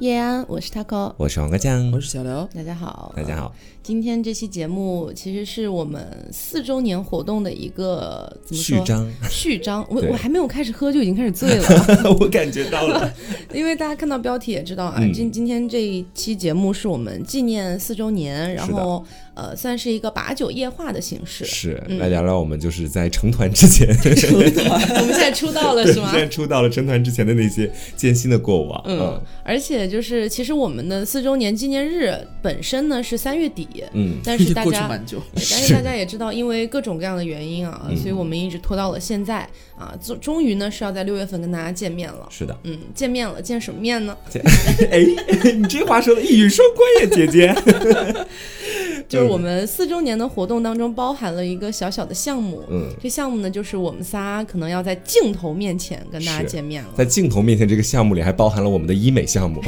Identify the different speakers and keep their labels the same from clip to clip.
Speaker 1: 叶安，我是 Taco，
Speaker 2: 我是王哥酱，
Speaker 3: 我是小刘，
Speaker 1: 大家好，
Speaker 2: 大家好。
Speaker 1: 今天这期节目其实是我们四周年活动的一个怎么
Speaker 2: 序
Speaker 1: 说
Speaker 2: 章，
Speaker 1: 序章，我
Speaker 2: 对
Speaker 1: 我还没有开始喝就已经开始醉 了，
Speaker 2: 我感觉到了，
Speaker 1: 因为大家看到标题也知道啊，
Speaker 2: 嗯
Speaker 1: 今、今天这一期节目是我们纪念四周年，然
Speaker 2: 是的
Speaker 1: 后呃算是一个把酒夜话的形式。
Speaker 2: 是嗯来聊聊我们就是在成团之前，
Speaker 1: 我们现在出道了是 吗
Speaker 2: 现？在出道了成团之前的那些艰辛的过往，
Speaker 1: 嗯，而且就是，其实我们的四周年纪念日本身呢是三月底，
Speaker 2: 嗯
Speaker 1: 但是大
Speaker 3: 过去
Speaker 1: 家
Speaker 3: 蛮久，
Speaker 1: 对但是大家也知道，因为各种各样的原因啊，所以我们一直拖到了现在啊，终终于呢是要在六月份跟大家见面了。
Speaker 2: 是的，
Speaker 1: 嗯，见面了，见什么面呢？
Speaker 2: 哎， 你这话说的一语双关呀，姐姐。
Speaker 1: 就是我们四周年的活动当中包含了一个小小的项目，
Speaker 2: 嗯
Speaker 1: 这项目呢就是我们仨可能要在镜头面前跟大家
Speaker 2: 是
Speaker 1: 见面 了。
Speaker 2: 在镜头面前，这个项目里还包含了我们的医美项目，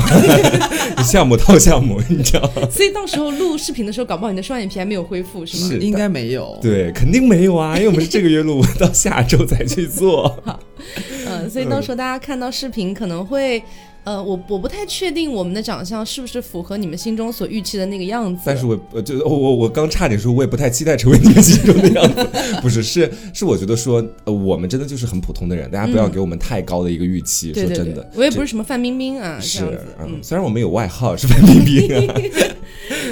Speaker 2: 项目套项目，你知道吗？
Speaker 1: 所以到时候录视频的时候，搞不好你的双眼皮还没有恢复，是吗？
Speaker 2: 是
Speaker 3: 应该没有。
Speaker 2: 对，肯定没有啊，因为我们是这个月录，到下周才去做。
Speaker 1: 嗯，所以到时候大家看到视频可能会，呃，我我不太确定我们的长相是不是符合你们心中所预期的那个样子。
Speaker 2: 但是我也呃，就我我我刚差点说，我也不太期待成为你们心中的样子。 不是，是是，我觉得说，呃，我们真的就是很普通的人，大家不要给我们太高的一个预期。
Speaker 1: 嗯对对
Speaker 2: 说
Speaker 1: 对
Speaker 2: 真的，
Speaker 1: 我也不是什么范冰冰啊，这
Speaker 2: 是
Speaker 1: 样子，，嗯
Speaker 2: 嗯，虽然我们有外号是范冰冰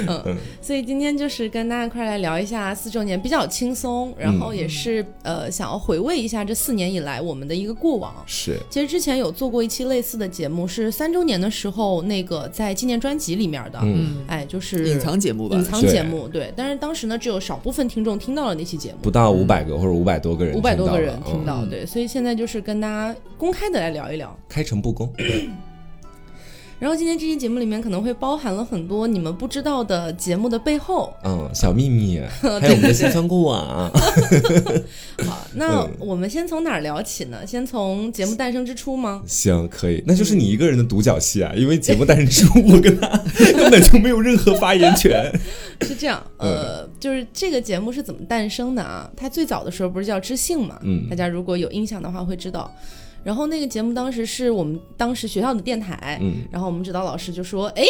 Speaker 2: 啊，
Speaker 1: 嗯，所以今天就是跟大家一块儿来聊一下四周年，比较轻松，
Speaker 2: 嗯
Speaker 1: 然后也是、呃想要回味一下这四年以来我们的一个过往。
Speaker 2: 是
Speaker 1: 其实之前有做过一期类似的节目，是三周年的时候那个在纪念专辑里面的，
Speaker 2: 嗯
Speaker 1: 哎，就是
Speaker 3: 隐藏节目吧
Speaker 1: 隐，藏节目，对。但是当时呢，只有少部分听众听到了那期节目
Speaker 2: 不。到五百个或者五百多个人，
Speaker 1: 嗯五百多个人听
Speaker 2: 嗯
Speaker 1: 到，对，所以现在就是跟大家公开的来聊一聊。
Speaker 2: 开诚 布公，
Speaker 1: 然后今天这期节目里面可能会包含了很多你们不知道的节目的背后，
Speaker 2: 嗯，小 秘密，还有我们的辛酸过往，
Speaker 1: 好，啊
Speaker 2: 嗯
Speaker 1: 那我们先从哪儿聊起呢？先从节目诞生之初 吗？
Speaker 2: 行，可以，那就是
Speaker 1: 嗯
Speaker 2: 你一个人的独角戏啊，因为节目诞生之后，我跟他根本就没有任何发言权。
Speaker 1: 是这样，
Speaker 2: 嗯
Speaker 1: 呃，就是这个节目是怎么诞生的啊？它最早的时候不是叫知性嘛？
Speaker 2: 嗯
Speaker 1: 大家如果有印象的话会知道。然后那个节目当时是我们当时学校的电台，
Speaker 2: 嗯，
Speaker 1: 然后我们指导老师就说，哎，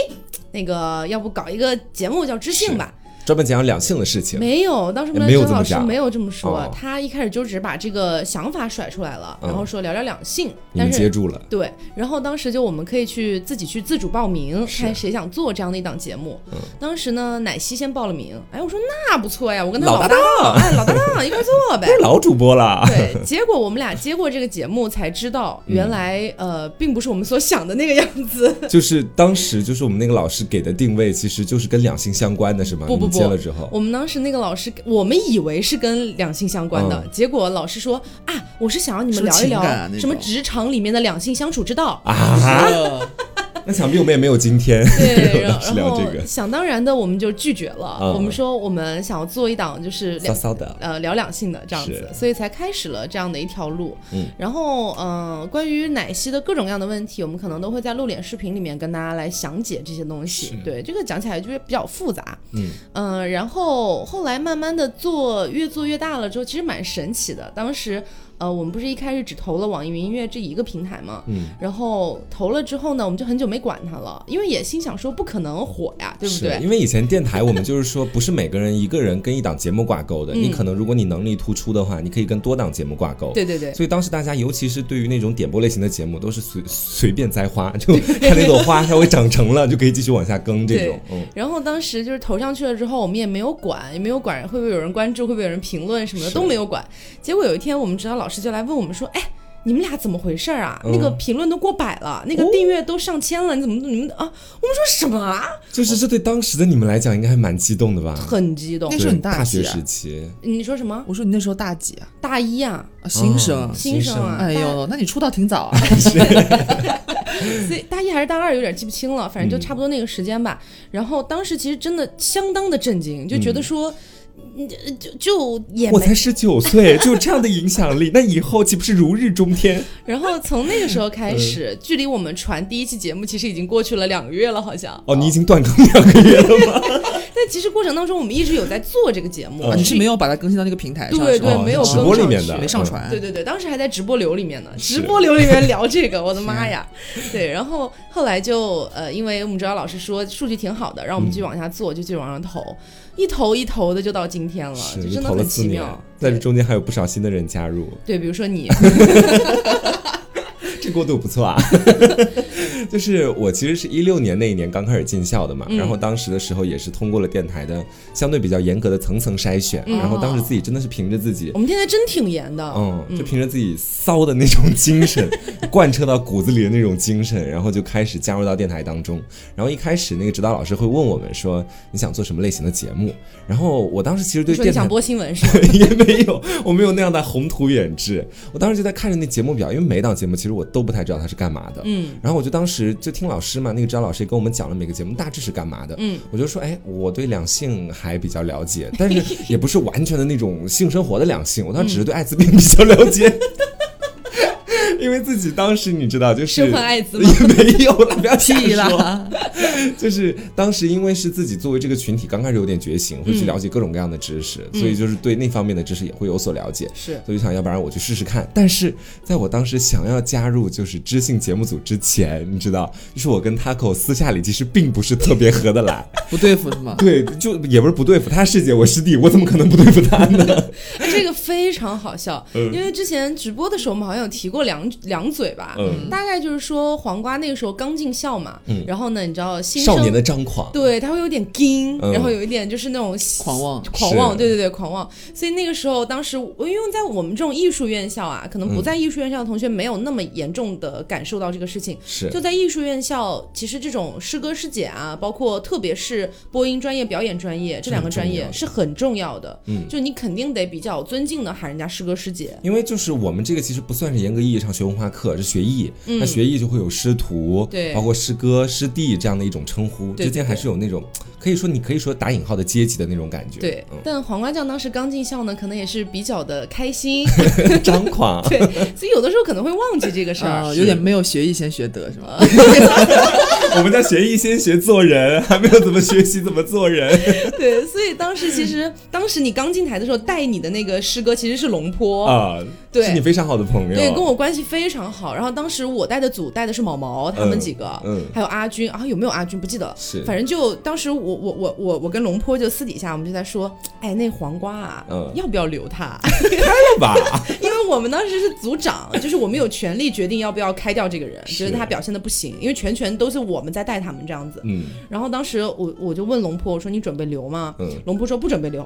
Speaker 1: 那个要不搞一个节目叫知性吧？
Speaker 2: 专门讲两性的事情，
Speaker 1: 没有，当时我们
Speaker 2: 没有
Speaker 1: 的
Speaker 2: 这
Speaker 1: 张
Speaker 2: 么
Speaker 1: 老师
Speaker 2: 讲
Speaker 1: 没有这么说，
Speaker 2: 哦嗯
Speaker 1: 他一开始就只把这个想法甩出来了，然后说聊聊两性，
Speaker 2: 你们
Speaker 1: 但
Speaker 2: 接
Speaker 1: 是。
Speaker 2: 住了。
Speaker 1: 对，然后当时就我们可以去自己去自主报名，
Speaker 2: 是
Speaker 1: 看谁想做这样的一档节目。当时呢，奶昔先报了名，哎，我说那不错呀，我跟他
Speaker 2: 老
Speaker 1: 搭
Speaker 2: 搭
Speaker 1: 档，哎，老搭档一块儿做呗
Speaker 2: 都。是哎老主播啦，
Speaker 1: 对，结果我们俩接过这个节目才知道，原来、呃，并不是我们所想的那个样子。
Speaker 2: 就是当时就是我们那个老师给的定位，其实就是跟两性相关的，是吗？
Speaker 1: 不不
Speaker 2: 你
Speaker 1: 不
Speaker 2: 接了之后，
Speaker 1: 我们当时那个老师，我们以为是跟两性相关的，
Speaker 2: 嗯
Speaker 1: 结果老师说啊，我是想让你们
Speaker 3: 什么
Speaker 1: 聊一聊
Speaker 3: 情感啊那
Speaker 1: 什么
Speaker 3: 种
Speaker 1: 职场里面的两性相处之道。
Speaker 2: 啊，
Speaker 3: 呃
Speaker 2: 那想必我们也没 有今天。
Speaker 1: 对，然
Speaker 2: 老师
Speaker 1: 后
Speaker 2: 聊这
Speaker 1: 然后
Speaker 2: 个
Speaker 1: 想当然的我们就拒绝了，
Speaker 2: 嗯
Speaker 1: 我们说我们想要做一档就是
Speaker 2: 骚
Speaker 1: 两。
Speaker 2: 骚的，
Speaker 1: 呃，聊两性的这样子，
Speaker 2: 是
Speaker 1: 所以才开始了这样的一条路。
Speaker 2: 嗯，
Speaker 1: 然后，嗯、呃，关于奶昔的各种各样的问题，我们可能都会在露脸视频里面跟大家来详解这些东
Speaker 2: 是
Speaker 1: 西。对，这个讲起来就是比较复杂。
Speaker 2: 嗯
Speaker 1: 嗯、然后后来慢慢的做，越做越大了之后，其实蛮神奇的。当时，呃，我们不是一开始只投了网易云音乐这一个平台吗？
Speaker 2: 嗯，
Speaker 1: 然后投了之后呢，我们就很久没管它了，因为也心想说不可能火呀，对不
Speaker 2: 是
Speaker 1: 对？
Speaker 2: 因为以前电台我们就是说，不是每个人一个人跟一档节目挂钩的，
Speaker 1: 嗯
Speaker 2: 你可能如果你能力突出的话，你可以跟多档节目挂钩。
Speaker 1: 对对对，
Speaker 2: 所以当时大家，尤其是对于那种点播类型的节目，都是随 随便栽花，就看那朵花它会长成了，就可以继续往下耕这种。嗯，
Speaker 1: 然后当时就是投上去了之后，我们也没有管，也没有管会不会有人关注，会不会有人评论什么的
Speaker 2: 是
Speaker 1: 都没有管。结果有一天，我们指导老师就来问我们说：“哎，你们俩怎么回事儿啊？
Speaker 2: 嗯
Speaker 1: 那个评论都过百了，那个
Speaker 2: 哦
Speaker 1: 订阅都上千了，你怎么你们啊？”我们说什么啊？
Speaker 2: 就是这对当时的你们来讲，应该还蛮激动的吧？
Speaker 1: 很激动
Speaker 3: 那。时候
Speaker 2: 对
Speaker 3: 你大
Speaker 2: 大学
Speaker 3: 几啊
Speaker 2: 时期，
Speaker 1: 你说什么？
Speaker 3: 我说你那时候大几啊？
Speaker 1: 大一啊，
Speaker 3: 啊新生
Speaker 2: 哦。
Speaker 1: 新生啊，
Speaker 3: 哎呦，那你出道挺早啊！
Speaker 1: 所以大一还是大二有点记不清了，反正就差不多那个时间
Speaker 2: 嗯
Speaker 1: 吧。然后当时其实真的相当的震惊，就觉得说，嗯、就就也
Speaker 2: 我
Speaker 1: 没。
Speaker 2: 才十九岁，就有这样的影响力，那以后岂不是如日中天？
Speaker 1: 然后从那个时候开始，
Speaker 2: 嗯
Speaker 1: 距离我们
Speaker 2: 哦
Speaker 1: 传第一期节目其实已经过去了两个月了，好像。
Speaker 2: 哦，你已经断更两个月了吗？
Speaker 1: 但但其实过程当中，我们一直有在做这个节目
Speaker 2: 嗯，
Speaker 3: 啊 你是没有把它更新到那个平台上，
Speaker 1: 对
Speaker 3: 是吧
Speaker 1: 对，没有
Speaker 2: 哦
Speaker 1: 更
Speaker 2: 直播里
Speaker 1: 上啊
Speaker 2: 面
Speaker 1: 去
Speaker 2: 的
Speaker 3: 没上传。
Speaker 1: 对对对，当时还在直播流里面呢，
Speaker 2: 是
Speaker 1: 直播流里面聊这个，我的妈呀！对，然后后来就呃，因为我们指导老师说数据挺好的，让我们继续往下做，就继续往上投，一投一投的就到今天了，
Speaker 2: 是
Speaker 1: 就
Speaker 2: 就
Speaker 1: 真的
Speaker 2: 投了
Speaker 1: 很
Speaker 2: 四
Speaker 1: 奇
Speaker 2: 年
Speaker 1: 妙。，
Speaker 2: 但是中间还有不少新的人加入，
Speaker 1: 对，比如说你，
Speaker 2: 这过渡不错啊。 就是我其实是一六年那一年刚开始进校的嘛，
Speaker 1: 嗯
Speaker 2: 然后当时的时候也是通过了电台的相对比较严格的层层筛选，
Speaker 1: 嗯
Speaker 2: 然后当时自己真的是凭着自己
Speaker 1: 我们电台真挺严的，
Speaker 2: 嗯，就凭着自己骚的那种精神， 贯彻到骨子里的那种精神，然后就开始加入到电台当中。然后一开始那个指导老师会问我们说你想做什么类型的节目，然后我当时其实
Speaker 1: 你
Speaker 2: 对
Speaker 1: 说你
Speaker 2: 电
Speaker 1: 想
Speaker 2: 台。
Speaker 1: 播新闻是吗？
Speaker 2: 也没有，我没有那样的宏图远志。我当时就在看着那节目表，因为每一档节目其实我都不太知道它是干嘛的。
Speaker 1: 嗯，
Speaker 2: 然后我就当时就听老师嘛，那个指导老师也跟我们讲了每个节目大致是干嘛的。
Speaker 1: 嗯，
Speaker 2: 我就说，哎，我对两性还比较了解，但是也不是完全的那种性生活的两性，我当时
Speaker 1: 嗯
Speaker 2: 只是对艾滋病比较了解。 因为自己当时你知道，就是
Speaker 1: 身患艾滋吗
Speaker 2: 也没有了，不要瞎
Speaker 3: 屁
Speaker 2: 说。
Speaker 3: 啦！
Speaker 2: 就是当时因为是自己作为这个群体刚开始有点觉醒，
Speaker 1: 嗯
Speaker 2: 会去了解各种各样的知识，所以就是对那方面的知识也会有所了解。
Speaker 1: 是
Speaker 2: 所以就想要不然我去试试看。但是在我当时想要加入就是知性节目组之前，你知道，就是我跟 Taco 私下里其实并不是特别合得 来，
Speaker 3: 不对付是吗？
Speaker 2: 对，就也不是不对付，他师姐，我师弟，我怎么可能不对付他呢？
Speaker 1: 哎这个非常好笑，
Speaker 2: 嗯
Speaker 1: 因为之前直播的时候我们好像有提过两两嘴吧，
Speaker 2: 嗯
Speaker 1: 大概就是说黄瓜那个时候刚进校嘛，然后呢，你知道新生
Speaker 2: 少年的张狂，
Speaker 1: 对，他会有点惊，
Speaker 2: 嗯
Speaker 1: 然后有一点就是那种
Speaker 3: 狂妄
Speaker 1: 狂妄，
Speaker 2: 是
Speaker 1: 对对对，狂妄。所以那个时候，当时我因为在我们这种艺术院校
Speaker 2: 嗯
Speaker 1: 啊，可能不在艺术院校的同学没有那么严重的感受到这个事情。
Speaker 2: 是
Speaker 1: 就在艺术院校，其实这种师哥师姐啊，包括特别是播音专业、表演专业这两个专业
Speaker 2: 很重要
Speaker 1: 是很重要的。
Speaker 2: 嗯
Speaker 1: 就你肯定得比较尊敬的喊人家师哥师姐。
Speaker 2: 因为就是我们这个其实不算是严格意义上学文化课，是学艺。那学艺就会有师徒，
Speaker 1: 嗯对
Speaker 2: 包括师哥、师弟这样的一种称呼，
Speaker 1: 对
Speaker 2: 之间还是有那种可以说你可以说打引号的阶级的那种感觉。
Speaker 1: 对，但黄瓜酱当时刚进校呢，可能也是比较的开心，
Speaker 2: 嗯， 张狂。
Speaker 1: 对，所以有的时候可能会忘记这个事儿。
Speaker 3: 啊，有点没有学艺先学德是吗？
Speaker 2: 我们在学艺先学做人，还没有怎么学习怎么 做人
Speaker 1: 对，所以当时其实，当时你刚进台的时候，带你的那个师哥其实是龙坡，
Speaker 2: 啊！
Speaker 1: 哦对
Speaker 2: 是你非常好的朋友，
Speaker 1: 对，跟我关系非常好。然后当时我带的组带的是毛毛他们几个，
Speaker 2: 嗯嗯
Speaker 1: 还有阿军啊，有没有阿军不记得了，
Speaker 2: 是
Speaker 1: 反正就当时我我我我我跟龙坡就私底下我们就在说，哎，那黄瓜啊，
Speaker 2: 嗯
Speaker 1: 要不要留他？
Speaker 2: 对吧？
Speaker 1: 因为我们当时是组 长，就是我们有权利决定要不要开掉这个人，觉得他表现的不行，因为全权都是我们在带他们这样子。
Speaker 2: 嗯，
Speaker 1: 然后当时我我就问龙坡，我说你准备留吗？
Speaker 2: 嗯
Speaker 1: 龙坡说不准备留。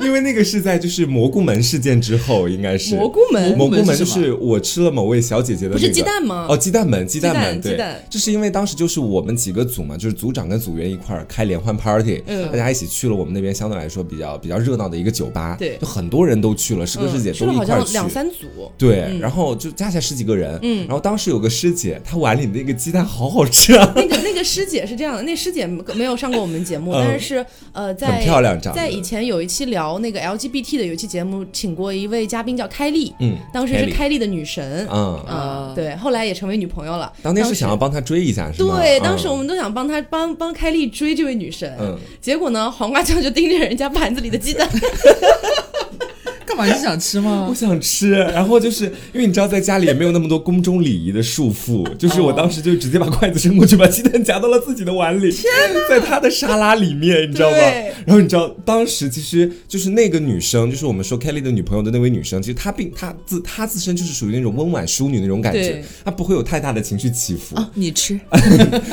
Speaker 2: 因为那个是在就是蘑菇门事件之后，应该是
Speaker 1: 蘑菇门
Speaker 2: 蘑菇门
Speaker 3: 门
Speaker 2: 就是
Speaker 3: 什么
Speaker 2: 是我吃了某位小姐姐的、那个，
Speaker 1: 不是鸡蛋吗
Speaker 2: 哦，鸡蛋门，鸡蛋
Speaker 1: 鸡蛋
Speaker 2: 门，对，
Speaker 1: 鸡蛋
Speaker 2: 这是因为当时就是我们几个组嘛，就是组长跟组员一块儿开联欢 party，、
Speaker 1: 嗯
Speaker 2: 大家一起去了我们那边相对来说比较比较热闹的一个酒吧，
Speaker 1: 对
Speaker 2: 就很多人都去了，师哥师姐
Speaker 1: 去
Speaker 2: 都
Speaker 1: 了
Speaker 2: 一
Speaker 1: 好
Speaker 2: 块儿
Speaker 1: 像
Speaker 2: 去。
Speaker 1: 两三嗯组，
Speaker 2: 对，然后就加起来十几个人，嗯，然后当时有个师姐，她碗里那个鸡蛋好好吃啊，
Speaker 1: 那个那个师姐是这样的，那师姐没有上过我们节目，
Speaker 2: 嗯
Speaker 1: 但是呃，在
Speaker 2: 很漂亮长得
Speaker 1: 在以前有一期聊那个 LGBT 的有一期节目，请过一位嘉宾叫开丽，
Speaker 2: 嗯
Speaker 1: 当时是
Speaker 2: Kylie
Speaker 1: 开丽的女神，
Speaker 2: 嗯，
Speaker 1: 啊
Speaker 3: 啊，
Speaker 1: 对，后来也成为女朋友了。
Speaker 2: 当天是想要帮她追一下，是吗？
Speaker 1: 对，
Speaker 2: 嗯
Speaker 1: 当时我们都想帮她帮帮开丽追这位女神，
Speaker 2: 嗯
Speaker 1: 结果呢，黄瓜酱就盯着人家盘子里的鸡 蛋，
Speaker 3: 干嘛？你是想吃吗
Speaker 1: 嗯
Speaker 2: 我？想吃，然后就是因为你知道，在家里也没有那么多宫中礼仪的束缚，
Speaker 1: 哦
Speaker 2: 就是我当时就直接把筷子伸过去，把鸡蛋夹到了自己的碗里，在她的沙拉里面，你知道吗
Speaker 1: 对？
Speaker 2: 然后你知道，当时其实就是那个女生，就是我们说 Kelly 的女朋友的那位女生，其实她并她自她自身就是属于那种温婉淑女那种感觉
Speaker 1: 对，
Speaker 2: 她不会有太大的情绪起伏，
Speaker 3: 啊，你吃，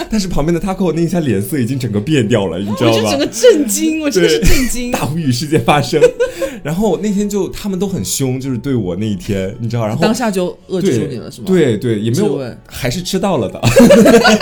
Speaker 2: 但是旁边的 Taco 那一下脸色已经整个变掉了，你知
Speaker 1: 我
Speaker 2: 道
Speaker 1: 就整
Speaker 2: 吗
Speaker 1: 个？震惊，我真的是
Speaker 2: 对
Speaker 1: 震惊。
Speaker 2: 大无语事件发生， 然后那天就他们都很凶，就是对我那一天，你知道，然后
Speaker 3: 当下就遏制住
Speaker 2: 对
Speaker 3: 你了是吗？，
Speaker 2: 对对，也没
Speaker 3: 质
Speaker 2: 有
Speaker 3: 问，
Speaker 2: 还是吃到了的。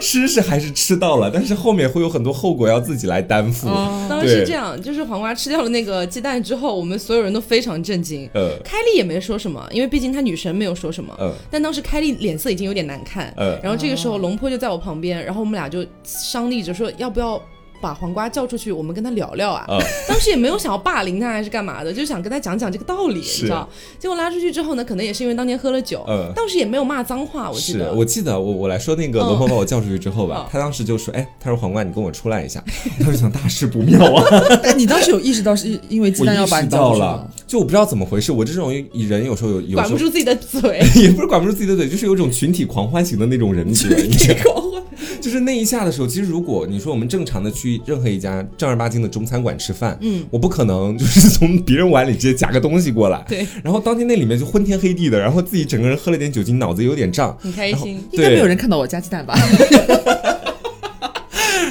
Speaker 2: 吃是还是吃到了，但是后面会有很多后果要自己来担负。
Speaker 3: 哦
Speaker 1: 当时是这样，就是黄瓜吃掉了那个鸡蛋之后，我们所有人都非常震惊。
Speaker 2: 呃
Speaker 1: 开丽也没说什么，因为毕竟她女神没有说什么。
Speaker 2: 嗯
Speaker 1: 但当时开丽脸色已经有点难看。
Speaker 2: 嗯
Speaker 1: 然后这个时候龙坡就在我旁边，然后我们俩就商议着说要不要把黄瓜叫出去，我们跟他聊聊啊。
Speaker 2: 啊，
Speaker 1: 当时也没有想要霸凌他还是干嘛的，就想跟他讲讲这个道理，你
Speaker 2: 是
Speaker 1: 知道？结果拉出去之后呢，可能也是因为当年喝了酒，
Speaker 2: 嗯
Speaker 1: 当时也没有骂脏哦话，我记
Speaker 2: 是啊
Speaker 1: 得。
Speaker 2: 我记得我我来说那个罗鹏把我叫出去之后
Speaker 1: 嗯，
Speaker 2: 吧他当时就说，哎，他说黄瓜你跟我出来一下，我当时想大事不妙啊，
Speaker 3: 哎，你当时有意识到是因为鸡
Speaker 2: 我
Speaker 3: 蛋要
Speaker 2: 意
Speaker 3: 把
Speaker 2: 识
Speaker 3: 你叫
Speaker 2: 到
Speaker 3: 出去
Speaker 2: 了
Speaker 3: 吗？，
Speaker 2: 就我不知道怎么回事，我这种人有时候有有
Speaker 1: 管
Speaker 2: 时
Speaker 1: 不
Speaker 2: 候。
Speaker 1: 住自己的嘴，
Speaker 2: 也不是管不住自己的嘴，就是有一种群体狂欢型的那 种人格，你知道吗 就是那一下的时候，其实如果你说我们正常的去任何一家正儿八经的中餐馆吃饭，
Speaker 1: 嗯，
Speaker 2: 我不可能就是从别人碗里直接夹个东西过来，
Speaker 1: 对，
Speaker 2: 然后当天那里面就昏天黑地的，然后自己整个人喝了点酒精，脑子有点胀，
Speaker 1: 很开心。
Speaker 3: 应该没
Speaker 2: 对
Speaker 3: 有人看到我加鸡蛋吧？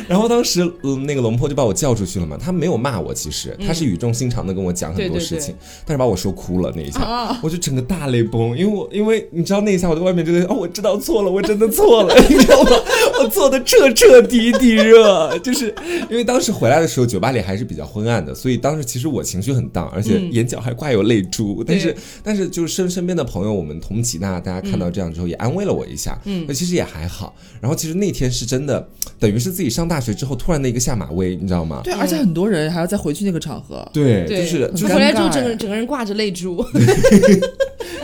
Speaker 2: 然后当时，嗯，那个龙婆就把我叫出去了嘛，他没有骂我，其实他是语重心长的跟我讲很
Speaker 1: 嗯对
Speaker 2: 多
Speaker 1: 对哦
Speaker 2: 事
Speaker 1: 对
Speaker 2: 情，但是把我说哭了那一下，
Speaker 3: 啊
Speaker 2: 我就整个大泪崩，因为我因为你知道那一下我在外面就在哦，我知道错了，我真的错了， 你知道吗？我错的彻彻底底热，就是因为当时回来的时候酒吧里还是比较昏暗的，所以当时其实我情绪很荡，而且
Speaker 1: 嗯
Speaker 2: 眼角还挂有泪珠，但是
Speaker 1: 对
Speaker 2: 但是就是身身边的朋友，我们同级那大家看到这样之后也安慰了我一下，嗯，其实也还好。然后其实那天是真的，等于是自己上大学之后突然的一个下马威，你知道吗？
Speaker 3: 对，而且很多人还要再回去那个场合。
Speaker 2: 对
Speaker 1: 对，
Speaker 2: 就是
Speaker 3: 很
Speaker 2: 就是
Speaker 1: 回来之后，
Speaker 3: 尴尬
Speaker 1: 整个
Speaker 3: 哎
Speaker 1: 整个人挂着泪 珠。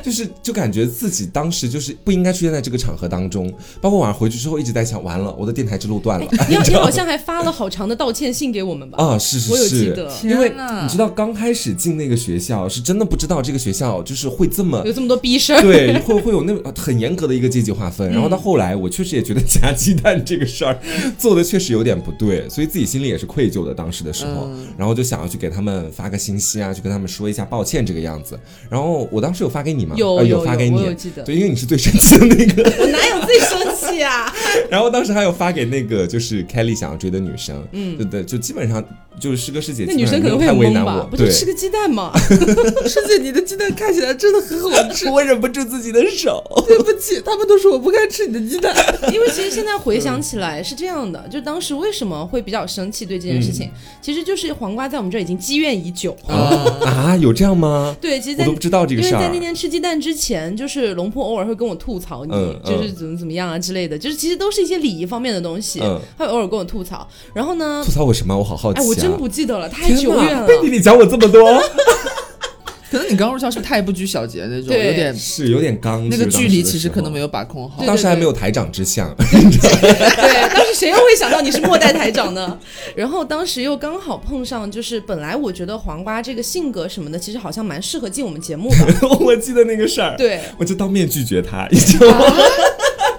Speaker 2: 就是就感觉自己当时就是不应该出现在这个场合当中，包括晚上回去之后一直在想，完了我的电台之路断了。
Speaker 1: 你好你好像还发了好长的道歉信给我们吧？
Speaker 2: 啊，是是
Speaker 1: 哎我有
Speaker 2: 是，
Speaker 1: 记得
Speaker 2: 因为
Speaker 3: 天哪
Speaker 2: 你知道刚开始进那个学校是真的不知道这个学校就是会这么
Speaker 1: 有这么多逼事儿，
Speaker 2: 对，会会有那种很严格的一个阶级划分。然
Speaker 1: 嗯
Speaker 2: 后到后来，我确实也觉得夹鸡蛋这个事儿做的确实有点不对，所以自己心里也是愧疚的。当时的时候，
Speaker 1: 嗯
Speaker 2: 然后就想要去给他们发个信息啊，去跟他们说一下抱歉这个样子。然后我当时有发给你吗？
Speaker 1: 有
Speaker 2: 呃
Speaker 1: 有
Speaker 2: 发
Speaker 1: 有
Speaker 2: 给你，
Speaker 1: 我有记得
Speaker 2: 对，因为你是最生气的那个。
Speaker 1: 我哪有自己生气啊？
Speaker 2: 然后当时还有发给那个就是 Kelly 想要追的女生，嗯，对对，就基本上就是师哥师姐，
Speaker 1: 那女生可能会
Speaker 2: 太
Speaker 1: 很
Speaker 2: 为
Speaker 1: 懵
Speaker 2: 难
Speaker 1: 吧
Speaker 2: 我，，
Speaker 1: 不
Speaker 2: 对
Speaker 1: 就，吃个鸡蛋吗？
Speaker 3: 师姐，你的 鸡蛋看起来真的很好吃，
Speaker 2: 我忍不住自己的手。
Speaker 3: 对不起，他们都说我不该吃你的鸡蛋。
Speaker 1: 因为其实现在回想起来是这样的，就当时为什么会比较生气对这件事情，其实就是黄瓜在我们这儿已经积怨已久。
Speaker 2: 嗯啊，有这样吗？
Speaker 1: 对，其实
Speaker 2: 我
Speaker 1: 在
Speaker 2: 都不知道这 个
Speaker 1: 因
Speaker 2: 事
Speaker 1: 为
Speaker 2: 儿。
Speaker 1: 在那天吃鸡蛋之前，就是龙婆偶尔会跟我吐槽你，
Speaker 2: 嗯
Speaker 1: 就是怎么怎么样啊之类的，就是其实都是一些礼仪方面的东西，
Speaker 2: 嗯
Speaker 1: 他会偶尔跟我吐槽。然后呢
Speaker 2: 吐，槽我什么？我好好奇、啊。
Speaker 1: 哎，我真不记得了，太
Speaker 2: 天
Speaker 1: 久
Speaker 2: 哪
Speaker 1: 远 了。
Speaker 2: 贝蒂，你讲我这么多，
Speaker 3: 可能你刚入校是不是太不拘小节那种，
Speaker 1: 对
Speaker 3: 有点
Speaker 2: 是有点刚。
Speaker 3: 那个距离其实可能没
Speaker 2: 有。
Speaker 3: 有把控好
Speaker 1: 对。
Speaker 2: 当时还没有台长之相，
Speaker 1: 对，当时谁又会想到你是末代台长呢？然后当时又刚好碰上，就是本来我觉得黄瓜这个性格什么的，其实好像蛮适合进我们节目 的。
Speaker 2: 我记得那个事儿，
Speaker 1: 对，
Speaker 2: 我就当面拒绝他，你知道吗？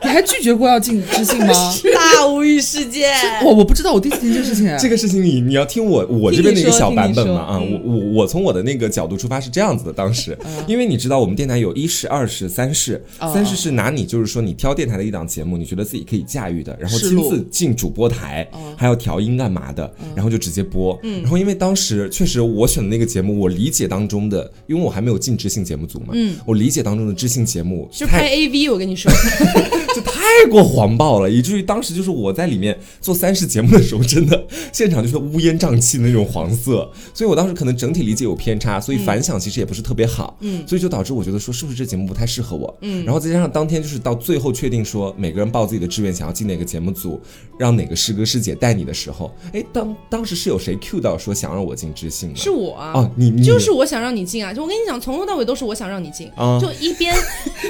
Speaker 3: 你还拒绝过要进知信 吗？哦
Speaker 1: 大无语事件。
Speaker 3: 我我不知道，我第一次听这个事情。啊
Speaker 2: 这个事情你你要听我我这边的一个小版本嘛啊，
Speaker 1: 啊听你
Speaker 2: 我
Speaker 1: 说嗯
Speaker 2: 我我从我的那个角度出发是这样子的，当时，因为你知道我们电台有一试、二试、三试，
Speaker 3: 哦
Speaker 2: 三试是拿你就是说你挑电台的一档节目，你觉得自己可以驾驭的，然后
Speaker 3: 试
Speaker 2: 亲
Speaker 3: 录
Speaker 2: 自进主播台，
Speaker 1: 哦
Speaker 2: 还要调音干嘛
Speaker 1: 嗯
Speaker 2: 的，然后就直接播。然后因为当时确实我选的那个节目，我理解当中的，因为我还没有进知性节目组嘛，
Speaker 1: 嗯
Speaker 2: 我理解当中的知性节目
Speaker 1: 就
Speaker 2: 太
Speaker 1: 拍 AV，我跟你说，
Speaker 2: 就太过黄暴了，以至于当时就是我在里面做三十节目的时候，真的现场就是乌烟瘴气的那种黄色，所以我当时可能整体理解有偏差，所以反响其实也不是特别好，嗯，所以就导致我觉得说是不是这节目不太适合我，嗯，然后再加上当天就是到最后确定说每个人报自己的志愿，想要进哪个节目组，让哪个师哥师姐带你的时候，哎，当当时是有谁 cue 到说想让我进知性吗？
Speaker 1: 是我啊。
Speaker 2: 哦，你你
Speaker 1: 就是我想让你进啊！就我跟你讲，从头到尾都是我想让你进，
Speaker 2: 啊
Speaker 1: 就一边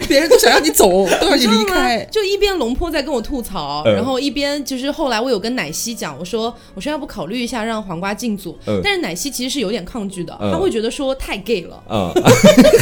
Speaker 3: 别人都想让你 走，都让
Speaker 1: 你知
Speaker 3: 你
Speaker 1: 道
Speaker 3: 离
Speaker 1: 吗
Speaker 3: 开？。
Speaker 1: 就一边龙坡在跟我吐槽，
Speaker 2: 嗯
Speaker 1: 然后一边就是后来我有跟奶昔讲，我说我说要不考虑一下让黄瓜进组，
Speaker 2: 嗯
Speaker 1: 但是奶昔其实是有点抗拒的，
Speaker 2: 嗯
Speaker 1: 他会觉得说太 gay 了。
Speaker 2: 啊，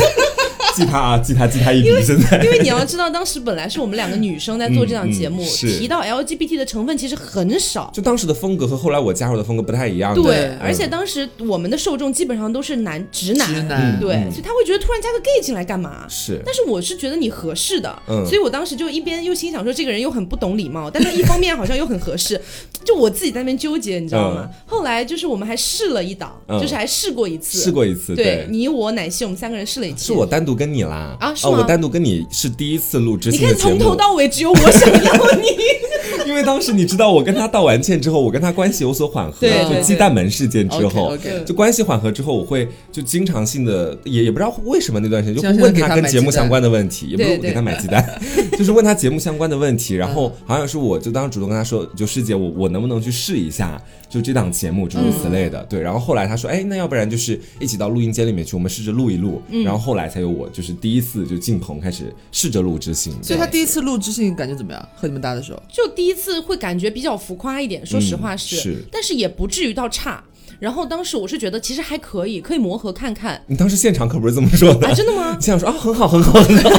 Speaker 2: 记他啊，记他记他一笔，现在
Speaker 1: 因为你要知道，当时本来是我们两个女生在做这档节目，
Speaker 2: 嗯嗯是
Speaker 1: 提到 LGBT 的成分其实很少。
Speaker 2: 就当时的风格和后来我加入的风格不太一样。
Speaker 1: 对，
Speaker 2: 嗯
Speaker 1: 而且当时我们的受众基本上都是男直男，
Speaker 3: 直男
Speaker 1: 对，
Speaker 2: 嗯
Speaker 1: 所以他会觉得突然加个 gay 进来干嘛？
Speaker 2: 是
Speaker 1: 但是我是觉得你合适的，
Speaker 2: 嗯
Speaker 1: 所以我当时就一边又心想说这个人又很不懂礼貌，但他一方面好像又很合适， 就我自己在那边纠结，你知道吗？后来就是我们还试了一档，
Speaker 2: 嗯
Speaker 1: 就是还试过一次，
Speaker 2: 试过一次，
Speaker 1: 对
Speaker 2: 对，
Speaker 1: 你我奶昔我们三个人试了一次，
Speaker 2: 是我单独跟你啦
Speaker 1: 啊是
Speaker 2: 哦
Speaker 1: 吗
Speaker 2: 我单独跟你是第一次录知
Speaker 1: 你
Speaker 2: 心
Speaker 1: 看
Speaker 2: 的节
Speaker 1: 从
Speaker 2: 目，
Speaker 1: 头到尾只有我想要你，
Speaker 2: 因为当时你知道我跟他道完歉之后，我跟他关系有所缓和，
Speaker 1: 对对
Speaker 2: 就
Speaker 1: 对
Speaker 2: 鸡蛋门事件之后。
Speaker 3: OK，
Speaker 2: 就关系缓和之后，我会就经常性的也也不知道为什么那段时间就
Speaker 3: 经常性地
Speaker 2: 问
Speaker 3: 给他
Speaker 2: 跟
Speaker 3: 买
Speaker 2: 节目
Speaker 3: 鸡蛋
Speaker 2: 相关的问题，也不
Speaker 1: 对
Speaker 2: 是我给
Speaker 1: 对
Speaker 2: 他买鸡蛋，就是问他节目相关的问题，然后
Speaker 3: 嗯
Speaker 2: 好像是我就当时主动跟他说，就师姐，我我能不能去试一下，就这档节目诸如此类的，
Speaker 3: 嗯
Speaker 2: 对。然后后来他说，哎，那要不然就是一起到录音间里面去，我们试着录一录。
Speaker 3: 嗯
Speaker 2: 然后后来才有我就是第一次就进棚开始试着录知性，
Speaker 3: 所以他第一次录知性感觉怎么样？和你们搭的时候，
Speaker 1: 就第一次会感觉比较浮夸一点，说实话是，
Speaker 2: 嗯是
Speaker 1: 但是也不至于到差。然后当时我是觉得其实还可以，可以磨合看看。
Speaker 2: 你当时现场可不是这么说的，
Speaker 1: 啊，真的 吗？哎
Speaker 2: 现场说啊，很好，很好，很好，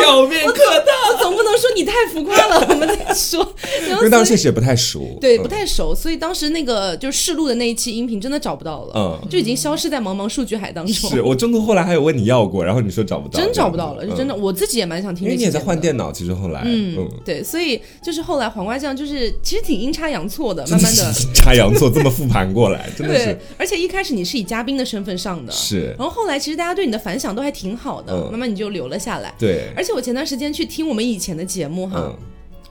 Speaker 2: 表面客套，
Speaker 1: 我总不能说你太浮夸了，我们再说。然
Speaker 2: 因
Speaker 1: 后
Speaker 2: 为当时
Speaker 1: 所以
Speaker 2: 确实也不太熟，
Speaker 1: 对
Speaker 2: 嗯
Speaker 1: 不太熟，所以当时那个就是试录的那一期音频真的找不到了，
Speaker 2: 嗯
Speaker 1: 就已经消失在茫茫数据海当中，
Speaker 2: 是我中途后来还有问你要过，然后你说找不到，
Speaker 1: 真找不到了，就真的
Speaker 2: 的。
Speaker 1: 我自己也蛮想听
Speaker 2: 嗯
Speaker 1: 这
Speaker 2: 因为
Speaker 1: 期节
Speaker 2: 你
Speaker 1: 目
Speaker 2: 也
Speaker 1: 的。
Speaker 2: 在换电脑，其实后来，
Speaker 1: 嗯，对，所以就是后来黄瓜酱就是其实挺阴差阳错 的，慢慢的，
Speaker 2: 插洋错这么复盘过来，真的
Speaker 1: 对
Speaker 2: 是，
Speaker 1: 而且一开始你是以嘉宾的身份上的，
Speaker 2: 是
Speaker 1: 然，后后来其实大家对你的反响都还挺好的，
Speaker 2: 嗯
Speaker 1: 慢慢你就留了下来。
Speaker 2: 对，
Speaker 1: 而且我前段时间去听我们以前的节目哈，
Speaker 2: 嗯，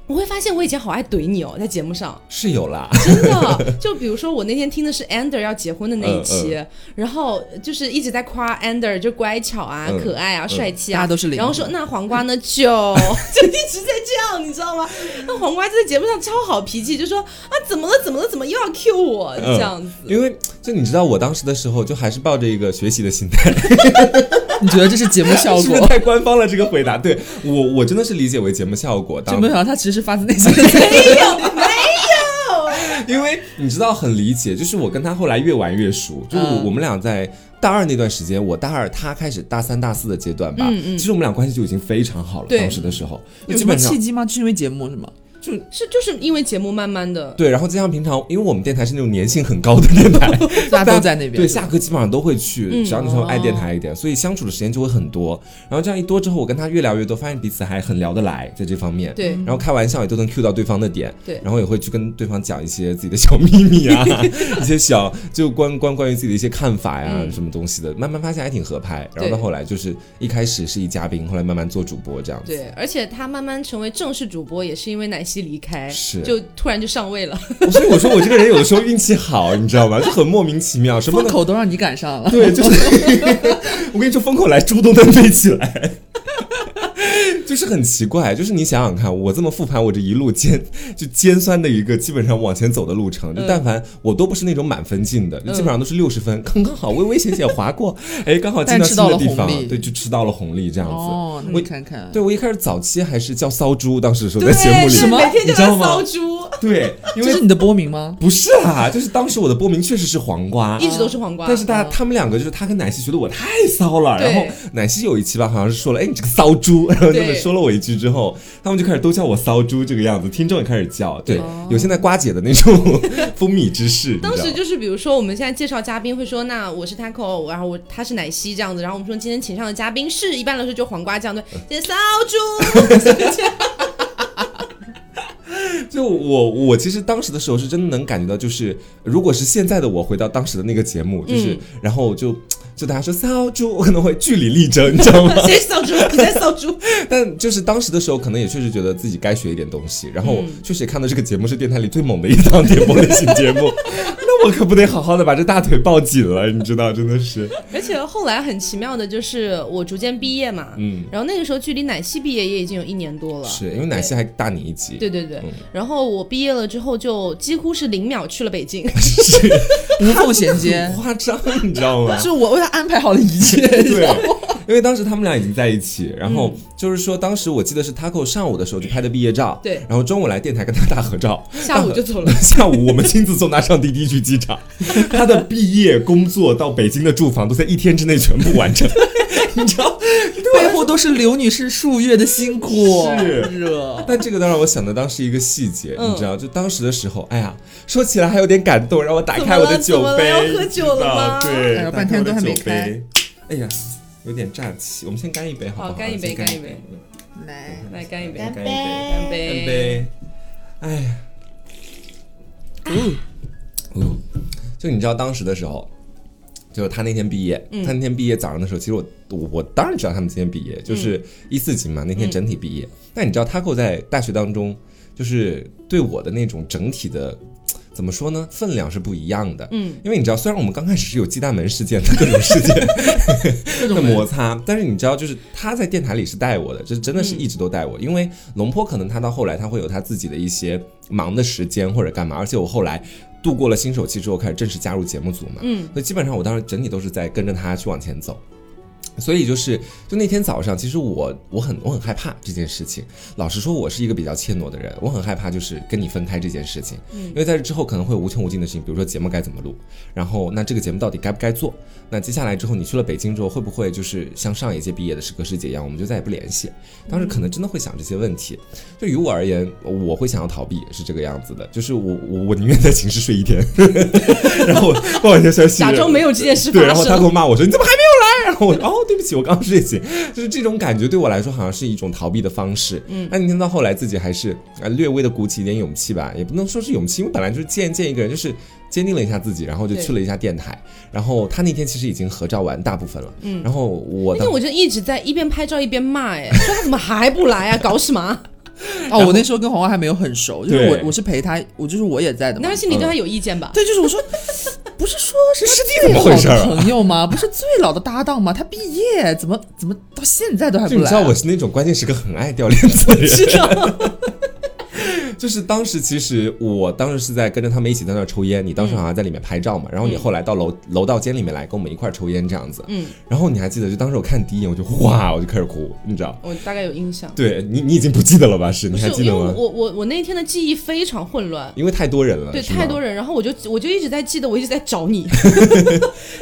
Speaker 1: 我会发现我以前好爱怼你哦，在节目上
Speaker 2: 是有 啦，
Speaker 1: 真的，就比如说我那天听的是 Ander 要结婚的
Speaker 2: 嗯
Speaker 1: 那一期，然后就是一直在夸 Ander 就乖巧啊、
Speaker 2: 嗯
Speaker 1: 可爱啊、帅气
Speaker 3: 大
Speaker 1: 啊
Speaker 3: 家，都是零，
Speaker 1: 然后说那黄瓜呢 就就一直在这样，你知道吗？那黄瓜就在节目上超好脾气，就说啊怎么了怎么了怎么又要 Q 我
Speaker 2: 嗯
Speaker 1: 这样子。
Speaker 2: 因为就你知道，我当时的时候就还是抱着一个学习的心态，
Speaker 3: 你觉得这是节目效
Speaker 2: 是不是
Speaker 3: 果？
Speaker 2: 太官方了？这个回答，对我我真的是理解为节目效果，
Speaker 3: 就
Speaker 2: 当
Speaker 3: 没有想到他其实是发自内 心的。
Speaker 2: 因为你知道很理解，就是我跟他后来越玩越熟，就是我
Speaker 3: 嗯
Speaker 2: 我们俩在大二那段时间，我大二他开始大三大四的阶段吧，
Speaker 1: 嗯嗯
Speaker 2: 其实我们俩关系就已经非常好了，
Speaker 1: 对
Speaker 2: 当时的时候，
Speaker 3: 有
Speaker 2: 基
Speaker 3: 什么
Speaker 2: 本上
Speaker 3: 契机吗？就是因为节目是 吗？
Speaker 1: 是就是因为节目慢慢的，
Speaker 2: 对，然后加上平常，因为我们电台是那种粘性很高的电台，
Speaker 3: 大家都在那边。哦
Speaker 2: 对，下课基本上都会去，
Speaker 1: 嗯
Speaker 2: 只要你说爱电台一点，所以相处的时间就会很多。然后这样一多之后，我跟他越聊越多，发现彼此还很聊得来，在这方面。
Speaker 1: 对
Speaker 3: 嗯
Speaker 2: 然后开玩笑也都能 cue 到对方的点，
Speaker 1: 嗯对
Speaker 2: 然后也会去跟对方讲一些自己的小秘密 啊，一些小就关关关于自己的一些看法呀、
Speaker 1: 嗯
Speaker 2: 什么东西的，慢慢发现还挺合拍。然后
Speaker 1: 对
Speaker 2: 到后来就是一开始是一嘉宾，后来慢慢做主播这样子。
Speaker 1: 对，而且他慢慢成为正式主播，也是因为奶昔离开，
Speaker 2: 是
Speaker 1: 就突然就上位了。
Speaker 2: 所以我说我这个人有的时候运气好，你知道吗？就很莫名其妙，什么
Speaker 3: 风
Speaker 2: 都
Speaker 3: 口都让你赶上了，
Speaker 2: 对， 就是我跟你说，风口来，猪都能飞起来。 就是很奇怪，就是你想想看，我这么复盘我这一路尖就尖酸的一个基本上往前走的路
Speaker 3: 嗯
Speaker 2: 程，就但凡我都不是那种满分进的，就基本上都是六十分，刚刚好微微险险划 过，哎，刚好进
Speaker 3: 但
Speaker 2: 到
Speaker 3: 吃
Speaker 2: 新
Speaker 3: 到
Speaker 2: 的
Speaker 3: 了
Speaker 2: 地
Speaker 3: 红
Speaker 2: 方
Speaker 3: 利，
Speaker 2: 对，就吃到了红利这样子。
Speaker 3: 哦，那
Speaker 2: 我
Speaker 3: 你看看，
Speaker 2: 对我一开始早期还是叫骚猪，当时说在
Speaker 1: 对，
Speaker 2: 节目里，
Speaker 3: 什么
Speaker 1: 每天
Speaker 2: 你
Speaker 1: 就
Speaker 2: 知道
Speaker 1: 在
Speaker 2: 吗
Speaker 1: 骚？猪，
Speaker 2: 对，因
Speaker 3: 这
Speaker 2: 为
Speaker 3: 是你的波名吗？
Speaker 2: 不是啦，就是当时我的波名确实是黄瓜，
Speaker 1: 一直都是黄瓜。
Speaker 2: 但是大家他们两个就是他跟奶昔觉得我太骚了，
Speaker 1: 哦对
Speaker 2: 然后奶昔有一期吧，好像是说了，哎，你这个骚猪，然后就
Speaker 1: 对
Speaker 2: 是说了我一句之后，他们就开始都叫我骚猪这个样子，听众也开始叫，对，有现在瓜姐的那种 风靡 之势，你知道
Speaker 1: 哦当时
Speaker 2: 吗？
Speaker 1: 就是，比如说我们现在介绍嘉宾会说，那我是 taco，然后我他是奶昔这样子，然后我们说今天请上的嘉宾是一般来说就黄瓜酱，对，今天骚猪，
Speaker 2: 就我我其实当时的时候是真的能感觉到，就是如果是现在的我回到当时的那个节目，
Speaker 1: 嗯
Speaker 2: 就是、然后就就大家说骚猪，我可能会据理力争，你知道吗？
Speaker 1: 谁是骚猪？你在骚猪？
Speaker 2: 但就是当时的时候，可能也确实觉得自己该学一点东西，然
Speaker 1: 嗯
Speaker 2: 后确实也看到这个节目是电台里最猛的一档点播类型节目， 那我可不得好好的把这大腿抱紧了，你知道，真 的是，
Speaker 1: 而且后来很奇妙的就是，我逐渐毕业嘛，
Speaker 2: 嗯，
Speaker 1: 然后那个时候距离奶昔毕业也已经有一年多了，
Speaker 2: 是因为奶昔还大你一级，
Speaker 1: 对对对
Speaker 2: 嗯，
Speaker 1: 然后我毕业了之后就几乎是零秒去了北 京，
Speaker 2: 是
Speaker 3: 无缝衔接
Speaker 2: 很，夸张，你知道 吗？
Speaker 3: 是我为他安排好了一切。
Speaker 2: 对，
Speaker 1: 啊
Speaker 2: 因为当时他们俩已经在一起，然
Speaker 1: 嗯
Speaker 2: 后就是说，当时我记得是 Taco 上午的时候就拍的毕业照，
Speaker 1: 对
Speaker 2: 然后中午来电台跟他大合照，
Speaker 1: 下午就 走了。
Speaker 2: 下午我们亲自送他上滴滴去机场，他的毕业工作到北京的住房都在一天之内全部完成， 你知道？
Speaker 3: 背后都是刘女士数月的辛苦，
Speaker 2: 是
Speaker 3: 热。
Speaker 2: 但这个当然我想的当时一个细节，
Speaker 1: 嗯
Speaker 2: 你知道？就当时的时候，哎呀，说起来还有点感动，让我打开我的酒
Speaker 1: 怎么了
Speaker 2: 杯，
Speaker 1: 怎么了要喝酒了吗
Speaker 2: 你知道对，
Speaker 3: 哎
Speaker 2: 打
Speaker 3: 呦
Speaker 2: 开
Speaker 3: 半天都还没
Speaker 2: 我的酒杯，哎呀，有点胀气，我们先干一杯好不
Speaker 1: 好干一杯
Speaker 2: 先
Speaker 1: 干
Speaker 2: 干
Speaker 1: 一杯，
Speaker 2: 嗯
Speaker 3: 来，
Speaker 1: 来干一杯，
Speaker 2: 干一杯，
Speaker 1: 干
Speaker 2: 干
Speaker 1: 杯！
Speaker 2: 杯！哎呀，
Speaker 3: 啊
Speaker 2: 嗯，就你知道当时的时候，就是他那天毕业，
Speaker 3: 嗯
Speaker 2: 他那天毕业早上的时候，其实我我我当然知道他们今天毕业，就是
Speaker 3: 嗯
Speaker 2: 一四级嘛，那天整体毕业。但你知道 Taco 在大学当中，就是对我的那种整体的。怎么说呢？分量是不一样的。
Speaker 1: 嗯，
Speaker 2: 因为你知道，虽然我们刚开始是有鸡蛋门事件、各种事件
Speaker 3: 各
Speaker 2: 的
Speaker 3: 种
Speaker 2: 摩擦，但是你知道，就是他在电台里是带我的，就是真的
Speaker 3: 嗯
Speaker 2: 是一直都带我。因为龙坡可能他到后来他会有他自己的一些忙的时间或者干嘛，而且我后来度过了新手期之后，开始正式加入节目组嘛，
Speaker 1: 嗯，
Speaker 2: 所以基本上我当时整体都是在跟着他去往前走。所以就是，就那天早上，其实我我很我很害怕这件事情。老实说，我是一个比较怯懦的人，我很害怕就是跟你分开这件事情，因为在这之后可能会无穷无尽的事情，比如说节目该怎么录，然后那这个节目到底该不该做？那接下来之后你去了北京之后，会不会就是像上一届毕业的师哥师姐一样，我们就再也不联系？当时可能真的会想这些问题。就于我而言，我会想要逃避是这个样子的，就是我我我宁愿在寝室睡一天，然后过两天消息
Speaker 1: 假装没有这件事发
Speaker 2: 对，
Speaker 1: 生。
Speaker 2: 然后他给我骂我说：“你怎么还没有来？”然后我说：“哦，对不起，我刚刚睡醒。”就是这种感觉对我来说好像是一种逃避的方式。嗯，那你听到后来自己还是啊略微的鼓起一点勇气吧，也不能说是勇气，因为本来就是见见一个人，就是坚定了一下自己，然后就
Speaker 1: 对
Speaker 2: 去了一下电台。然后他那天其实已经合照完大部分了，嗯，然后我
Speaker 1: 那天
Speaker 2: 当
Speaker 1: 我就一直在一边拍照一边骂，哎，说他怎么还不来啊？搞什么啊？
Speaker 3: 哦，我那时候跟黄黄还没有很熟，就是
Speaker 2: 对
Speaker 3: 我我是陪他，我就是我也在的嘛。
Speaker 1: 但是你对他有意见吧？
Speaker 3: 对，就是我说，不是说是师
Speaker 2: 怎么回事儿啊
Speaker 3: 朋友吗？不是最老的搭档吗？他毕业怎么怎么到现在都还
Speaker 2: 就
Speaker 3: 不
Speaker 2: 你
Speaker 3: 来
Speaker 2: 知道
Speaker 3: 啊？
Speaker 2: 我是那种关键时刻很爱掉链子的人，
Speaker 1: 知道，
Speaker 2: 就是当时其实我当时是在跟着他们一起在那儿抽烟，你当时好像在里面拍照嘛，然后你后来到楼、楼道间里面来跟我们一块儿抽烟这样子，
Speaker 1: 嗯，
Speaker 2: 然后你还记得就当时我看第一眼我就哇我就开始哭，你知道？
Speaker 1: 我大概有印象。
Speaker 2: 对你你已经不记得了吧？是
Speaker 1: 嗯不
Speaker 2: 你
Speaker 1: 是
Speaker 2: 还，记
Speaker 1: 因为
Speaker 2: 得
Speaker 1: 我
Speaker 2: 吗？
Speaker 1: 我我我那天的记忆非常混乱。
Speaker 2: 因为太多人了，
Speaker 1: 对，
Speaker 2: 是吗
Speaker 1: 太多。人，然后我就我就一直在记得，我一直在找你， 我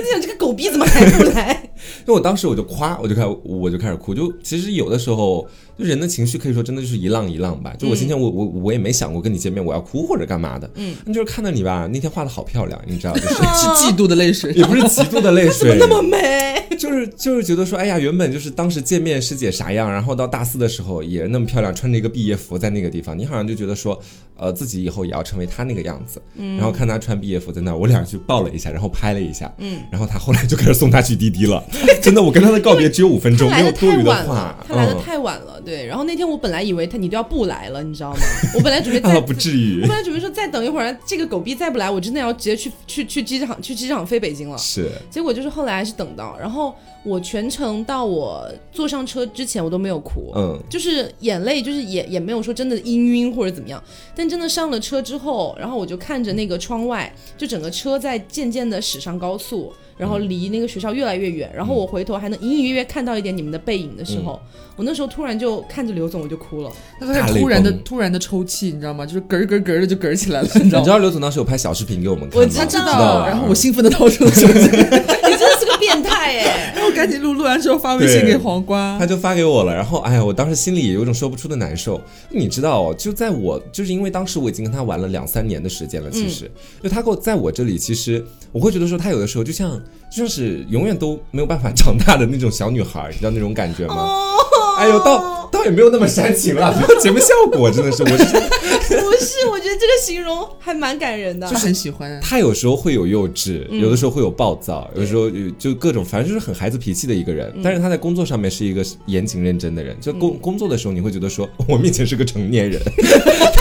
Speaker 1: 就想这个狗逼怎么还不来？
Speaker 2: 就我当时我就夸，我就开我就开始哭。就其实有的时候，就人的情绪可以说真的就是一浪一浪吧。就
Speaker 1: 嗯
Speaker 2: 我今天我、我我也没想过跟你见面我要哭或者干嘛的，嗯，那就是看到你吧，那天画的好漂亮，你知道，就是
Speaker 3: 是嫉妒的泪水。
Speaker 2: 也不是极度的 泪水，
Speaker 1: 那么美，
Speaker 2: 就是就是觉得说，哎呀，原本就是当时见面师姐啥样，然后到大四的时候也那么漂亮，穿着一个毕业服在那个地方，你好像就觉得说，呃，自己以后也要成为她那个样子。
Speaker 1: 嗯
Speaker 2: 然后看她穿毕业服在那儿，我俩去抱了一下，然后拍了一下。嗯。然后她后来就开始送她去滴滴了。 真的，我跟她的告别只有五分
Speaker 1: 他
Speaker 2: 钟，没
Speaker 1: 来
Speaker 2: 有
Speaker 1: 的
Speaker 2: 多
Speaker 1: 太
Speaker 2: 余
Speaker 1: 晚
Speaker 2: 话
Speaker 1: 了，。他来的
Speaker 2: 嗯，
Speaker 1: 太晚了，对。然后那天我本来以为他你都要不来了，你知道吗？我本来准备
Speaker 2: 那
Speaker 1: 再
Speaker 2: 啊倒不至于
Speaker 1: 我本。来准备说再等一会儿，这个狗逼再不来，我真的要直接去去去机场去机场飞北京了。
Speaker 2: 是，
Speaker 1: 结果就是后来还是等到，然后我全程到我坐上车之前我都没有哭，
Speaker 2: 嗯，
Speaker 1: 就是眼泪就是也也没有说真的氤氲或者怎么样，但真的上了车之后，然后我就看着那个窗外，就整个车在渐渐的驶上高速，然后离那个学校越来越远，然后我回头还能隐隐约约看到一点你们的背影的时候，
Speaker 2: 嗯
Speaker 1: 我那时候突然就看着刘总我就哭了，
Speaker 3: 但是
Speaker 2: 大
Speaker 3: 他
Speaker 2: 泪
Speaker 3: 突然的
Speaker 2: 崩
Speaker 3: 突然的抽泣，你知道吗？就是咯儿咯儿咯儿的就咯儿起来了，你知
Speaker 2: 你知
Speaker 3: 道吗？啊
Speaker 2: 道啊刘总当时有拍小视频给我们看
Speaker 1: 我
Speaker 2: 吗？知
Speaker 1: 知道
Speaker 2: 道吧，
Speaker 3: 然后我兴奋的掏出了手机，
Speaker 1: 你真的是个变态 哎！
Speaker 3: 然后赶紧录，录完之后发微信
Speaker 2: 对
Speaker 3: 给黄瓜
Speaker 2: 他。就发给我了，然后哎呀，我当时心里也有一种说不出的难受。你知道哦，就在我就是因为当时我已经跟他玩了两三年的时间了，其实、就他给我在我这里，其实我会觉得说他有的时候就像就像是永远都没有办法长大的那种小女孩，你知道那种感觉吗？哎呦，倒倒也没有那么煽情了， 没有节目效果，真的是我是
Speaker 1: 不是，我觉得这个形容还蛮感人的
Speaker 3: 就很喜欢，
Speaker 2: 他有时候会有幼稚，有的时候会有暴躁，有的时候有就各种，反正就是很孩子脾气的一个人。但是他在工作上面是一个严谨认真的人。就工、工作的时候，你会觉得说， 我面前是个成年人，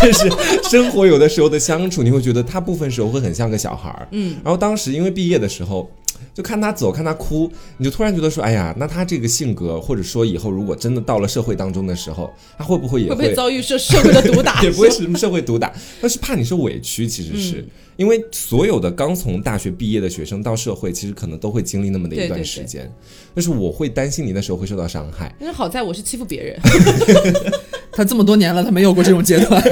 Speaker 2: 但是生活有的时候的相处，你会觉得他部分时候会很像个小孩儿。嗯，然后当时因为毕业的时候。就看他走，看他哭，你就突然觉得说，哎呀，那他这个性格，或者说以后如果真的到了社会当中的时候，他会不会也
Speaker 1: 会不会遭遇社社会的毒 打？
Speaker 2: 也不会是什么社会毒打，但是怕你受委屈，其实是、
Speaker 1: 嗯
Speaker 2: 因为所有的刚从大学毕业的学生到社会，其实可能都会经历那么的一
Speaker 1: 对
Speaker 2: 段
Speaker 1: 对
Speaker 2: 时
Speaker 1: 对
Speaker 2: 间。但是我会担心你那时候会受到伤害。
Speaker 1: 但是好在我是欺负别人，
Speaker 3: 他这么多年了，他没有过这种阶段，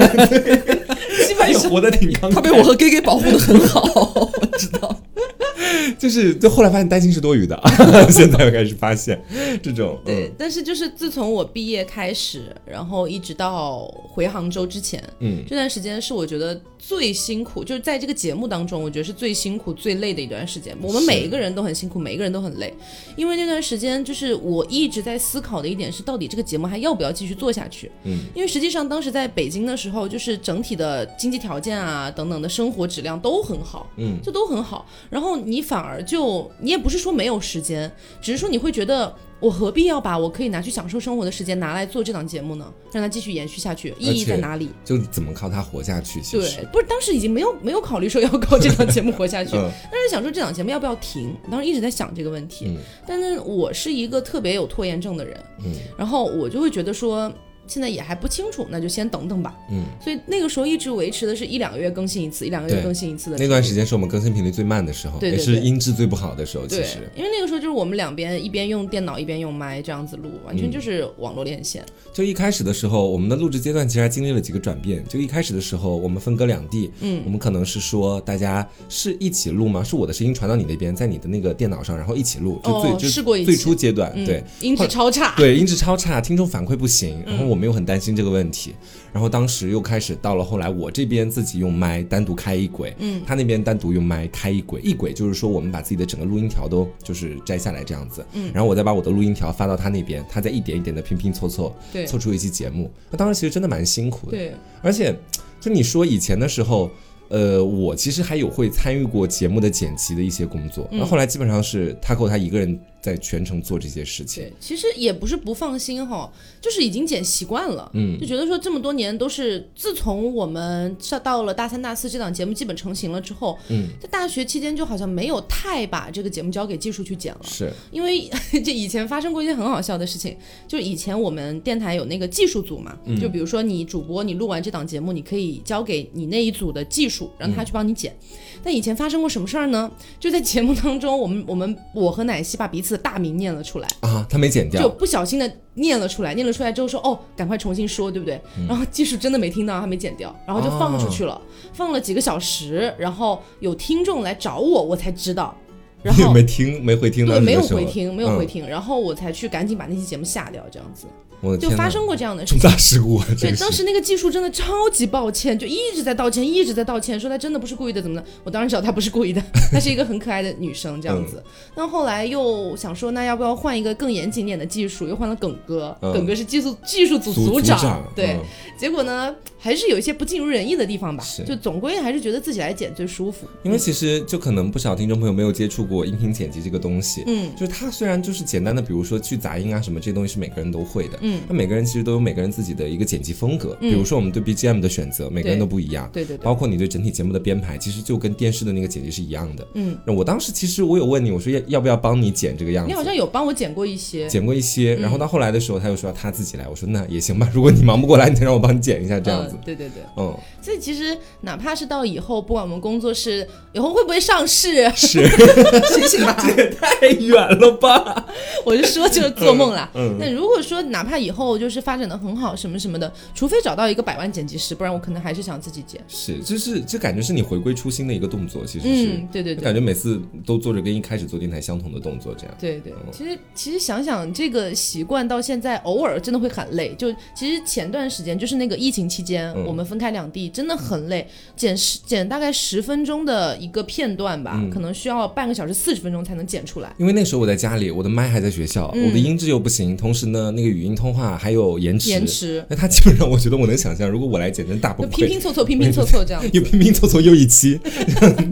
Speaker 1: 基
Speaker 2: 他
Speaker 1: 本
Speaker 2: 也
Speaker 1: 上
Speaker 2: 活得挺慷慨，
Speaker 3: 他被我和 gay gay 保护的很 好，我知道。
Speaker 2: 就是就后来发现担心是多余的， 现在开始发现这种
Speaker 1: 对。 但是就是自从我毕业开始，然后一直到回杭州之前，
Speaker 2: 嗯
Speaker 1: 这段时间是我觉得最辛苦，就是在这个节目当中，我觉得是最辛苦、最累的一段时间。我们
Speaker 2: 是
Speaker 1: 每一个人都很辛苦，每一个人都很累，因为那段时间就是我一直在思考的一点是，到底这个节目还要不要继续做下去？
Speaker 2: 嗯，
Speaker 1: 因为实际上当时在北京的时候，就是整体的经济条件啊等等的生活质量都很好，
Speaker 2: 嗯
Speaker 1: 就都很好。然后你反反而就你也不是说没有时间，只是说你会觉得我何必要把我可以拿去享受生活的时间拿来做这档节目呢？让它继续延续下去，意义在哪里？
Speaker 2: 就怎么靠它活下去？其
Speaker 1: 对
Speaker 2: 实，，
Speaker 1: 不是当时已经没有没有考虑说要靠这档节目活下去，
Speaker 2: 嗯
Speaker 1: 但是想说这档节目要不要停？我当时一直在想这个问题。
Speaker 2: 嗯
Speaker 1: 但是我是一个特别有拖延症的人，
Speaker 2: 嗯
Speaker 1: 然后我就会觉得说现在也还不清楚，那就先等等吧。
Speaker 2: 嗯，
Speaker 1: 所以那个时候一直维持的是一两个月更新一次，一两个月
Speaker 2: 对
Speaker 1: 更新一次的
Speaker 2: 那段时间是我们更新频率最慢的时候，
Speaker 1: 对对
Speaker 2: 也是
Speaker 1: 对
Speaker 2: 音质最不好的时候。其
Speaker 1: 对
Speaker 2: 实，
Speaker 1: 因为那个时候就是我们两边一边用电脑一边用麦这样子录，完
Speaker 2: 嗯
Speaker 1: 全就是网络连线。
Speaker 2: 就一开始的时候，我们的录制阶段其实还经历了几个转变。就一开始的时候，我们分隔两地，嗯，我们可能是说大家是一起录吗？是我的声音传到你那边，在你的那个电脑上，然后一起录，就最、
Speaker 1: 哦
Speaker 2: 就
Speaker 1: 试过一次
Speaker 2: 最初阶段，
Speaker 1: 嗯，
Speaker 2: 对，
Speaker 1: 音质超差。
Speaker 2: 对，音质超差，听众反馈不行，然后我们又很担心这个问题，然后当时又开始到了后来，我这边自己用麦单独开一轨，嗯，他那边单独用麦开一轨，一轨就是说我们把自己的整个录音条都就是摘下来这样子，嗯，然后我再把我的录音条发到他那边，他再一点一点的拼拼凑凑，
Speaker 1: 对
Speaker 2: 凑出一期节目。那当时其实真的蛮辛苦的，
Speaker 1: 对
Speaker 2: 而且，就你说以前的时候，呃，我其实还有会参与过节目的剪辑的一些工作，
Speaker 1: 嗯
Speaker 2: 那、后来基本上是 Taco 他一个人在全程做这些事情。
Speaker 1: 对，其实也不是不放心哈，就是已经剪习惯了，嗯，就觉得说这么多年都是，自从我们上到了大三、大四这档节目基本成型了之后，嗯，在大学期间就好像没有太把这个节目交给技术去剪了，
Speaker 2: 是，
Speaker 1: 因为 这以前发生过一件很好笑的事情，就是以前我们电台有那个技术组嘛，就比如说你主播你录完这档节目，你可以交给你那一组的技术，让他去帮你剪。但以前发生过什么事儿呢？就在节目当中，我们我们我和奶昔把彼此的大名念了出来。
Speaker 2: 啊，他没剪
Speaker 1: 就
Speaker 2: 掉，
Speaker 1: 不小心的念了出来，念了出来之后说哦，赶快重新说，对不对？然后技术真的没听到，他没剪掉，然后就放出去了，放了几个小时，然后有听众来找我，我才知道， 然
Speaker 2: 你也
Speaker 1: 后
Speaker 2: 没听，没回听到
Speaker 1: 对
Speaker 2: 什么
Speaker 1: 没有
Speaker 2: 时候
Speaker 1: 回听，没有回
Speaker 2: 嗯
Speaker 1: 听，然后我才去赶紧把那期节目下掉，这样子
Speaker 2: 我的
Speaker 1: 就
Speaker 2: 天
Speaker 1: 发
Speaker 2: 呐
Speaker 1: 生过这样的事
Speaker 2: 重
Speaker 1: 情。
Speaker 2: 大事故啊！这
Speaker 1: 对，
Speaker 2: 个
Speaker 1: 当
Speaker 2: 是
Speaker 1: 时那个技术真的超级抱歉，就一直在道歉，一直在道歉，说她真的不是故意的，怎么的？我当然知道她不是故意的，她是一个很可爱的女生这样子。
Speaker 2: 嗯
Speaker 1: 但后来又想说，那要不要换一个更严谨点的技术？又换了耿哥，
Speaker 2: 嗯
Speaker 1: 耿哥是技术技术组
Speaker 2: 组
Speaker 1: 组
Speaker 2: 长，
Speaker 1: 对。
Speaker 2: 嗯
Speaker 1: 结果呢，还是有一些不尽如人意的地方吧
Speaker 2: 是，
Speaker 1: 就总归还是觉得自己来剪最舒服。嗯
Speaker 2: 因为其实就可能不少听众朋友没有接触过音频剪辑这个东西，
Speaker 1: 嗯，
Speaker 2: 就是它虽然就是简单的，比如说去杂音啊什么，这些东西是每个人都会的，
Speaker 1: 嗯，
Speaker 2: 那每个人其实都有每个人自己的一个剪辑风格，比如说我们对 BGM 的选择，每个人都不一样，
Speaker 1: 对对对，
Speaker 2: 包括你对整体节目的编排，其实就跟电视的那个剪辑是一样的，
Speaker 1: 嗯，
Speaker 2: 那我当时其实我有问你，我说要要不要帮你剪这个样
Speaker 1: 你
Speaker 2: 子
Speaker 1: 好，像有嗯帮我剪过一些，
Speaker 2: 剪过一些，然后到后来的时候，他又说他自己来，我说那也行吧，如果你忙不过来，你再让我帮你剪一下这样子
Speaker 1: 嗯，，对对对。
Speaker 2: 嗯，
Speaker 1: 所以其实哪怕是到以后，不管我们工作室以后会不会上市，
Speaker 2: 是，
Speaker 3: 醒醒吧！
Speaker 2: 太远了吧？
Speaker 1: 我就说就是做梦啦。
Speaker 2: 嗯
Speaker 1: 那如果说哪怕以后就是发展的很好什么什么的，除非找到一个百万剪辑师，不然我可能还是想自己剪。
Speaker 2: 是，就是这感觉是你回归初心的一个动作，其实是，
Speaker 1: 嗯，对对
Speaker 2: 就
Speaker 1: 对
Speaker 2: 感觉每次都做着跟一开始做电台相同的动作，这样。
Speaker 1: 对对。其实其实想想这个习惯到现在，偶尔真的会很累。就其实前段时间就是那个疫情期间，
Speaker 2: 嗯
Speaker 1: 我们分开两地，真的很累，剪十剪大概十分钟的一个片段吧，
Speaker 2: 嗯
Speaker 1: 可能需要半个小时四十分钟才能剪出来。
Speaker 2: 因为那时候我在家里，我的麦还在学校，
Speaker 1: 嗯
Speaker 2: 我的音质又不行，同时呢，那个语音通话还有延迟。
Speaker 1: 延迟，
Speaker 2: 那他基本上，我觉得我能想象，如果我来，简直大
Speaker 1: 就
Speaker 2: 崩
Speaker 1: 拼
Speaker 2: 溃
Speaker 1: 拼，凑凑，拼拼凑凑 这样。
Speaker 2: 又拼拼凑凑又 一期，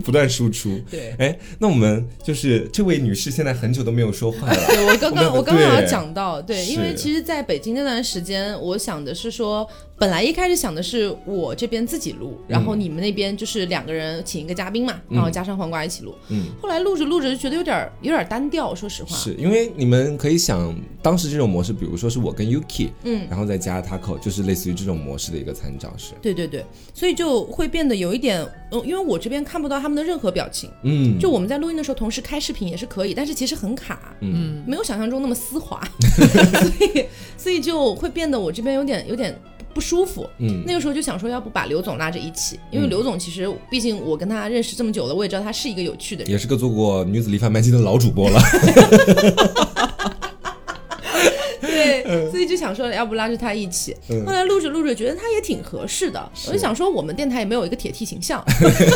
Speaker 2: 不断输出。
Speaker 1: 对。
Speaker 2: 哎，那我们就是这位女士，现在很久都没有说话 了。
Speaker 1: 对，我刚刚
Speaker 2: 我们
Speaker 1: 我刚刚要
Speaker 2: 对
Speaker 1: 讲到，对，
Speaker 2: 是
Speaker 1: 因为其实在北京那段时间，我想的是说，本来一开始想的是我这边自己录，然
Speaker 2: 嗯
Speaker 1: 后你们那边就是两个人请一个嘉宾嘛，然后加上黄瓜一起录。
Speaker 2: 嗯，
Speaker 1: 后来录着录着就觉得有点儿有点儿单调，说实话。
Speaker 2: 是因为你们可以想，当时这种模式，比如说是我跟 Yuki，嗯，然后再加 Taco，就是类似于这种模式的一个参照是，
Speaker 1: 对对对，所以就会变得有一点，嗯，因为我这边看不到他们的任何表情，
Speaker 2: 嗯，
Speaker 1: 就我们在录音的时候，同时开视频也是可以，但是其实很卡，嗯，没有想象中那么丝 滑，所以所以就会变得我这边有点有点不舒服，
Speaker 2: 嗯，
Speaker 1: 那个时候就想说，要不把刘总拉着一起，因为刘总其实毕竟我跟他认识这么久了，我也知道他是一个有趣的 人，
Speaker 2: 也是个做过女子离贩卖机的老主播了。
Speaker 1: 对，所以就想说，要不拉着他一起。
Speaker 2: 嗯
Speaker 1: 后来录着录着，觉得他也挺合适的，我就想说，我们电台也没有一个铁 T 形象，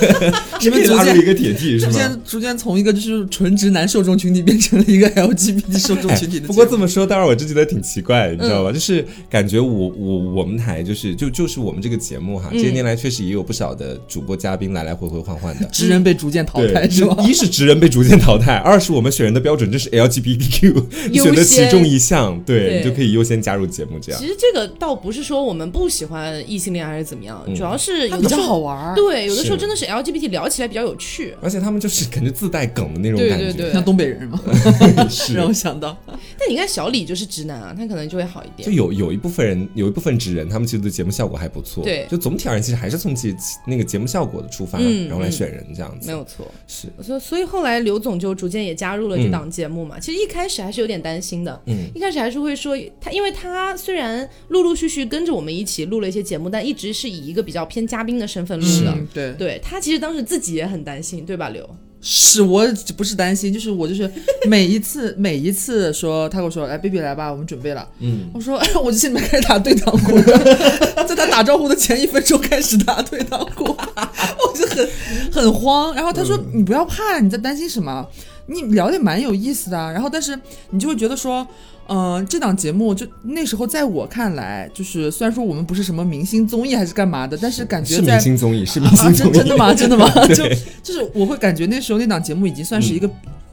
Speaker 3: 你们
Speaker 2: 这
Speaker 3: 逐
Speaker 2: 拉入
Speaker 3: 渐
Speaker 2: 一个铁 T 是
Speaker 3: 逐
Speaker 2: 吗？
Speaker 3: 渐逐渐从一个就是纯直男受众群体变成了一个 LGBT 受众
Speaker 2: 哎
Speaker 3: 群体的节目、
Speaker 2: 不过这么说，当然我真觉得挺奇怪，你知道吧？就是感觉我我我们台就是就就是我们这个节目哈，这些年来确实也有不少的主播嘉宾来来回回换换的。
Speaker 3: 直人被逐渐 淘汰
Speaker 2: 对，
Speaker 3: 是吧？
Speaker 2: 一是职人被逐渐淘汰，二是我们选人的标准真是 LGBTQ，你
Speaker 1: 优
Speaker 2: 选择其
Speaker 1: 先
Speaker 2: 中一项，对
Speaker 1: 对
Speaker 2: 你就可以优先加入节目这样
Speaker 1: 其。实这个倒不是说我们不喜欢异性恋还是怎么样，主要是
Speaker 3: 它
Speaker 1: 有
Speaker 3: 比
Speaker 1: 的
Speaker 3: 较
Speaker 1: 时
Speaker 3: 好
Speaker 1: 候
Speaker 3: 玩儿。
Speaker 1: 对，有的时候
Speaker 2: 嗯是
Speaker 1: 真的是 LGBT 聊起来比较有趣。
Speaker 2: 而且他们就是感觉自带梗的那种
Speaker 1: 对
Speaker 2: 感觉，
Speaker 1: 对
Speaker 3: 像东北人嘛，
Speaker 2: 是
Speaker 3: 让我想到
Speaker 1: 但你看小李就是直男啊，他可能就会好一点
Speaker 2: 就。有有一部分人，有一部分职人，他们其实对节目效果还不错。
Speaker 1: 对
Speaker 2: 就总体而言，其实还是从节那个节目效果的出发，
Speaker 1: 嗯
Speaker 2: 然后来选人这样子。
Speaker 1: 没有错，
Speaker 2: 是，
Speaker 1: 所以所以后来刘总就逐渐也加入了这档节目嘛。其实一开始还是有点担心的，
Speaker 2: 嗯
Speaker 1: 一开始还是会说他，因为他虽然陆陆续续跟着我们一起录了一些节目，但一直是以一个比较偏嘉宾的身份录
Speaker 2: 啊
Speaker 1: 的。
Speaker 3: 嗯对，
Speaker 1: 对他其实当时自己也很担心，对吧，刘？
Speaker 3: 是我不是担心，就是我就是每 一次每一次说他跟我说来 baby 来吧，我们准备了，
Speaker 2: 嗯，
Speaker 3: 我说哎，我就心里面开始打对堂鼓 了，在他打招呼的前一分钟开始打对堂鼓， 我就很很慌。然后他说、
Speaker 2: 嗯
Speaker 3: 你不要怕，你在担心什么？你聊的蛮有意思的啊、然后但是你就会觉得说。嗯、这档节目就那时候，在我看来，就是虽然说我们不是什么明星综艺还是干嘛的，但是感觉
Speaker 2: 是
Speaker 3: 在
Speaker 2: 明星
Speaker 1: 啊
Speaker 2: 综艺，是明 星综
Speaker 3: 啊真
Speaker 2: 艺，
Speaker 3: 真的吗？真的吗？
Speaker 2: 对嗯
Speaker 3: 就就是我会感觉那时候那档节目已经算是一个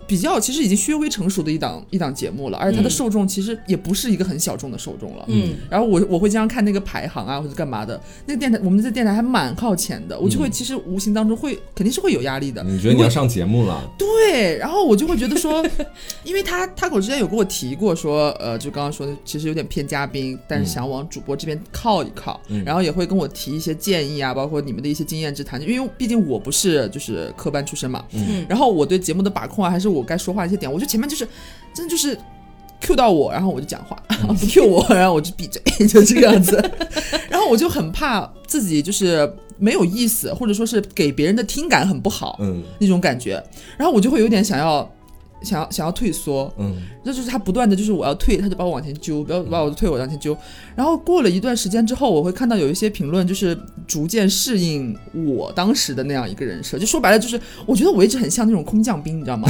Speaker 3: 比较，其实已经稍微成熟的一档一档节目了，而且它
Speaker 2: 嗯
Speaker 3: 的受众其实也不是一个很小众的受众了。
Speaker 1: 嗯
Speaker 3: 然后我我会经常看那个排行啊，或者干嘛的。那个电台，我们这电台还蛮靠前的，我就会其实无形当中会肯定是会有压力的。
Speaker 2: 嗯你觉得你要
Speaker 3: 会
Speaker 2: 上节目了？
Speaker 3: 对，然后我就会觉得说， 因为他他我之前有跟我提过说，呃，就刚刚说的，其实有点偏嘉宾，但是想往主播这边靠一靠，然后也会跟我提一些建议啊，包括你们的一些经验之谈，因为毕竟我不是就是科班出身嘛，
Speaker 1: 嗯
Speaker 3: 然后我对节目的把控啊，还是我该说话一些点，我觉得前面就是真的就是 Q 到我，然后我就讲话， 不 Q 我，然后我就闭嘴，就这个样子。然后我就很怕自己就是没有意思，或者说是给别人的听感很不好，
Speaker 2: 嗯
Speaker 3: 那种感觉，然后我就会有点想要。想要想要退缩，
Speaker 2: 嗯，
Speaker 3: 那就是他不断的就是我要退，他就把我往前揪，不要把我退，我往前揪。然后过了一段时间之后，我会看到有一些评论，就是逐渐适应我当时的那样一个人设。就说白了，就是我觉得我一直很像那种空降兵，你知道吗？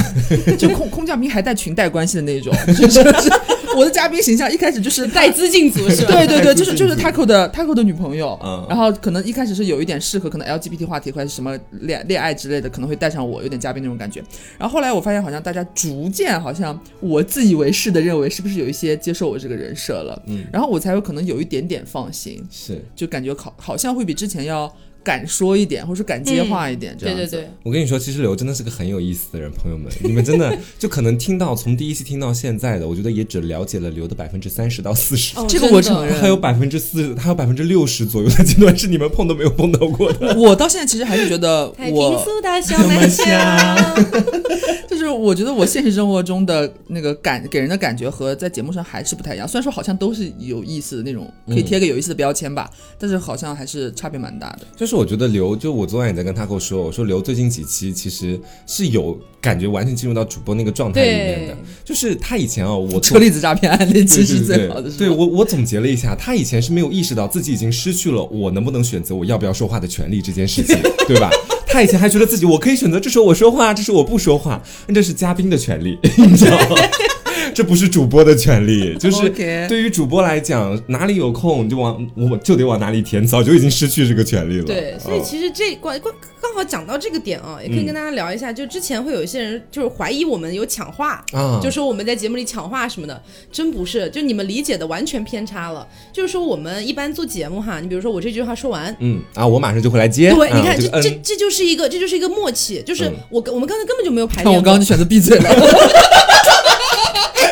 Speaker 3: 就空空降兵还带裙带关系的那种，就是就是我的嘉宾形象一开 始就是带
Speaker 1: 带嗯资进组是吧？
Speaker 3: 对对对，
Speaker 2: 太自
Speaker 3: 就是
Speaker 2: 信
Speaker 3: 就是
Speaker 2: 自
Speaker 3: Taco 的 Taco 的女朋友，
Speaker 2: 嗯
Speaker 3: 然后可能一开始是有一点适合可能 LGBT 话题或者是什么恋恋爱之类的，可能会带上我，有点嘉宾那种感觉。然后后来我发现，好像大家逐渐好像我自以为是的认为是不是有一些接受我这个人设了，
Speaker 2: 嗯，
Speaker 3: 然后我才有可能有一点点放心，
Speaker 2: 是。
Speaker 3: 就感觉好好像会比之前要敢说一点，或者是敢接话一点，这
Speaker 1: 对嗯
Speaker 3: 样
Speaker 1: 对
Speaker 3: 子
Speaker 1: 对，
Speaker 2: 我跟你说，其实刘真的是个很有意思的人，朋友 们，你们真的就可能听到从第一期听到现在的，我觉得也只了解了刘的百分之三十到四十、
Speaker 1: 哦
Speaker 3: 这个我
Speaker 1: 真的
Speaker 3: 承认
Speaker 2: 还有百分之四，还有百分之六十左右的阶段是你们碰都没有碰到过的。
Speaker 3: 我到现在其实还是觉 得
Speaker 1: 太平
Speaker 3: 我
Speaker 1: 苏打小南香，
Speaker 3: 就是我觉得我现实生活中的那个感给人的感觉和在节目上还是不太一样，虽然说好像都是有意思的那种，
Speaker 2: 嗯
Speaker 3: 可以贴个有意思的标签吧，但是好像还是差别蛮大的。
Speaker 2: 就是我觉得刘，就我昨晚也在跟他跟我说，我说刘最近几期其实是有感觉完全进入到主播那个状态里面的
Speaker 1: 对，
Speaker 2: 就是他以前啊、我
Speaker 3: 车
Speaker 2: 总
Speaker 3: 厘子诈骗 案那期
Speaker 2: 对
Speaker 3: 是
Speaker 2: 对对
Speaker 3: 最好的，
Speaker 2: 对
Speaker 3: 是吧
Speaker 2: 对我我总结了一下，他以前是没有意识到自己已经失去了我能不能选择我要不要说话的权利这件 事情，对吧？他以前还觉得自己我可以选择这时候我说话，这时候我不说话，那这是嘉宾的权利， 你知道 吗？这不是主播的权利，就是
Speaker 3: OK
Speaker 2: 对于主播来讲，哪里有空你就往我就得往哪里填，早就已经失去这个权利了。
Speaker 1: 对，所以
Speaker 2: 嗯
Speaker 1: 其实这关关刚好讲到这个点啊，也可以跟大家聊一下。就之前会有一些人就是怀疑我们有抢话，
Speaker 2: 啊，
Speaker 1: 就说我们在节目里抢话什么的，真不是，就你们理解的完全偏差了。就是说我们一般做节目哈，你比如说我这句话说完。
Speaker 2: 嗯啊，我马上就会来接。
Speaker 1: 对，
Speaker 2: 啊
Speaker 1: 你看，
Speaker 2: 这
Speaker 1: 这
Speaker 2: 个嗯
Speaker 1: 这这就是一个，这就是一个默契，就是
Speaker 2: 嗯
Speaker 1: 我跟我们刚才根本就没有排
Speaker 3: 看
Speaker 1: 练
Speaker 3: 我
Speaker 1: 过
Speaker 3: 刚刚就选择闭嘴了，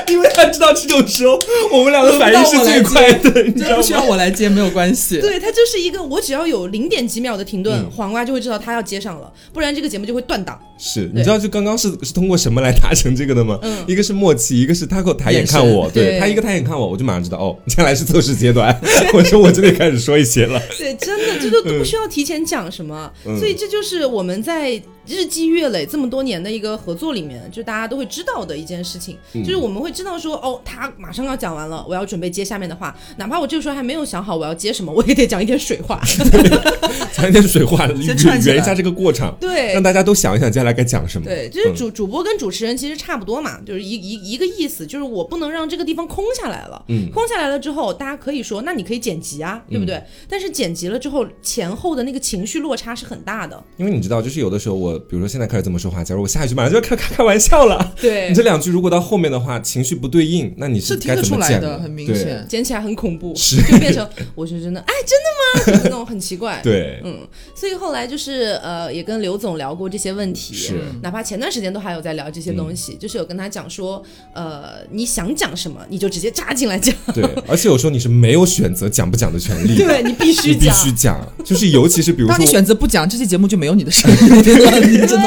Speaker 2: 因为他知道这种时候我们俩的反应是最快的， 你知
Speaker 3: 这
Speaker 2: 道
Speaker 3: 不需要
Speaker 2: 吗？
Speaker 3: 我来接没有关系。
Speaker 1: 对，它就是一个，我只要有零点几秒的停
Speaker 2: 嗯
Speaker 1: 顿，黄瓜就会知道他要接上了，不然这个节目就会断档。
Speaker 2: 是，你知道就刚刚是是通过什么来达成这个的吗？
Speaker 1: 嗯
Speaker 2: 一个是默契，一个是他给我抬眼看我，
Speaker 1: 眼神
Speaker 2: 对
Speaker 1: 对
Speaker 2: 他一个抬眼看我，我就马上知道哦，接 下来是测试阶段。我说我就得开始说一些了，
Speaker 1: 对，真的，这都都不需要提前讲什么，
Speaker 2: 嗯
Speaker 1: 所以这就是我们在
Speaker 2: 嗯
Speaker 1: 日积月累这么多年的一个合作里面，就大家都会知道的一件事情，就是我们会知道说哦，他马上要讲完了，我要准备接下面的话，哪怕我这个时候还没有想好我要接什么，我也得讲一点水 话。
Speaker 2: 讲一点水话，圆
Speaker 3: 先串起来
Speaker 2: 圆一下这个过场，
Speaker 1: 对
Speaker 2: 让大家都想一想接下来该讲什么。
Speaker 1: 对，就是主主播跟主持人其实差不多嘛，就是一一一个意思，就是我不能让这个地方空下来了。
Speaker 2: 嗯
Speaker 1: 空下来了之后，大家可以说，那你可以剪辑啊，对不对？但是剪辑了之后，前后的那个情绪落差是很大的。
Speaker 2: 因为你知道，就是有的时候我，比如说现在开始这么说话，假如我下一句马上就要开开开玩笑了，
Speaker 1: 对
Speaker 2: 你这两句如果到后面的话情绪不对应，那你
Speaker 3: 是听
Speaker 2: 该
Speaker 3: 得
Speaker 2: 怎
Speaker 3: 出
Speaker 2: 么
Speaker 3: 来
Speaker 2: 剪
Speaker 3: 的，
Speaker 2: 呢
Speaker 3: 很明。
Speaker 2: 对
Speaker 3: 显。
Speaker 1: 捡起来很恐怖，
Speaker 2: 是
Speaker 1: 就变成我是真的，哎，真 的吗？就是那种很奇怪。
Speaker 2: 对，
Speaker 1: 嗯，所以后来就是呃，也跟刘总聊过这些问题，
Speaker 2: 是
Speaker 1: 哪怕前段时间都还有在聊这些东西，就是有跟他讲说，呃，你想讲什么你就直接扎进来讲，
Speaker 2: 对，而且有时候你是没有选择讲不讲的权利 的，
Speaker 1: 对你必
Speaker 2: 你
Speaker 1: 须
Speaker 2: 必
Speaker 1: 讲，
Speaker 2: 须讲，就是尤其是比如
Speaker 3: 当你
Speaker 2: 说，
Speaker 3: 选择不讲，这期节目就没有你的声音 了，你知道吗？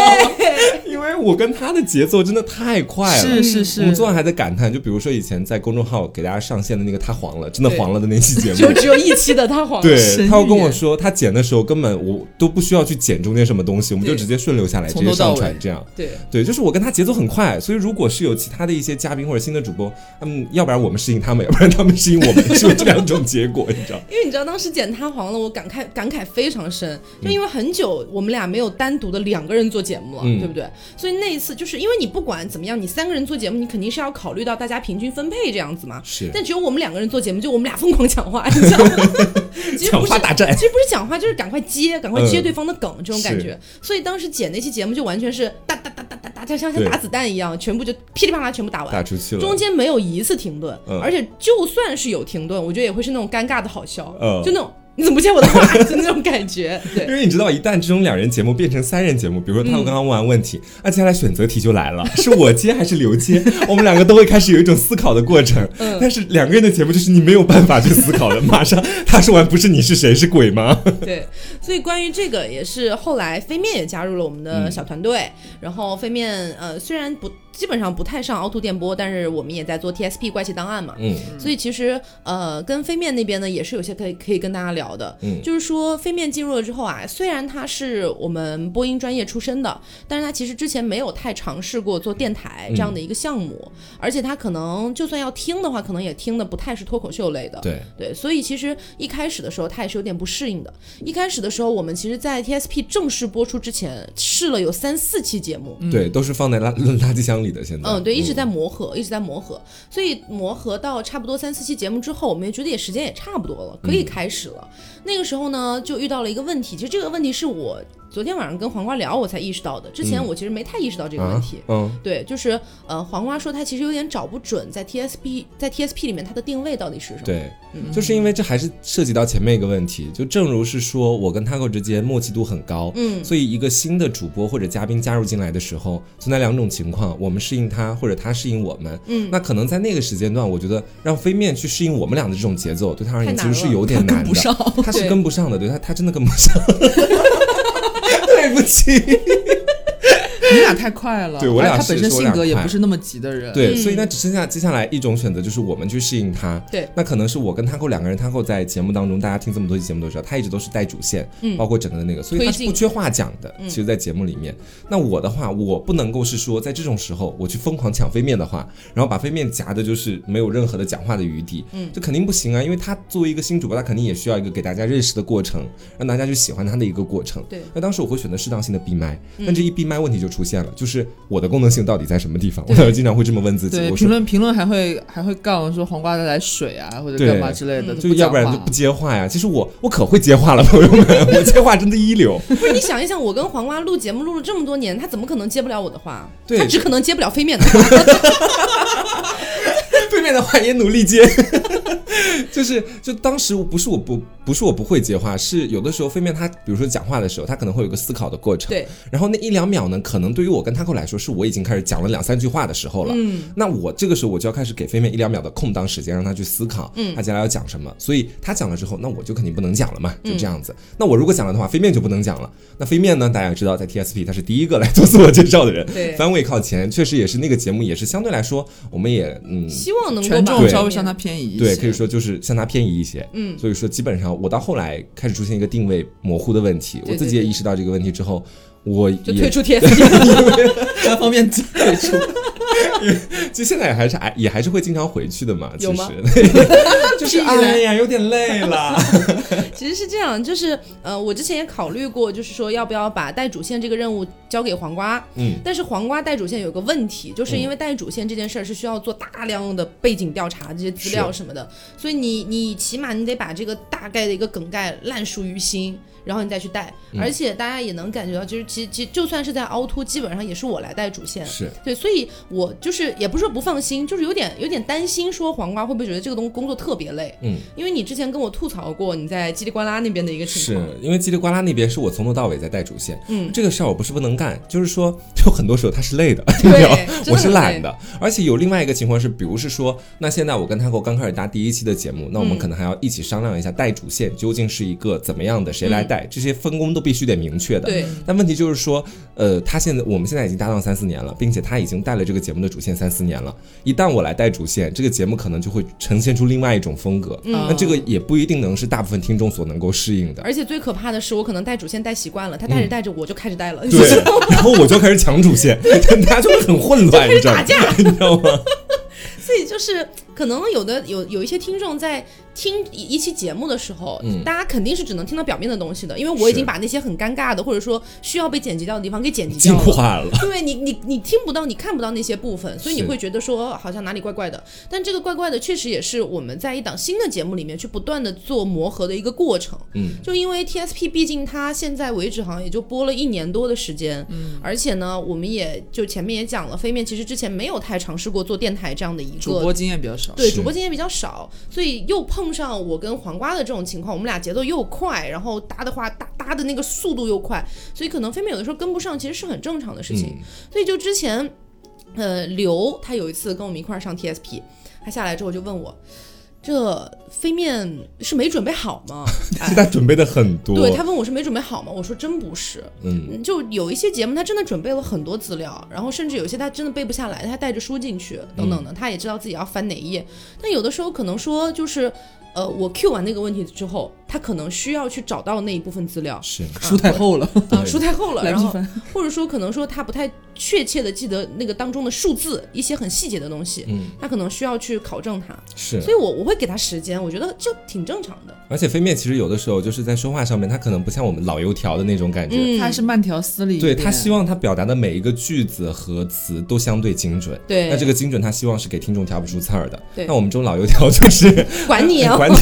Speaker 2: 因为我跟他的节奏真的太快了，
Speaker 3: 是是
Speaker 2: 我们昨
Speaker 3: 是，
Speaker 2: 晚还在感叹，就比如说以前在公众号给大家上线的那个他黄了，真的黄了的那期 节
Speaker 1: 就
Speaker 2: 目。
Speaker 1: 只有一期的他黄了。
Speaker 2: 对，
Speaker 3: 神
Speaker 2: 他要跟
Speaker 3: 预
Speaker 2: 我
Speaker 3: 言
Speaker 2: 说，他剪的时候根本我都不需要去剪中间什么东西，我们就
Speaker 1: 对
Speaker 2: 直接顺流下来，直
Speaker 3: 从
Speaker 2: 接
Speaker 3: 头到
Speaker 2: 上传
Speaker 3: 尾
Speaker 2: 这样。
Speaker 1: 对
Speaker 2: 对，就是我跟他节奏很快，所以如果是有其他的一些嘉宾或者新的主播，嗯，要不然我们适应他们，要不然他们适应我们， 是有这两种结果，你知道？
Speaker 1: 因为你知道当时剪他黄了，我感慨感慨非常深，就因为很久我们俩没有单独的两个人做节目了，
Speaker 2: 嗯
Speaker 1: 对不对？所以那一次就是因为你不管怎么样，你三个人做节目，你肯定是要考虑到大家平均分配这样子嘛。
Speaker 2: 是
Speaker 1: 但只有我们两个人做节目，就我们俩疯狂抢 话，你知道吗？其实
Speaker 2: 抢
Speaker 1: 不是
Speaker 2: 话大战
Speaker 1: 其，实不是讲话，就是赶快接，赶快接
Speaker 2: 嗯
Speaker 1: 对方的梗、这种感觉。所以当时剪那期节目就完全是哒哒哒哒哒哒，就像像
Speaker 2: 对
Speaker 1: 打子弹一样，全部就噼里啪啦全部打完，
Speaker 2: 打出去了。
Speaker 1: 中间没有一次停顿，
Speaker 2: 嗯
Speaker 1: 而且就算是有停顿，我觉得也会是那种尴尬的好笑，
Speaker 2: 嗯
Speaker 1: 就那种你怎么不接我的话， 就那种感觉。
Speaker 2: 因
Speaker 1: 对，
Speaker 2: 为你知道，一旦这种两人节目变成三人节目，比如说他们刚刚问完问题，那、接下来选择题就来 了，是我接还是刘接？我们两个都会开始有一种思考的过程。
Speaker 1: 嗯
Speaker 2: 但是两个人的节目就是你没有办法去思考 了，马上他说完不是你是谁是鬼吗？
Speaker 1: 对，所以关于这个也是后来飞面也加入了我们
Speaker 2: 嗯
Speaker 1: 的小团队，然后飞面呃虽然不基本上不太上凹凸电波，但是我们也在做 TSP 怪奇档案嘛，
Speaker 2: 嗯
Speaker 1: 所以其实呃，跟飞面那边呢也是有些可以可以跟大家聊的，
Speaker 2: 嗯
Speaker 1: 就是说飞面进入了之后啊，虽然他是我们播音专业出身的，但是他其实之前没有太尝试过做电台这
Speaker 2: 嗯
Speaker 1: 样的一个项目，而且他可能就算要听的话，可能也听的不太是脱口秀类的，
Speaker 2: 对，
Speaker 1: 对，所以其实一开始的时候他也是有点不适应的。一开始的时候，我们其实，在 TSP 正式播出之前，试了有三四期节目，
Speaker 2: 对，都是放在垃垃圾箱里的。现在，
Speaker 1: 嗯，对，一直在磨合，一直在磨合，所以磨合到差不多三四期节目之后，我们也觉得也时间也差不多了，
Speaker 2: 嗯
Speaker 1: 可以开始了。那个时候呢，就遇到了一个问题，其实这个问题是我昨天晚上跟黄瓜聊，我才意识到的，之前
Speaker 2: 嗯
Speaker 1: 我其实没太意识到这个问
Speaker 2: 啊
Speaker 1: 题。，
Speaker 2: 嗯，
Speaker 1: 对，就是呃，黄瓜说他其实有点找不准在 TSP 在 TSP 里面它的定位到底是什么。
Speaker 2: 对，就是因为这还是涉及到前面一个问题，就正如是说我跟 Taco 之间默契度很高，
Speaker 1: 嗯
Speaker 2: 所以一个新的主播或者嘉宾加入进来的时候，存在两种情况，我们适应他或者他适应我们，
Speaker 1: 嗯
Speaker 2: 那可能在那个时间段，我觉得让飞面去适应我们俩的这种节奏，对他而言
Speaker 1: 太
Speaker 2: 其
Speaker 1: 难
Speaker 2: 实是有点难
Speaker 3: 跟不
Speaker 2: 的，
Speaker 3: 上。
Speaker 2: 他是
Speaker 1: 对
Speaker 2: 跟不上的，对他他真的跟不上，对不起。
Speaker 3: 你俩太快了，
Speaker 2: 对我俩
Speaker 3: 而且他本
Speaker 2: 是
Speaker 3: 身
Speaker 2: 说我
Speaker 3: 性
Speaker 2: 俩
Speaker 3: 格也
Speaker 2: 快
Speaker 3: 不是那么急的人，
Speaker 2: 对，
Speaker 1: 嗯
Speaker 2: 所以那只剩下接下来一种选择，就是我们去适应他。
Speaker 1: 对
Speaker 2: 那可能是我跟 Taco 两个人，Taco 在节目当中，大家听这么多期节目都知道，他一直都是带主线，
Speaker 1: 嗯
Speaker 2: 包括整个的那个，所以他是
Speaker 1: 推进
Speaker 2: 不
Speaker 1: 嗯
Speaker 2: 缺话讲的。其实，在节目里面，那我的话，我不能够是说在这种时候我去疯狂抢飞面的话，然后把飞面夹的就是没有任何的讲话的余地，
Speaker 1: 嗯
Speaker 2: 这肯定不行啊，因为他作为一个新主播，他肯定也需要一个给大家认识的过程，让大家去喜欢他的一个过程。
Speaker 1: 对嗯
Speaker 2: 那当时我会选择适当性的闭麦，但这一闭麦问题就出现了，就是我的功能性到底在什么地方？我当时经常会这么问自己，
Speaker 3: 对，
Speaker 2: 我
Speaker 3: 评
Speaker 2: 说。
Speaker 3: 论评论还会还会杠说黄瓜带来水啊，或者
Speaker 2: 对
Speaker 3: 干嘛之类的，
Speaker 1: 嗯
Speaker 3: 他
Speaker 2: 就
Speaker 3: 不
Speaker 2: 要
Speaker 3: 讲
Speaker 2: 不然
Speaker 3: 话
Speaker 2: 就不接话呀。其实我我可会接话了，朋友们， 我接话真的一流。
Speaker 1: 不是你想一想，我跟黄瓜录节目录了这么多年，他怎么可能接不了我的话？
Speaker 2: 对
Speaker 1: 他只可能接不了飞面的话。
Speaker 2: 对面的话也努力接， 就是就当时不是我不不是我不会接话，是有的时候飞面他比如说讲话的时候，他可能会有一个思考的过程，
Speaker 1: 对，
Speaker 2: 然后那一两秒呢，可能对于我跟 Taco 来说，是我已经开始讲了两三句话的时候了。
Speaker 1: 嗯，
Speaker 2: 那我这个时候我就要开始给飞面一两秒的空档时间，让他去思考，嗯，他接下来要讲什么。所以他讲了之后，那我就肯定不能讲了嘛，
Speaker 1: 嗯
Speaker 2: 就这样子。那我如果讲了的话，飞面就不能讲了。那飞面呢，大家也知道，在 TSP 他是第一个来做自我介绍的人，
Speaker 1: 对
Speaker 2: 番位靠前，确实也是那个节目也是相对来说，我们也嗯。
Speaker 1: 希望能够
Speaker 3: 权
Speaker 1: 把
Speaker 3: 重
Speaker 1: 我
Speaker 3: 稍
Speaker 1: 这
Speaker 3: 微
Speaker 1: 边
Speaker 3: 向他偏移一些，
Speaker 2: 对，可以说就是向他偏移一些。
Speaker 1: 嗯
Speaker 2: 所以说基本上我到后来开始出现一个定位模糊的问题，
Speaker 1: 对
Speaker 2: 我自己 也意识到这个问题之后，我
Speaker 1: 就
Speaker 2: 也
Speaker 1: 退出 TSP，
Speaker 3: 单方面退出，
Speaker 2: 就现在还是哎也还是会经常回去的嘛，其
Speaker 1: 有吗
Speaker 2: 实 就是
Speaker 1: 屁嘞
Speaker 2: 哎呀有点累了，
Speaker 1: 其实是这样，就是呃，我之前也考虑过，就是说要不要把带主线这个任务交给黄瓜。
Speaker 2: 嗯，
Speaker 1: 但是黄瓜带主线有个问题，就是因为带主线这件事儿是需要做大量的背景调查、这些资料什么的，所以你你起码你得把这个大概的一个梗概烂熟于心，然后你再去带。
Speaker 2: 嗯
Speaker 1: 而且大家也能感觉到，就是其其就算是在凹凸，基本上也是我来带主线。
Speaker 2: 是
Speaker 1: 对，所以我就是也不是说不放心，就是有点有点担心，说黄瓜会不会觉得这个东工作特别累？
Speaker 2: 嗯，
Speaker 1: 因为你之前跟我吐槽过你在叽里呱啦那边的一个情
Speaker 2: 是
Speaker 1: 况，
Speaker 2: 因为叽里呱啦那边是我从头到尾在带主线，
Speaker 1: 嗯，
Speaker 2: 这个事儿我不是不能干，就是说 有很多时候他是累的，
Speaker 1: 对
Speaker 2: 你知道吗
Speaker 1: 真的
Speaker 2: 我是
Speaker 1: 很
Speaker 2: 懒
Speaker 1: 累
Speaker 2: 的，而且有另外一个情况是，比如是说，那现在我跟他我刚开始搭第一期的节目，那我们
Speaker 1: 嗯
Speaker 2: 可能还要一起商量一下带主线究竟是一个怎么样的，谁来
Speaker 1: 嗯
Speaker 2: 带，这些分工都必须得明确的，
Speaker 1: 对，
Speaker 2: 但问题就是说，呃，他现在我们现在已经搭档三四年了，并且他已经带了这个节目的主线三四年了。一旦我来带主线，这个节目可能就会呈现出另外一种风格。
Speaker 1: 嗯
Speaker 2: 那这个也不一定能是大部分听众所能够适应的。
Speaker 1: 而且最可怕的是，我可能带主线带习惯了，他带着带着我就开始带了，
Speaker 2: 嗯对，然后我就开始抢主线，大家就会很混乱，你知道吗？ 你知道吗？
Speaker 1: 所以就是可能有的有有一些听众在听一一期节目的时候，大家肯定是只能听到表面的东西的，因为我已经
Speaker 2: 是
Speaker 1: 把那些很尴尬的或者说需要被剪辑掉的地方给 剪辑
Speaker 2: 进
Speaker 1: 掉了。
Speaker 2: 化了，
Speaker 1: 对你，你你听不到，你看不到那些部分，所以你
Speaker 2: 是
Speaker 1: 会觉得说好像哪里怪怪的。但这个怪怪的，确实也是我们在一档新的节目里面去不断的做磨合的一个过程。
Speaker 2: 嗯，
Speaker 1: 就因为 TSP 毕竟它现在为止好像也就播了一年多的时间，嗯，而且呢，我们也就前面也讲了，飞面其实之前没有太尝试过做电台这样的一
Speaker 3: 主
Speaker 1: 个
Speaker 3: 播经验比 较少。
Speaker 1: 对，
Speaker 2: 是
Speaker 1: 主播经验比较少，所以又碰上我跟黄瓜的这种情况，我们俩节奏又快，然后搭的话搭搭的那个速度又快，所以可能飞妹有的时候跟不上，其实是很正常的事情。
Speaker 2: 嗯
Speaker 1: 所以就之前，呃，刘他有一次跟我们一块儿上 TSP，他下来之后就问我。这飞面是没准备好吗？哎
Speaker 2: 现在准备的很 多。
Speaker 1: 对他问我是没准备好吗？我说真不是，
Speaker 2: 嗯，
Speaker 1: 嗯就有一些节目，他真的准备了很多资料，然后甚至有些他真的背不下来，他带着书进去等等的，他也知道自己要翻哪一页。但有的时候可能说就是，呃，我 Q 完那个问题之后，他可能需要去找到那一部分资料，
Speaker 2: 是
Speaker 3: 书太厚了，
Speaker 1: 啊，
Speaker 2: 对
Speaker 1: 书太厚了，
Speaker 3: 来
Speaker 1: 然
Speaker 3: 不及
Speaker 1: 后
Speaker 3: 翻。
Speaker 1: 或者说可能说他不太确切的记得那个当中的数字，一些很细节的东西，
Speaker 2: 嗯
Speaker 1: 他可能需要去考证它。
Speaker 2: 是
Speaker 1: 所。以我我会给他时间，我觉得这挺正常的。
Speaker 2: 而且飞面其实有的时候就是在说话上面，他可能不像我们老油条的那种感觉，
Speaker 1: 嗯，
Speaker 3: 他是慢条斯理一
Speaker 2: 对
Speaker 3: 点，
Speaker 2: 他希望他表达的每一个句子和词都相对精准。
Speaker 1: 对
Speaker 2: 那这个精准他希望是给听众挑不出刺儿的。
Speaker 1: 对
Speaker 2: 那我们这种老油条就是
Speaker 1: 管你啊，
Speaker 2: 管你，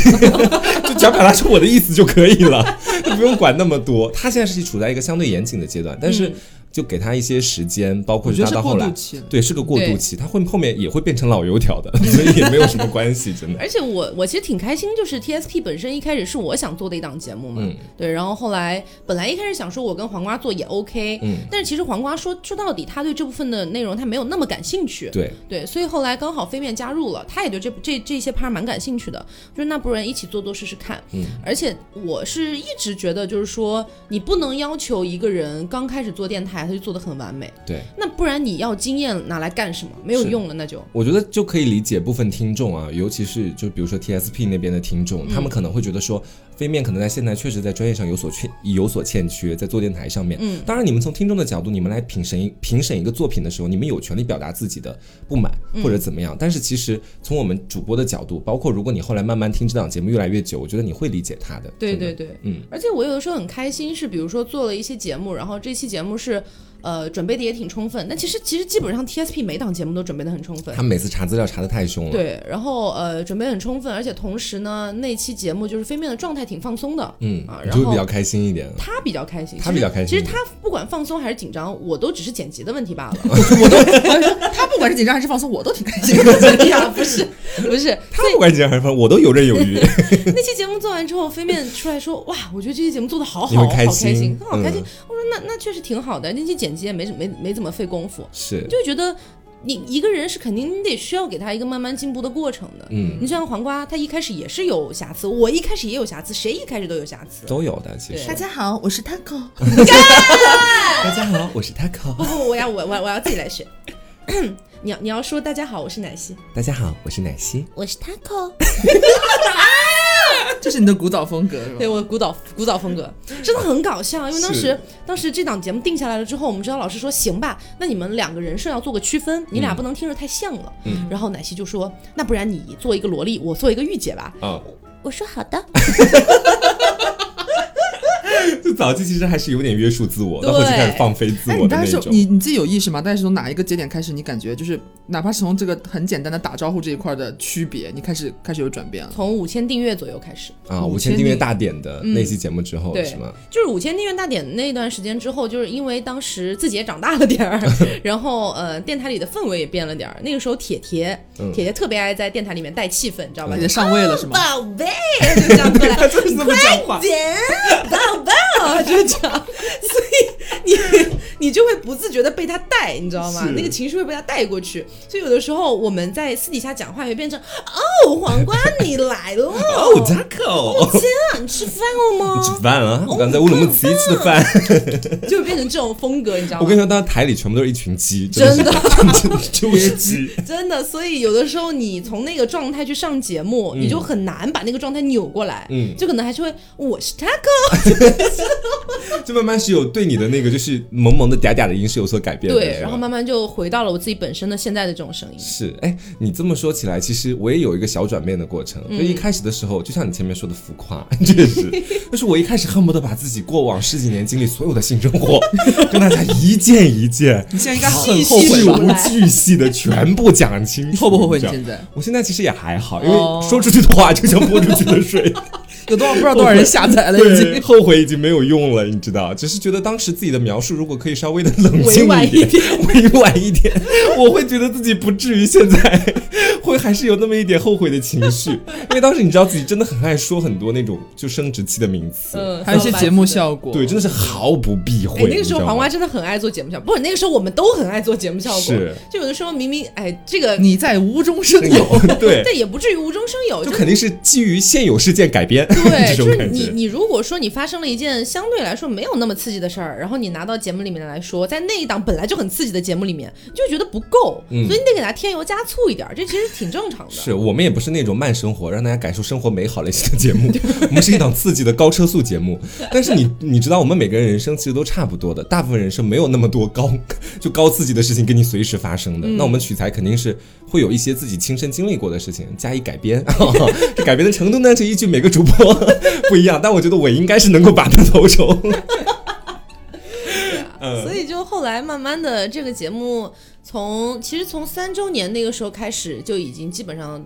Speaker 2: 就只要表达出我的意思就可以了， 就不用管那么多。他现在是处在一个相对严谨的阶段，但是就给他一些时间，包括
Speaker 3: 我
Speaker 2: 是
Speaker 3: 觉
Speaker 2: 他
Speaker 3: 得是
Speaker 2: 到后
Speaker 3: 过渡
Speaker 2: 来。
Speaker 3: 期了。
Speaker 2: 对，是个过渡期，他会后面也会变成老油条的， 所以也没有什么关系，真的。
Speaker 1: 而且我我其实挺开心，就是 TSP 本身一开始是我想做的一档节目嘛，
Speaker 2: 嗯
Speaker 1: 对，然后后来本来一开始想说我跟黄瓜做也 OK，、
Speaker 2: 嗯
Speaker 1: 但是其实黄瓜说说到底他对这部分的内容他没有那么感兴趣，
Speaker 2: 对，
Speaker 1: 对所以后来刚好飞面加入了，他也对这这这些 part 蛮感兴趣的，我说那不然一起做做试试看，
Speaker 2: 嗯
Speaker 1: 而且我是一直觉得就是说你不能要求一个人刚开始做电台他就做的很完美，
Speaker 2: 对。
Speaker 1: 那不然你要经验拿来干什么？没有
Speaker 2: 是
Speaker 1: 用了，那就
Speaker 2: 我觉得就可以理解部分听众啊，尤其是就比如说 TSP 那边的听
Speaker 1: 嗯
Speaker 2: 众，他们可能会觉得说，飞面可能在现在确实在专业上有所缺有所欠缺，在做电台上面。
Speaker 1: 嗯
Speaker 2: 当然，你们从听众的角度，你们来评审一评审一个作品的时候，你们有权利表达自己的不满
Speaker 1: 嗯
Speaker 2: 或者怎么样。但是其实从我们主播的角度，包括如果你后来慢慢听这档节目越来越久，我觉得你会理解他的。
Speaker 1: 对
Speaker 2: 真的
Speaker 1: 对，对。
Speaker 2: 嗯，
Speaker 1: 而且我有的时候很开心，是比如说做了一些节目，然后这期节目是，呃，准备的也挺充分。那其实其实基本上 TSP 每档节目都准备的很充分
Speaker 2: 他，们每次查资料查的太凶了。
Speaker 1: 对，然后呃准备得很充分，而且同时呢，那期节目就是飞面的状态挺放松的，
Speaker 2: 嗯
Speaker 1: 啊，，
Speaker 2: 你
Speaker 1: 然
Speaker 2: 就会
Speaker 1: 后
Speaker 2: 比较开心一点。
Speaker 1: 他比较开心，其
Speaker 2: 他
Speaker 1: 实
Speaker 2: 比较开心
Speaker 1: 其实他不管放松还是紧张，我都只是剪辑的问题罢了。
Speaker 3: 他不管是紧张还是放松，我都挺开心的。
Speaker 1: 真的哎呀，不是不是，
Speaker 2: 他不管怎样，反正我都游刃 有余。
Speaker 1: 那期节目做完之后，飞面出来说：“哇，我觉得这期节目做的好
Speaker 2: 你
Speaker 1: 好，
Speaker 2: 会
Speaker 1: 好
Speaker 2: 开
Speaker 1: 开
Speaker 2: 心
Speaker 1: 心，很好开心。
Speaker 2: 嗯
Speaker 1: 我说：“那那确实挺好的，那期剪辑也没没没怎么费功夫。”
Speaker 2: 是，
Speaker 1: 就觉得你一个人是肯定你得需要给他一个慢慢进步的过程的。
Speaker 2: 嗯，
Speaker 1: 你像黄瓜，他一开始也是有瑕疵，我一开始也有瑕疵，谁一开始都有瑕疵。
Speaker 2: 都有的，其实
Speaker 1: 对。
Speaker 3: 家好，我是 Taco。
Speaker 2: 大家好，我是
Speaker 1: 不
Speaker 2: Taco。
Speaker 1: 不，我要我我我要自己来学。 你要你要说大家好，我是奶昔，
Speaker 2: 大家好，我是奶昔。
Speaker 1: 我是 taco。
Speaker 3: 这是你的古早风格是吧？
Speaker 1: 对我古早古早风格真的很搞笑，因为当
Speaker 2: 是
Speaker 1: 时当时这档节目定下来了之后，我们指导老师说行吧，那你们两个人设要做个区分，你俩不能听着太像了。
Speaker 2: 嗯
Speaker 1: 然后奶昔就说，那不然你做一个萝莉，我做一个御姐吧。
Speaker 2: 啊，
Speaker 1: 我说好的，
Speaker 2: 就早期其实还是有点约束自我，到后期
Speaker 1: 对
Speaker 2: 开始放飞自
Speaker 3: 哎，
Speaker 2: 我
Speaker 3: 你
Speaker 2: 的
Speaker 3: 大
Speaker 2: 那
Speaker 3: 概是
Speaker 2: 种。
Speaker 3: 你你自己有意识吗？大概是从哪一个节点开始，你感觉就是哪怕是从这个很简单的打招呼这一块的区别，你开始开始有转变了？
Speaker 1: 从五千订阅左右开始。
Speaker 2: 啊，
Speaker 3: 五
Speaker 2: 五
Speaker 3: 千
Speaker 2: 千订阅
Speaker 3: 订
Speaker 2: 大典的那期节目之后、
Speaker 1: 对
Speaker 2: 是吗？
Speaker 1: 就是五千订阅大典那段时间之后，就是因为当时自己也长大了点 儿，然后呃，电台里的氛围也变了点儿。那个时候铁铁，
Speaker 2: 嗯
Speaker 1: 铁铁特别爱在电台里面带气氛，你知道吧？
Speaker 3: 已
Speaker 1: 就
Speaker 3: 经上位了是吗？
Speaker 1: 宝贝，就这样过来，
Speaker 2: 啊就是这么讲话。
Speaker 1: 点宝宝，就这样，所以你你就会不自觉的被他带，你知道吗
Speaker 2: 是？
Speaker 1: 那个情绪会被他带过去，所以有的时候我们在私底下讲话也变成哦，黄瓜你来了，
Speaker 2: 哦，扎口，
Speaker 1: 天啊，你吃饭了
Speaker 2: 你吃
Speaker 1: 吗？
Speaker 2: 饭了？我刚才乌鲁木齐吃的饭。
Speaker 1: 就会变成这种风格，你知道
Speaker 2: 我跟你
Speaker 1: 吗？
Speaker 2: 说，当时台里全部都是一群鸡，
Speaker 1: 真的
Speaker 2: 的，真的就是鸡。
Speaker 1: 真的，所以有的时候你从那个状态去上节目，你就很难把那个状态扭过来，
Speaker 2: 嗯
Speaker 1: 就可能还是会我是 taco，
Speaker 2: 就慢慢是有对你的那个就是萌萌的嗲嗲的音是有所改变的，是
Speaker 1: 对，
Speaker 2: 吧
Speaker 1: 然后慢慢就回到了我自己本身的现在的这种声音，
Speaker 2: 是，哎，你这么说起来，其实我也有一个小转变的过程。
Speaker 3: 嗯
Speaker 2: 就一开始的时候，就像你前面说的浮夸， 确实，就是我一开始恨不得把自己过往十几年经历所有的性生活，跟大家一件一件，
Speaker 3: 你现在应该
Speaker 2: 很
Speaker 3: 细
Speaker 2: 后
Speaker 3: 细
Speaker 2: 悔
Speaker 1: 数
Speaker 2: 无
Speaker 1: 来
Speaker 2: 巨细的全部讲清楚。
Speaker 3: 后不后悔？
Speaker 2: 你知道
Speaker 3: 你现在
Speaker 2: 我现在其实也还好，因
Speaker 3: 哦
Speaker 2: 为说出去的话就像泼出去的水，
Speaker 3: 有多少不知道多少人下载了已
Speaker 2: 对，
Speaker 3: 经？
Speaker 2: 后悔已经没有用了，你知道？只是觉得当时自己的描述如果可以稍微的冷
Speaker 1: 委
Speaker 2: 静
Speaker 1: 婉
Speaker 2: 一
Speaker 1: 一
Speaker 2: 点， 委婉一点，我会觉得自己不至于现在会还是有那么一点后悔的情绪，因为当时你知道自己真的很爱说很多那种就生殖器的名词，
Speaker 1: 嗯，
Speaker 3: 还有一些节目
Speaker 1: 效。
Speaker 3: 效果，
Speaker 2: 对，真的是毫不避
Speaker 1: 哎
Speaker 2: 讳。，
Speaker 1: 那个时候
Speaker 2: 你知道吗
Speaker 1: 黄瓜真的很爱做节目效果，不是那个时候我们都很爱做节目效果，
Speaker 2: 是
Speaker 1: 就有的时候明明哎这个，
Speaker 3: 你在无中生
Speaker 2: 真
Speaker 3: 有。
Speaker 2: 有 对，
Speaker 1: 但也不至于无中生有，
Speaker 2: 就
Speaker 1: 就
Speaker 2: 肯定是基于现有事件改编，
Speaker 1: 对，
Speaker 2: 这
Speaker 1: 就
Speaker 2: 种
Speaker 1: 是
Speaker 2: 感
Speaker 1: 你
Speaker 2: 觉。
Speaker 1: 你如果说你发生了一件相对来说没有那么刺激的事儿，然后你拿到节目里面来说，在那一档本来就很刺激的节目里面，你就觉得不够，所以你得给它添油加醋一点儿，这其实挺正常的。
Speaker 2: 嗯是我们也不是那种慢生活，让大家感受生活美好类型的节目，我们是一档刺激的高车速节 目。但是你你知道，我们每个人人生其实都差不多的，大部分人生没有那么多高 就高刺激的事情跟你随时发生的。那我们取材肯定是会有一些自己亲身经历过的事情加以改编， 这改编的程度呢，就依据每个主播 不一样。但我觉得我应该是能够拔得头筹。 嗯
Speaker 1: 所以就后来慢慢的这个节目从其实从三周年那个时候开始就已经基本上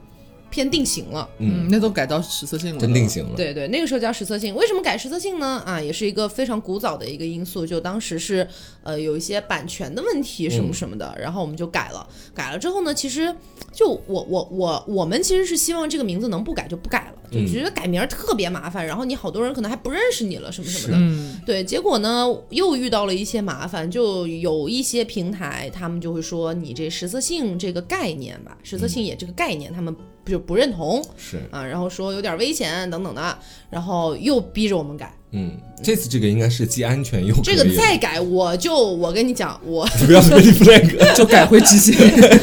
Speaker 1: 偏定型了。
Speaker 3: 嗯，那都改到实色性了，
Speaker 2: 真定。型了，
Speaker 1: 对对，那个时候叫实色性。为什么改实色性呢？啊，也是一个非常古早的一个因素，就当时是呃有一些版权的问题什么什么的，然后我们就改了。改了之后呢，其实就我我我我们其实是希望这个名字能不改就不改了，就
Speaker 2: 嗯
Speaker 1: 觉得改名儿特别麻烦，然后你好多人可能还不认识你了什么什么的。
Speaker 3: 嗯，
Speaker 1: 对，结果呢又遇到了一些麻烦，就有一些平台他们就会说你这实色性这个概念吧，实色性也这个概念，他们就不认同
Speaker 2: 是
Speaker 1: 啊，然后说有点危险等等的，然后又逼着我们改，
Speaker 2: 嗯，这次这个应该是既安全又
Speaker 1: 这
Speaker 2: 可
Speaker 1: 个
Speaker 2: 以
Speaker 1: 再改我就我跟你讲 我
Speaker 2: 不要立 flag。
Speaker 3: 就改回之前。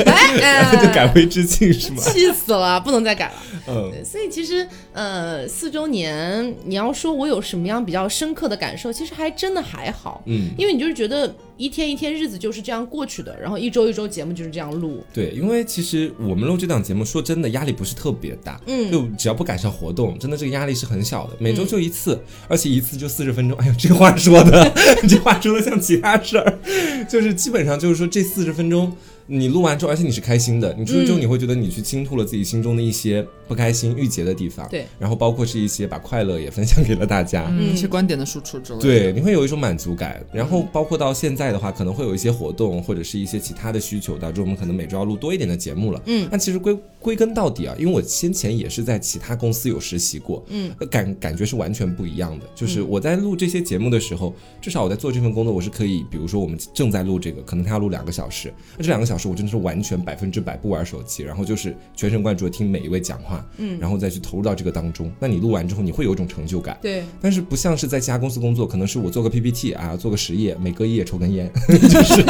Speaker 1: 哎哎
Speaker 2: 就改回致敬是 吗？
Speaker 1: 气死了，不能再改了。
Speaker 2: 嗯，
Speaker 1: 对所以其实，呃，四周年，你要说我有什么样比较深刻的感受，其实还真的还好。
Speaker 2: 嗯，
Speaker 1: 因为你就是觉得一天一天日子就是这样过去的，然后一周一周节目就是这样录。
Speaker 2: 对，因为其实我们录这档节目，说真的压力不是特别大，
Speaker 1: 嗯
Speaker 2: 就只要不赶上活动，真的这个压力是很小的，每周就一次，而且一次就四十分钟。哎呦，这话说的， 这话说的像其他事儿，就是基本上就是说这四十分钟。你录完之后，而且你是开心的，你出去
Speaker 1: 嗯
Speaker 2: 之后你会觉得你去倾吐了自己心中的一些不开心、郁结的地方，
Speaker 1: 对，
Speaker 2: 然后包括是一些把快乐也分享给了大家，
Speaker 3: 嗯，一些观点的输出之类的。
Speaker 2: 对，你会有一种满足感。然后包括到现在的话，可能会有一些活动或者是一些其他的需求，导致我们可能每周要录多一点的节目了。
Speaker 1: 嗯，
Speaker 2: 但其实归归根到底啊，因为我先前也是在其他公司有实习过，
Speaker 1: 嗯，
Speaker 2: 感感觉是完全不一样的，就就是我在录这些节目的时候，至少我在做这份工作，我是可以，比如说我们正在录这个，可能他要录两个小时，那这两个小时我真的是完全百分之百不玩手机，然后就是全神贯注的听每一位讲话，嗯，然后再去投入到这个当中。那你录完之后，你会有一种成就感。
Speaker 1: 对，
Speaker 2: 但是不像是在其他公司工作，可能是我做个 PPT 啊，做个实业，每隔一夜抽根烟， 就是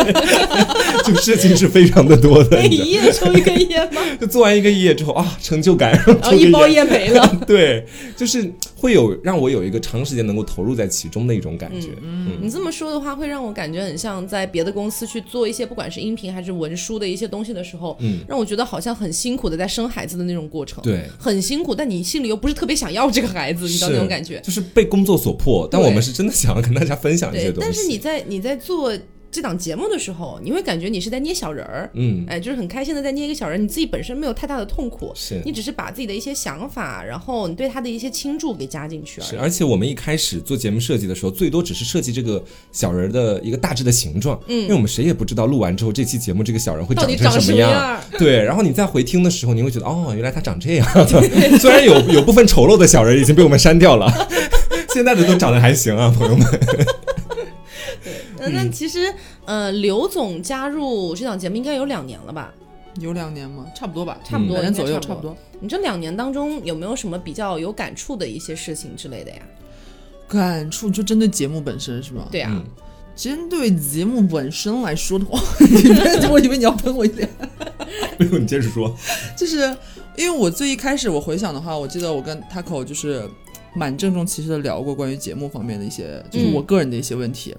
Speaker 2: 就事情是非常的多的，
Speaker 1: 每
Speaker 2: 你知道
Speaker 1: 哎一夜抽一根烟吗？
Speaker 2: 就做完一个夜之后啊，成就感，
Speaker 1: 然
Speaker 2: 然后
Speaker 1: 后
Speaker 2: 抽
Speaker 1: 哦一
Speaker 2: 根
Speaker 1: 包烟没了。
Speaker 2: 对，就是会有让我有一个长时间能够投入在其中的一种感觉。嗯，
Speaker 1: 你这么说的话，会让我感觉很像在别的公司去做一些不管是音频还是文书的一些东西的时候，
Speaker 2: 嗯，
Speaker 1: 让我觉得好像很辛苦的在生孩子的那种过程，，
Speaker 2: 对，
Speaker 1: 很辛苦，但你心里又不是特别想要这个孩子，你知道
Speaker 2: 是
Speaker 1: 那种感觉，
Speaker 2: 就是被工作所迫，但
Speaker 1: 对
Speaker 2: 我们是真的想要跟大家分享这些
Speaker 1: 对。
Speaker 2: 东西。
Speaker 1: 但是你在你在做这档节目的时候，你会感觉你是在捏小人儿，
Speaker 2: 嗯，
Speaker 1: 哎，就是很开心的在捏一个小人，你自己本身没有太大的痛苦，
Speaker 2: 是
Speaker 1: 你只是把自己的一些想法，然后你对他的一些倾注给加进去而已
Speaker 2: 是，。而且我们一开始做节目设计的时候，最多只是设计这个小人儿的一个大致的形状，嗯，因为我们谁也不知道录完之后这期节目这个小人会
Speaker 1: 到底
Speaker 2: 成
Speaker 1: 长
Speaker 2: 什
Speaker 1: 什
Speaker 2: 么
Speaker 1: 么
Speaker 2: 样。
Speaker 1: 样儿
Speaker 2: 对，然后你再回听的时候，你会觉得哦，原来他长这样。虽然有有部分丑陋的小人已经被我们删掉了， 现在的都长得还行啊，朋友们。
Speaker 1: 嗯，那其实，呃，刘总加入这档节目应该有两年了吧？
Speaker 3: 有两年吗？差不多吧，
Speaker 1: 差不多
Speaker 3: 嗯两年
Speaker 1: 应该
Speaker 3: 左右，
Speaker 1: 差
Speaker 3: 差
Speaker 1: 不
Speaker 3: 不
Speaker 1: 多
Speaker 3: 多。
Speaker 1: 你这两年当中有没有什么比较有感触的一些事情之类的呀？
Speaker 3: 感触就针对节目本身是吗？，
Speaker 1: 对啊，
Speaker 2: 嗯
Speaker 3: 针对节目本身来说的话， 你别我以为你要喷我一脸。
Speaker 2: 不哎用你接着说。
Speaker 3: 就是因为我最一开始我回想的话，我记得我跟 Taco 就是蛮郑重其事的聊过关于节目方面的一些，就是我个人的一些问题。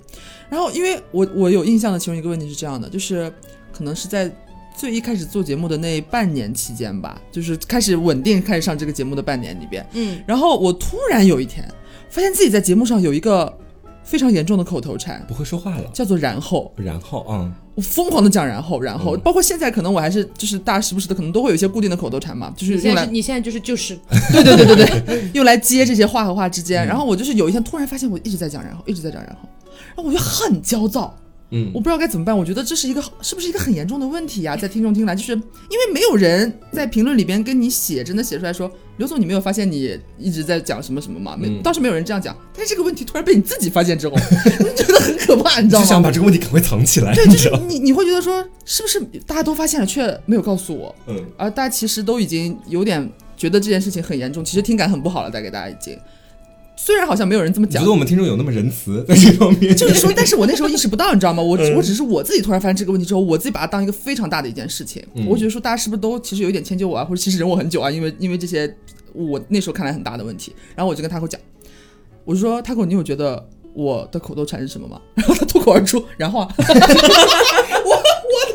Speaker 3: 然后因为我我有印象的其中一个问题是这样的，就是可能是在。最一开始做节目的那半年期间吧，就是开始稳定开始上这个节目的半年里边，
Speaker 1: 嗯，
Speaker 3: 然后我突然有一天发现自己在节目上有一个非常严重的口头禅，
Speaker 2: 不会说话了。
Speaker 3: 叫做“然后”。
Speaker 2: 然后啊、
Speaker 3: 我疯狂的讲，然后，然后，
Speaker 2: 嗯
Speaker 3: 包括现在，可能我还是就是大家时不时的，可能都会有一些固定的口头禅嘛，就
Speaker 1: 你
Speaker 3: 是用
Speaker 1: 现在
Speaker 3: 来
Speaker 1: 是你现在就是就是，
Speaker 3: 对对对对对，用来接这些话和话之
Speaker 2: 嗯
Speaker 3: 间。然后我就是有一天突然发现，我一直在讲，然后一直在讲，然后，然后我就很焦躁，
Speaker 2: 嗯
Speaker 3: 我不知道该怎么办。我觉得这是一个是不是一个很严重的问题呀、啊在听众听来，就是因为没有人在评论里边跟你写，真的写出来说，刘总，你没有发现你一直在讲什么什么吗？没，
Speaker 2: 嗯
Speaker 3: 倒是没有人这样讲。但是这个问题突然被你自己发现之后，你就觉得很可怕，你知
Speaker 2: 就
Speaker 3: 道
Speaker 2: 想
Speaker 3: 吗？
Speaker 2: 把这个问题赶快藏起来，
Speaker 3: 对，
Speaker 2: 你
Speaker 3: 就
Speaker 2: 知
Speaker 3: 是
Speaker 2: 道？
Speaker 3: 你你会觉得说，是不是大家都发现了却没有告诉我？
Speaker 2: 嗯，
Speaker 3: 而大家其实都已经有点觉得这件事情很严重，其实听感很不好了，带给大家已经。虽然好像没有人这么
Speaker 2: 你觉
Speaker 3: 讲
Speaker 2: 得，我们听众有那么仁慈在这方面？
Speaker 3: 就是 说，但是我那时候意识不到，你知道吗？我、
Speaker 2: 嗯
Speaker 3: 我只是我自己突然发现这个问题之后，我自己把它当一个非常大的一件事情。
Speaker 2: 嗯
Speaker 3: 我觉得说大家是不是都其实有点迁就我啊，或者其实忍我很久啊，因为因为这些我那时候看来很大的问题。然后我就跟他给我讲，我就说他给我，你有觉得我的口头禅是什么吗？ 然后他脱口而出，然后啊， 我我的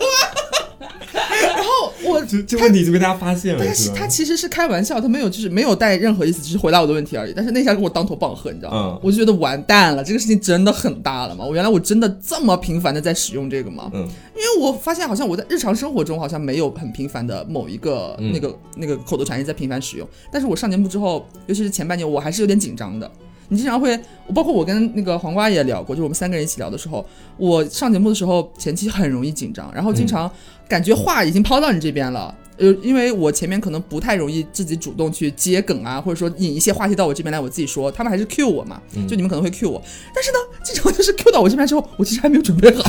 Speaker 3: 妈！ 然后我
Speaker 2: 这 这问题已经被大家发现了，
Speaker 3: 但
Speaker 2: 是
Speaker 3: 是
Speaker 2: 吧
Speaker 3: 他其实是开玩笑，他没有就是没有带任何意思，只是回答我的问题而已。但是那下给我当头棒喝，你知道吗？
Speaker 2: 嗯
Speaker 3: 我就觉得完蛋了，这个事情真的很大了嘛！我原来我真的这么频繁的在使用这个吗？
Speaker 2: 嗯
Speaker 3: 因为我发现好像我在日常生活中好像没有很频繁的某一个、
Speaker 2: 嗯
Speaker 3: 那个那个口头禅一直在频繁使用，但是我上节目之后，尤其是前半年，我还是有点紧张的。你经常会，我包括我跟那个黄瓜也聊过，就是我们三个人一起聊的时候，我上节目的时候前期很容易紧张，然后经常感觉话已经抛到你这边了。呃，因为我前面可能不太容易自己主动去接梗啊，或者说引一些话题到我这边来，我自己说，他们还是 cue 我嘛，就你们可能会 cue 我，但是呢，经常就是 cue 到我这边之后，我其实还没有准备好，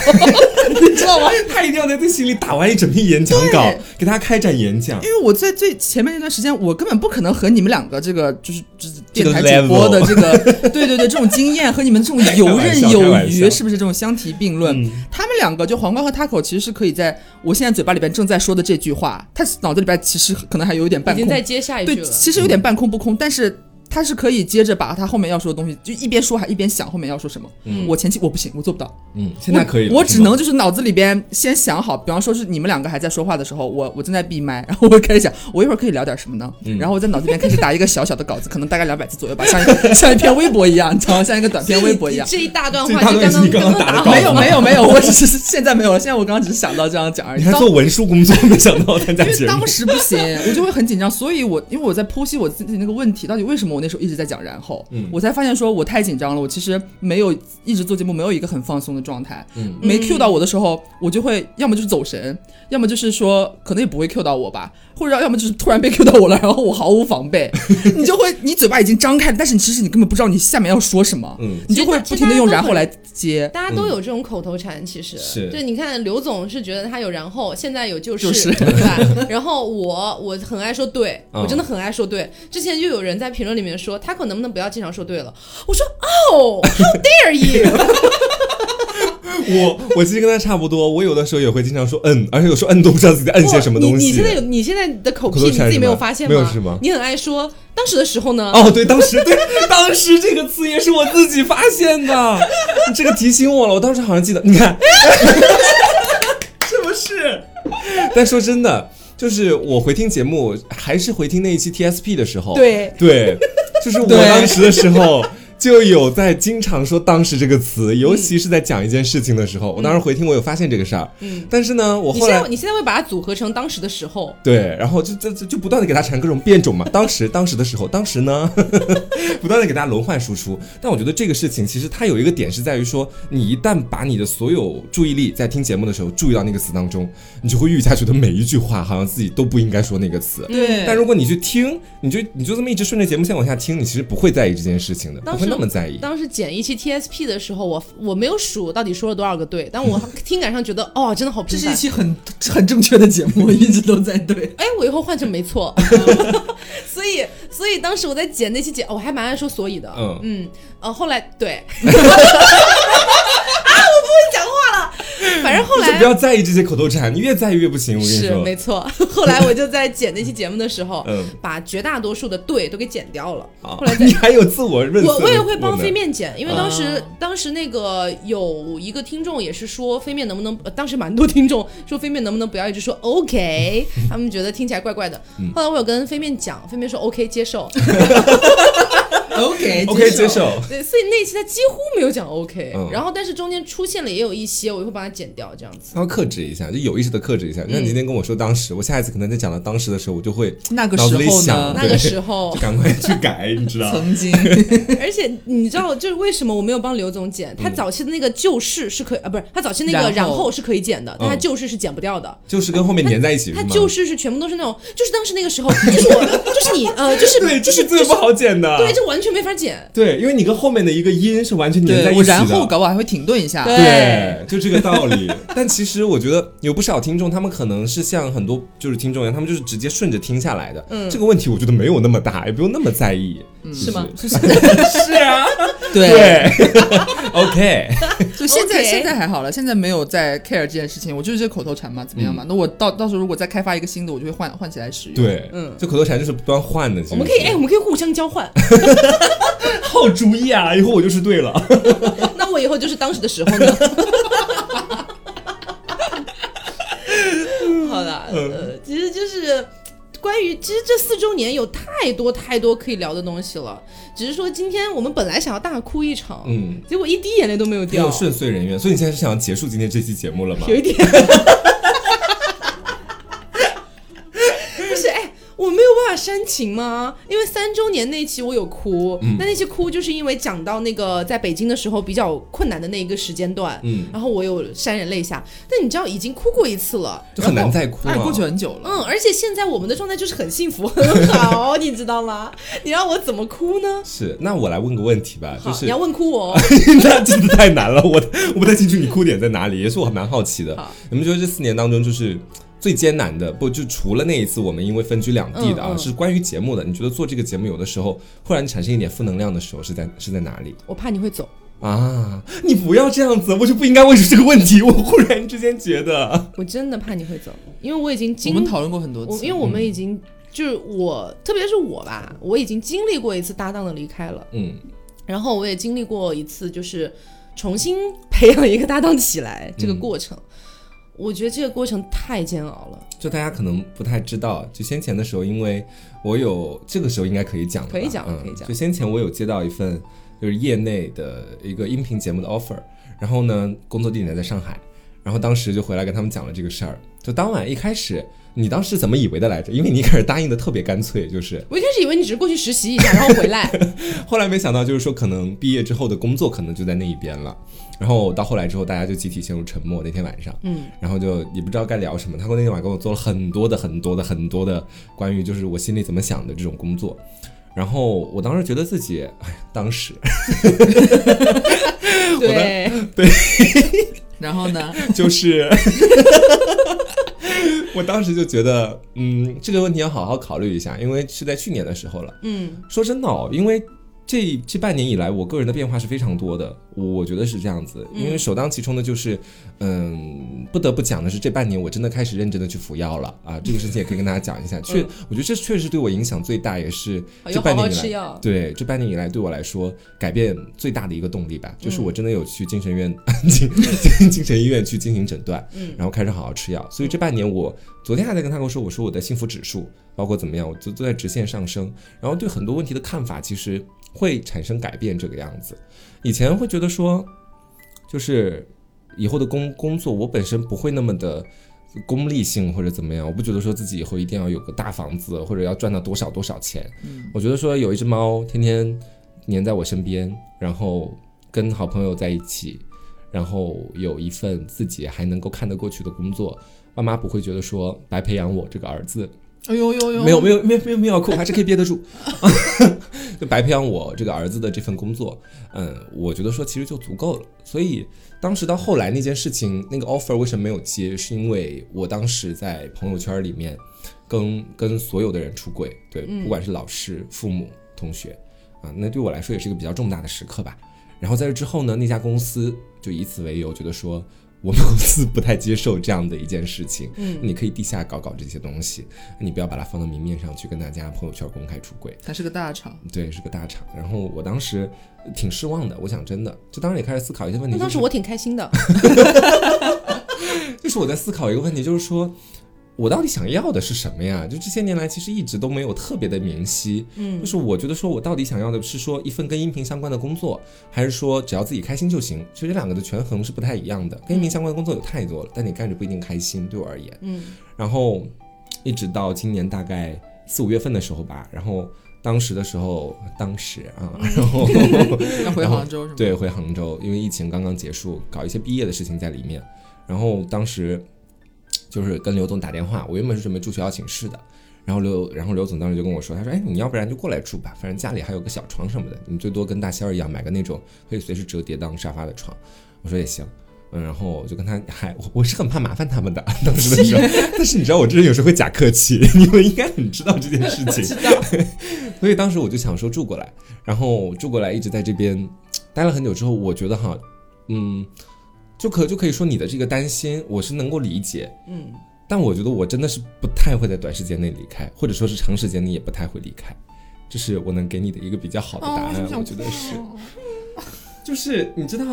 Speaker 3: 你知道吗？
Speaker 2: 他一定要在自己心里打完一整篇演讲稿
Speaker 3: 对，
Speaker 2: 给大家开展演讲
Speaker 3: 因。为我在最前面那段时间，我根本不可能和你们两个这个就是就是
Speaker 2: 这
Speaker 3: 电
Speaker 2: 个
Speaker 3: 台主播
Speaker 2: level
Speaker 3: 的这个 对对对这种经验和你们这种游刃
Speaker 2: 开玩笑开
Speaker 3: 有
Speaker 2: 玩笑
Speaker 3: 余，是不是这种相提并论？
Speaker 2: 嗯
Speaker 3: 他们两个就黄瓜和 taco 其实是可以在我现在嘴巴里边正在说的这句话，他脑子里边其实可能还有一点半
Speaker 1: 已经
Speaker 3: 空
Speaker 1: 在接下一句
Speaker 3: 对，
Speaker 1: 了。
Speaker 3: 其实有点半空不空，但是他是可以接着把他后面要说的东西，就一边说还一边想后面要说什么。
Speaker 1: 嗯
Speaker 3: 我前期我不行，我做不到。
Speaker 2: 嗯，现在可以了
Speaker 3: 我，我
Speaker 2: 是
Speaker 3: 只
Speaker 2: 吗
Speaker 3: 能就是脑子里边先想好，比方说是你们两个还在说话的时候，我我正在闭麦， 然后我开始想，我一会儿可以聊点什么呢？
Speaker 2: 嗯
Speaker 3: 然后我在脑子里面开始打一个小小的稿子，可能大概两百字左右吧，像一个 像一篇微博一样，你知道吗？像一个短篇微博一样
Speaker 1: 你。这一大段
Speaker 2: 这一
Speaker 1: 话
Speaker 2: 大
Speaker 1: 就
Speaker 2: 段
Speaker 1: 刚
Speaker 2: 是你
Speaker 1: 刚
Speaker 2: 刚 刚打的稿
Speaker 3: 没有没有没有，我只是现在没有了，现在我刚刚只是想到这样讲而已。
Speaker 2: 你还
Speaker 3: 当
Speaker 2: 做文书工作，没想到参加
Speaker 3: 因为
Speaker 2: 节目
Speaker 3: 当。时不行，我就会很紧张，所以我因为我在剖析我自己那个问题，到底为什么我那那时候一直在讲然后，
Speaker 2: 嗯
Speaker 3: 我才发现说我太紧张了，我其实没有一直做节目，没有一个很放松的状态。
Speaker 2: 嗯
Speaker 3: 没 Q 到我的时候，我就会要么就是走神，要么就是说可能也不会 Q 到我吧，或者要么就是突然被 Q 到我了，然后我毫无 防备，你就会你嘴巴已经张开了，但是你其实你根本不知道你下面要说什么，
Speaker 2: 嗯
Speaker 3: 你就会不停的用然后来接。
Speaker 1: 大家都有这种口头禅，其实
Speaker 2: 是
Speaker 1: 对。你看，刘总是觉得他有，然后现在有就是，
Speaker 3: 就是
Speaker 1: 对吧？然后我我很爱说对，
Speaker 2: 嗯
Speaker 1: 我真的很爱说对。之前就有人在评论里面说，他可能不能不要经常说对了？我说哦，How dare you！
Speaker 2: 我我其实跟他差不多，我有的时候也会经常说嗯，而且有时候嗯都不知道自己在摁些什么东
Speaker 1: 你
Speaker 2: 西。
Speaker 1: 你现在有你现在的口
Speaker 2: 口
Speaker 1: 癖，
Speaker 2: 头
Speaker 1: 你
Speaker 2: 禅
Speaker 1: 自己
Speaker 2: 是
Speaker 1: 没有
Speaker 2: 吧
Speaker 1: 发现
Speaker 2: 没有是吗
Speaker 1: 你很爱说当时的时候呢？
Speaker 2: 哦，对，当时对，当时这个词也是我自己发现的，你这个提醒我了，我当时好像记得，你看， 是不是？但说真的，就是我回听节目，还是回听那一期 TSP 的时候，
Speaker 1: 对
Speaker 2: 对，就是我
Speaker 3: 对
Speaker 2: 当时的时候。就有在经常说“当时”这个词，
Speaker 1: 嗯
Speaker 2: 尤其是在讲一件事情的时候，我当时回听我有发现这个事儿，嗯，但是呢，我
Speaker 1: 你
Speaker 2: 后
Speaker 1: 现
Speaker 2: 来
Speaker 1: 在你现在会把它组合成当时的时候，
Speaker 2: 对，然后就就就就不断的给他缠各种变种嘛。当时当时的时候，当时呢， 不断的给大家轮换输出。但我觉得这个事情其实它有一个点是在于说，你一旦把你的所有注意力在听节目的时候注意到那个词当中，你就会愈加觉得每一句话好像自己都不应该说那个词。
Speaker 3: 嗯对
Speaker 2: 但如果你去听，你就你就这么一直顺着节目线往下听，你其实不会在意这件事情的，不
Speaker 1: 当
Speaker 2: 会
Speaker 1: 时
Speaker 2: 那么在意。
Speaker 1: 当时剪一期 TSP 的时候，我我没有数到底说了多少个对，但 我听感上觉得哦，真的好
Speaker 3: 这
Speaker 1: 平
Speaker 3: 是一
Speaker 1: 凡。
Speaker 3: 期很很正确的节 目，一直都在对。
Speaker 1: 哎，我以后换成没 错。 所以，所以当时我在剪那期节，我还蛮爱说所以的。
Speaker 2: 嗯
Speaker 1: 嗯，呃，后来 对， 啊，我不会讲话了。反正后
Speaker 2: 就
Speaker 1: 来
Speaker 2: 不要在 意这些口头禅，你越在意越不行。我跟你
Speaker 1: 是
Speaker 2: 说，
Speaker 1: 没错。 后来我就在剪那期节目的时候，
Speaker 2: 嗯
Speaker 1: 把绝大多数的对都给剪掉 了。
Speaker 2: 啊
Speaker 1: 后来，
Speaker 2: 你还有自我润色的
Speaker 1: 我
Speaker 2: 部分。
Speaker 1: 我也会帮飞面剪，因为当时、
Speaker 3: 啊
Speaker 1: 当时那个有一个听众也是说飞面能不能，呃当时蛮多听众说飞面能不能不要一直说 OK，他们觉得听起来怪怪的。
Speaker 2: 嗯
Speaker 1: 后来我有跟飞面讲，飞面说 OK 接 受，
Speaker 3: OK
Speaker 2: OK 接受。
Speaker 1: 对，所以那期他几乎没有讲 OK，、
Speaker 2: 嗯
Speaker 1: 然后但是中间出现了也有一些，我就会把它剪掉这样子。
Speaker 2: 稍微克制一下，就有意识的克制一
Speaker 1: 嗯
Speaker 2: 下。就像你今天跟我说当时，我下一次可能在讲到当时的时候，我就会
Speaker 3: 那个
Speaker 2: 脑子里
Speaker 3: 时候呢
Speaker 2: 想
Speaker 1: 那
Speaker 2: 对
Speaker 1: 个时候
Speaker 2: 就，赶快去改，你知 道？
Speaker 3: 曾经
Speaker 1: 而且你知道，就是为什么我没有帮刘总剪？
Speaker 2: 嗯
Speaker 1: 他早期的那个旧事是可以，啊，不是他早期那个
Speaker 3: 然
Speaker 1: 然
Speaker 3: 后
Speaker 1: 后是可以剪的，但他
Speaker 2: 嗯
Speaker 1: 旧事是剪不掉的。
Speaker 2: 就是跟后面粘在一起是
Speaker 1: 他
Speaker 2: 吗？
Speaker 1: 就是是全部都是那种，就是当时那个时候， 就是我，就是你，呃，就是
Speaker 2: 对，
Speaker 1: 就
Speaker 2: 这
Speaker 1: 是是
Speaker 2: 最不好剪的。
Speaker 1: 对，这完全没法剪。
Speaker 2: 对，因为你跟后面的一个音是完全粘在
Speaker 3: 对
Speaker 2: 一
Speaker 3: 我，
Speaker 2: 起的。
Speaker 3: 然后搞不好还会停顿一下。
Speaker 1: 对
Speaker 2: 对，就这个道理。但其实我觉得有不少听众，他们可能是像很多就是听众一样，他们就是直接顺着听下来的。嗯，这个问题我觉得没有那么大，也不用那么在意。是
Speaker 1: 是吗？
Speaker 2: 就是是啊，对 ，OK。
Speaker 3: 就现在
Speaker 1: OK
Speaker 3: 现在还好了，现在没有在 care 这件事情，我就是这口头禅嘛，怎么样嘛？那我到到时候如果再开发一个新的，我就会换换起来使用。，
Speaker 2: 嗯对，
Speaker 1: 嗯
Speaker 2: 就口头禅就是不断换的。其实
Speaker 1: 我们可以，哎，我们可以互相交换。
Speaker 2: 好主意啊！以后我就是对了。
Speaker 1: 那我以后就是当时的时候呢。 好啦，
Speaker 2: 嗯
Speaker 1: 呃，其实就是关于，其实这四周年有太多太多可以聊的东西了，只是说今天我们本来想要大哭一场，
Speaker 2: 嗯，
Speaker 1: 结果一滴眼泪都没有
Speaker 2: 没有
Speaker 1: 掉，
Speaker 2: 顺遂人愿，所以你现在是想结束今天这期节目了 吗
Speaker 1: 有？一点， 不是哎。我没有办法煽情吗？因为三周年那期我有哭，
Speaker 3: 嗯
Speaker 1: 那、那期哭就是因为讲到那个在北京的时候比较困难的那一个时间段，
Speaker 2: 嗯
Speaker 1: 然后我有潸然泪下。但你知道已经哭过一次了，
Speaker 2: 就很
Speaker 1: 然后
Speaker 2: 难再哭
Speaker 3: 哎，
Speaker 2: 了。
Speaker 3: 过去很久了。
Speaker 1: 嗯，而且现在我们的状态就是很幸福，很 好，你知道吗？你让我怎么哭呢？
Speaker 2: 是，那我来问个问题吧，就
Speaker 1: 好，
Speaker 2: 是
Speaker 1: 你要问哭我哦、
Speaker 2: 那真的太难了，我我不太清楚你哭点在哪里，也是我还蛮好奇的
Speaker 1: 好。
Speaker 2: 你们觉得这四年当中，就是最艰难的，不就除了那一次我们因为分居两地的啊，
Speaker 1: 嗯嗯
Speaker 2: 是关于节目的？你觉得做这个节目有的时候会让你产生一点负能量的时候是在是在哪里？
Speaker 1: 我怕你会走。
Speaker 2: 啊，你不要这样子，我就不应该问出这个问题。我忽然之间觉得，
Speaker 1: 我真的怕你会走，因为我已经
Speaker 3: 我
Speaker 1: 经
Speaker 3: 们讨论过很多
Speaker 1: 我
Speaker 3: 次，
Speaker 1: 因为我们已经就是我，特别是我吧，我已经经历过一次搭档的离开了，
Speaker 2: 嗯
Speaker 1: 然后我也经历过一次就是重新培养一个搭档起来这个过程。我觉得这个过程太煎熬了，
Speaker 2: 就大家可能不太知道，就先前的时候，因为我有这个时候应该可以讲了吧，
Speaker 1: 可以讲
Speaker 2: 嗯
Speaker 1: 可以讲
Speaker 2: 就先前我有接到一份就是业内的一个音频节目的 offer，然后呢，工作地点在上海。然后当时就回来跟他们讲了这个事儿。就当晚一开始，你当时怎么以为的来着？因为你一开始答应的特别干脆，就是
Speaker 1: 我一开始以为你只是过去实习一下，然后回来。
Speaker 2: 后来没想到，就是说可能毕业之后的工作可能就在那一边了。然后到后来之后，大家就集体陷入沉默。那天晚上，嗯，然后就也不知道该聊什么。他那天晚上跟我做了很多的、很多的、很多的关于就是我心里怎么想的这种工作。然后我当时觉得自己，哎，当时
Speaker 1: 对，
Speaker 3: 然 后呢？
Speaker 2: 就是，我当时就觉得，嗯，这个问题要好好考虑一下，因为是在去年的时候了。
Speaker 1: 嗯，
Speaker 2: 说真的哦，因为这这半年以来，我个人的变化是非常多的，我觉得是这样子。
Speaker 1: 嗯
Speaker 2: 因为首当其冲的就是，嗯，不得不讲的是，这半年我真的开始认真的去服药了啊，这个事情也可以跟大家讲一下。确，我觉得这确实对我影响最大，也是
Speaker 1: 好嗯
Speaker 2: 这
Speaker 1: 哦要
Speaker 2: 半
Speaker 1: 好
Speaker 2: 年
Speaker 1: 好
Speaker 2: 以来
Speaker 1: 吃药。
Speaker 2: 对，这半年以来对我来说改变最大的一个动力吧，就是我真的有去精神院、精精精神医院去进行诊断，
Speaker 1: 嗯
Speaker 2: 然后开始好好吃药。所以这半年我昨天还在跟他跟我说，我说我的幸福指数包括怎么样，我都都在直线上升，然后对很多问题的看法其实会产生改变这个样子。以前会觉得说，就是以后的工工作，我本身不会那么的。功利性或者怎么样，我不觉得说自己以后一定要有个大房子，或者要赚到多少多少钱，我觉得说有一只猫天天黏在我身边，然后跟好朋友在一起，然后有一份自己还能够看得过去的工作，爸妈不会觉得说白培养我这个儿子，
Speaker 3: 哎呦呦呦，
Speaker 2: 没有没有没有没有没有哭，还是可以憋得住， 就白培养我这个儿子的这份工作，嗯，我觉得说其实就足够了。所以当时到后来那件事情，那个 offer 为什么没有接，是因为我当时在朋友圈里面跟跟所有的人出柜，对，不管是老师、父母、同学，啊，那对我来说也是一个比较重大的时刻吧。然后在这之后呢，那家公司就以此为由，觉得说我们公司不太接受这样的一件事情，嗯，你可以地下搞搞这些东西，你不要把它放到明面上去跟大家朋友圈公开出柜。
Speaker 3: 它是个大厂，
Speaker 2: 对，是个大厂。然后我当时挺失望的，我想真的，就当时也开始思考一些问题，
Speaker 1: 那当时
Speaker 2: 就是
Speaker 1: 我挺开心的，
Speaker 2: 就是我在思考一个问题，就是说我到底想要的是什么呀？就这些年来，其实一直都没有特别的明晰。嗯，就是我觉得说我到底想要的是说一份跟音频相关的工作，还是说只要自己开心就行？其实这两个的权衡是不太一样的。跟音频相关的工作有太多了，但你干着不一定开心。对我而言，
Speaker 1: 嗯，
Speaker 2: 然后一直到今年大概四五月份的时候吧，然后当时的时候，当时啊，然后
Speaker 3: 要回
Speaker 2: 然后
Speaker 3: 杭州是吗？
Speaker 2: 对，回杭州，因为疫情刚刚结束，搞一些毕业的事情在里面。然后当时就是跟刘总打电话，我原本是准备住学校寝室的，然后刘然后刘总当时就跟我说，他说，哎，你要不然就过来住吧，反正家里还有个小床什么的，你最多跟大仙儿一样买个那种可以随时折叠当沙发的床。我说也行。嗯，然后我就跟他还我我是很怕麻烦他们的， 当时的时候，但是你知道我这人有时候会假客气， 你们应该很知道这件事情，所以当时我就想说住过来，然后住过来一直在这边待了很久之后，我觉得哈，嗯，就可就可以说你的这个担心我是能够理解，
Speaker 1: 嗯，
Speaker 2: 但我觉得我真的是不太会在短时间内离开，或者说是长时间内也不太会离开，这是我能给你的一个比较好的答
Speaker 3: 哦
Speaker 2: 案，
Speaker 3: 想
Speaker 2: 我觉得
Speaker 3: 哭
Speaker 2: 是，
Speaker 1: 哦
Speaker 3: 了
Speaker 2: 就是你知道，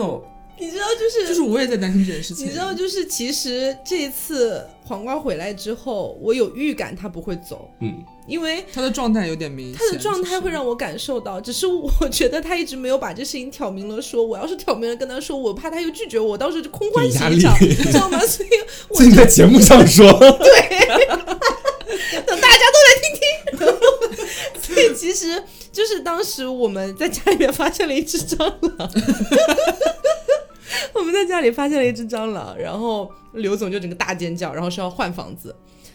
Speaker 1: 你知道就是
Speaker 3: 就是我也在担心这件事情。
Speaker 1: 你知道，就是其实这一次黄瓜回来之后，我有预感他不会走，
Speaker 2: 嗯，
Speaker 1: 因为
Speaker 3: 他的状态有点明显，
Speaker 1: 他的状态会让我感受到。只是我觉得他一直没有把这事情挑明了说，我要是挑明了跟他说，我怕他又拒绝我，我到时候就空欢喜一场，
Speaker 2: 有压
Speaker 1: 你知道吗？所以 我
Speaker 2: 所以你在节目上说，
Speaker 1: 等大家都来听听。所以其实就是当时我们在家里面发现了一只蟑螂， 我们在家里发现了一只蟑螂，然后刘总就整个大尖叫，然后说要换房子。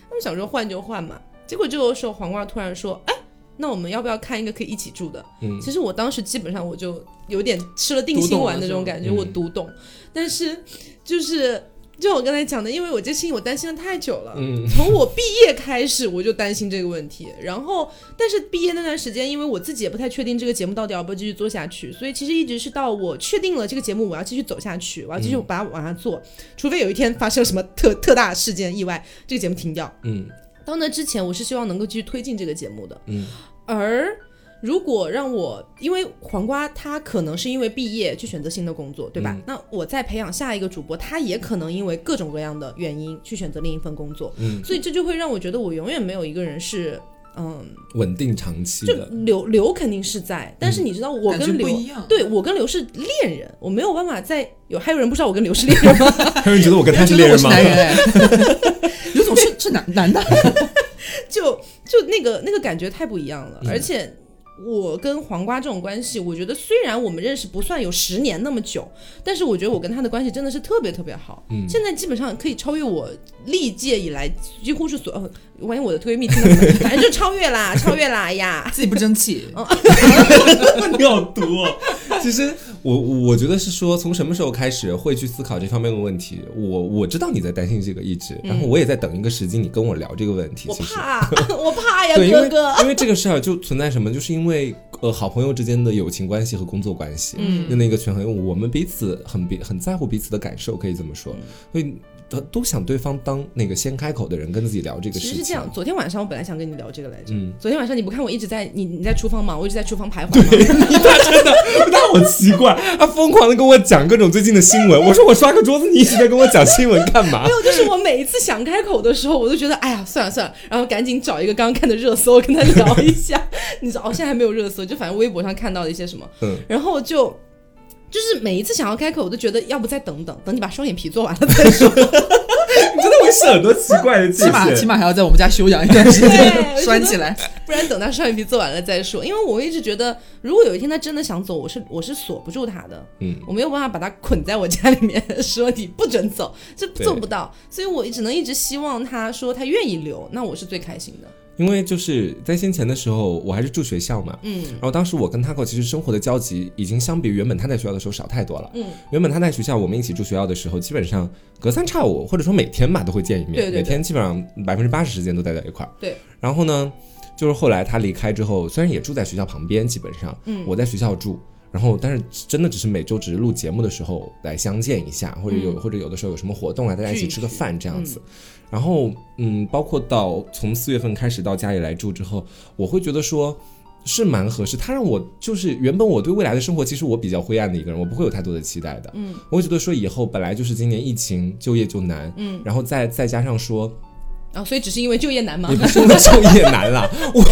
Speaker 1: 他们想说换就换嘛，结果这个时候黄瓜突然说：“哎，那我们要不要看一个可以一起住的？”
Speaker 2: 嗯
Speaker 1: 其实我当时基本上我就有点吃了定心丸的这种感觉，
Speaker 2: 读懂了嗯
Speaker 1: 我读懂。但是就是就我刚才讲的，因为我这事情我担心的太久了，
Speaker 2: 嗯
Speaker 1: 从我毕业开始我就担心这个问题，然后但是毕业那段时间，因为我自己也不太确定这个节目到底要不要继续做下去，所以其实一直是到我确定了这个节目我要继续走下去，我要
Speaker 2: 嗯
Speaker 1: 继续把它往下做，除非有一天发生什么特特大事件意外，这个节目停掉。
Speaker 2: 嗯
Speaker 1: 到那之前，我是希望能够继续推进这个节目的。
Speaker 2: 嗯，
Speaker 1: 而如果让我，因为黄瓜他可能是因为毕业去选择新的工作，对吧？
Speaker 2: 嗯
Speaker 1: 那我再培养下一个主播，他也可能因为各种各样的原因去选择另一份工作，
Speaker 2: 嗯
Speaker 1: 所以这就会让我觉得我永远没有一个人是。嗯，
Speaker 2: 稳定长期
Speaker 1: 就
Speaker 2: 的，
Speaker 1: 刘刘肯定是在，但是你知道我
Speaker 3: 感觉
Speaker 1: 跟
Speaker 3: 不
Speaker 1: 刘
Speaker 3: 一样
Speaker 1: 对我跟刘是恋人，我没有办法在有还有人不知道我跟刘是恋人吗？
Speaker 2: 还有人觉得我跟他是
Speaker 3: 觉
Speaker 2: 恋
Speaker 3: 得
Speaker 2: 人
Speaker 3: 我是
Speaker 2: 吗？
Speaker 3: 男人哎， 刘总是是男男的，
Speaker 1: 就就那个那个感觉太不一样
Speaker 2: 嗯
Speaker 1: 了，而且。我跟黄瓜这种关系，我觉得虽然我们认识不算有十年那么久，但是我觉得我跟他的关系真的是特别特别好。
Speaker 2: 嗯
Speaker 1: 现在基本上可以超越我历届以来几乎是所，呃万一我的闺蜜听到怎么办，反正就超越啦，超越啦哎 呀。
Speaker 3: 自己不争气，
Speaker 2: 你好毒哦！其实我我觉得是说，从什么时候开始会去思考这方面的问题？我我知道你在担心这个一直，然后我也在等一个时机，你跟我聊这个问题。
Speaker 1: 我
Speaker 2: 其实。
Speaker 1: 怕，我怕呀，
Speaker 2: 对，因
Speaker 1: 哥
Speaker 2: 为
Speaker 1: 哥。
Speaker 2: 因为这个事儿就存在什么，就是因为呃好朋友之间的友情关系和工作关系，
Speaker 1: 嗯
Speaker 2: 那那个权衡，我们彼此很彼很在乎彼此的感受，可以这么说，所以都都想对方当那个先开口的人跟自己聊这个
Speaker 1: 其
Speaker 2: 事
Speaker 1: 实
Speaker 2: 情。
Speaker 1: 是这样，昨天晚上我本来想跟你聊这个来着。
Speaker 2: 嗯
Speaker 1: 昨天晚上你不看我一直在你你在厨房嘛，我一直在厨房徘徊嘛。
Speaker 2: 他好奇怪，他疯狂的跟我讲各种最近的新闻。我说我刷个桌子，你一直在跟我讲新闻干嘛
Speaker 1: 没？有，就是我每一次想开口的时候，我都觉得哎呀算了算了，然后赶紧找一个刚刚看的热搜跟他聊一下。 你知道，哦，现在还没有热搜，就反正微博上看到的一些什么，
Speaker 2: 嗯
Speaker 1: 然后就。就是每一次想要开口，我都觉得要不再等等，等你把双眼皮做完了再说。
Speaker 2: 你真的会设很多奇怪的界
Speaker 3: 起码
Speaker 2: 限。
Speaker 3: 起码还要在我们家休养一段时
Speaker 1: 对我觉
Speaker 3: 间，
Speaker 1: 得
Speaker 3: 拴起来。
Speaker 1: 不然等他双眼皮做完了再说。因为我一直觉得，如果有一天他真的想走，我是我是锁不住他的，
Speaker 2: 嗯，
Speaker 1: 我没有办法把他捆在我家里面， 说你不准走，这
Speaker 2: 对
Speaker 1: 做不到。所以我只能一直希望他说他愿意留，那我是最开心的。
Speaker 2: 因为就是在先前的时候，我还是住学校嘛，
Speaker 1: 嗯
Speaker 2: 然后当时我跟 Taco 其实生活的交集已经相比原本他在学校的时候少太多了。
Speaker 1: 嗯，
Speaker 2: 原本他在学校，我们一起住学校的时候，基本上隔三差五，或者说每天吧都会见一面，
Speaker 1: 对对对嗯
Speaker 2: 每天基本上百分之八十时间都待在一块儿。
Speaker 1: 对。
Speaker 2: 然后呢，就是后来他离开之后，虽然也住在学校旁边，基本上，
Speaker 1: 嗯
Speaker 2: 我在学校住。然后，但是真的只是每周只是录节目的时候来相见一下，或者
Speaker 1: 嗯
Speaker 2: 有、或者有的时候有什么活动啊，大家一起吃个饭这样子。然后，嗯，包括到从四月份开始到家里来住之后，我会觉得说。是蛮合适，他让我就是原本我对未来的生活，其实我比较灰暗的一个人，我不会有太多的期待的。
Speaker 1: 嗯，
Speaker 2: 我会觉得说以后本来就是今年疫情就业就难，
Speaker 1: 嗯，
Speaker 2: 然后再再加 上说
Speaker 1: 啊，所以只是因为就业难嘛
Speaker 2: 也。不是因为就业难啦，我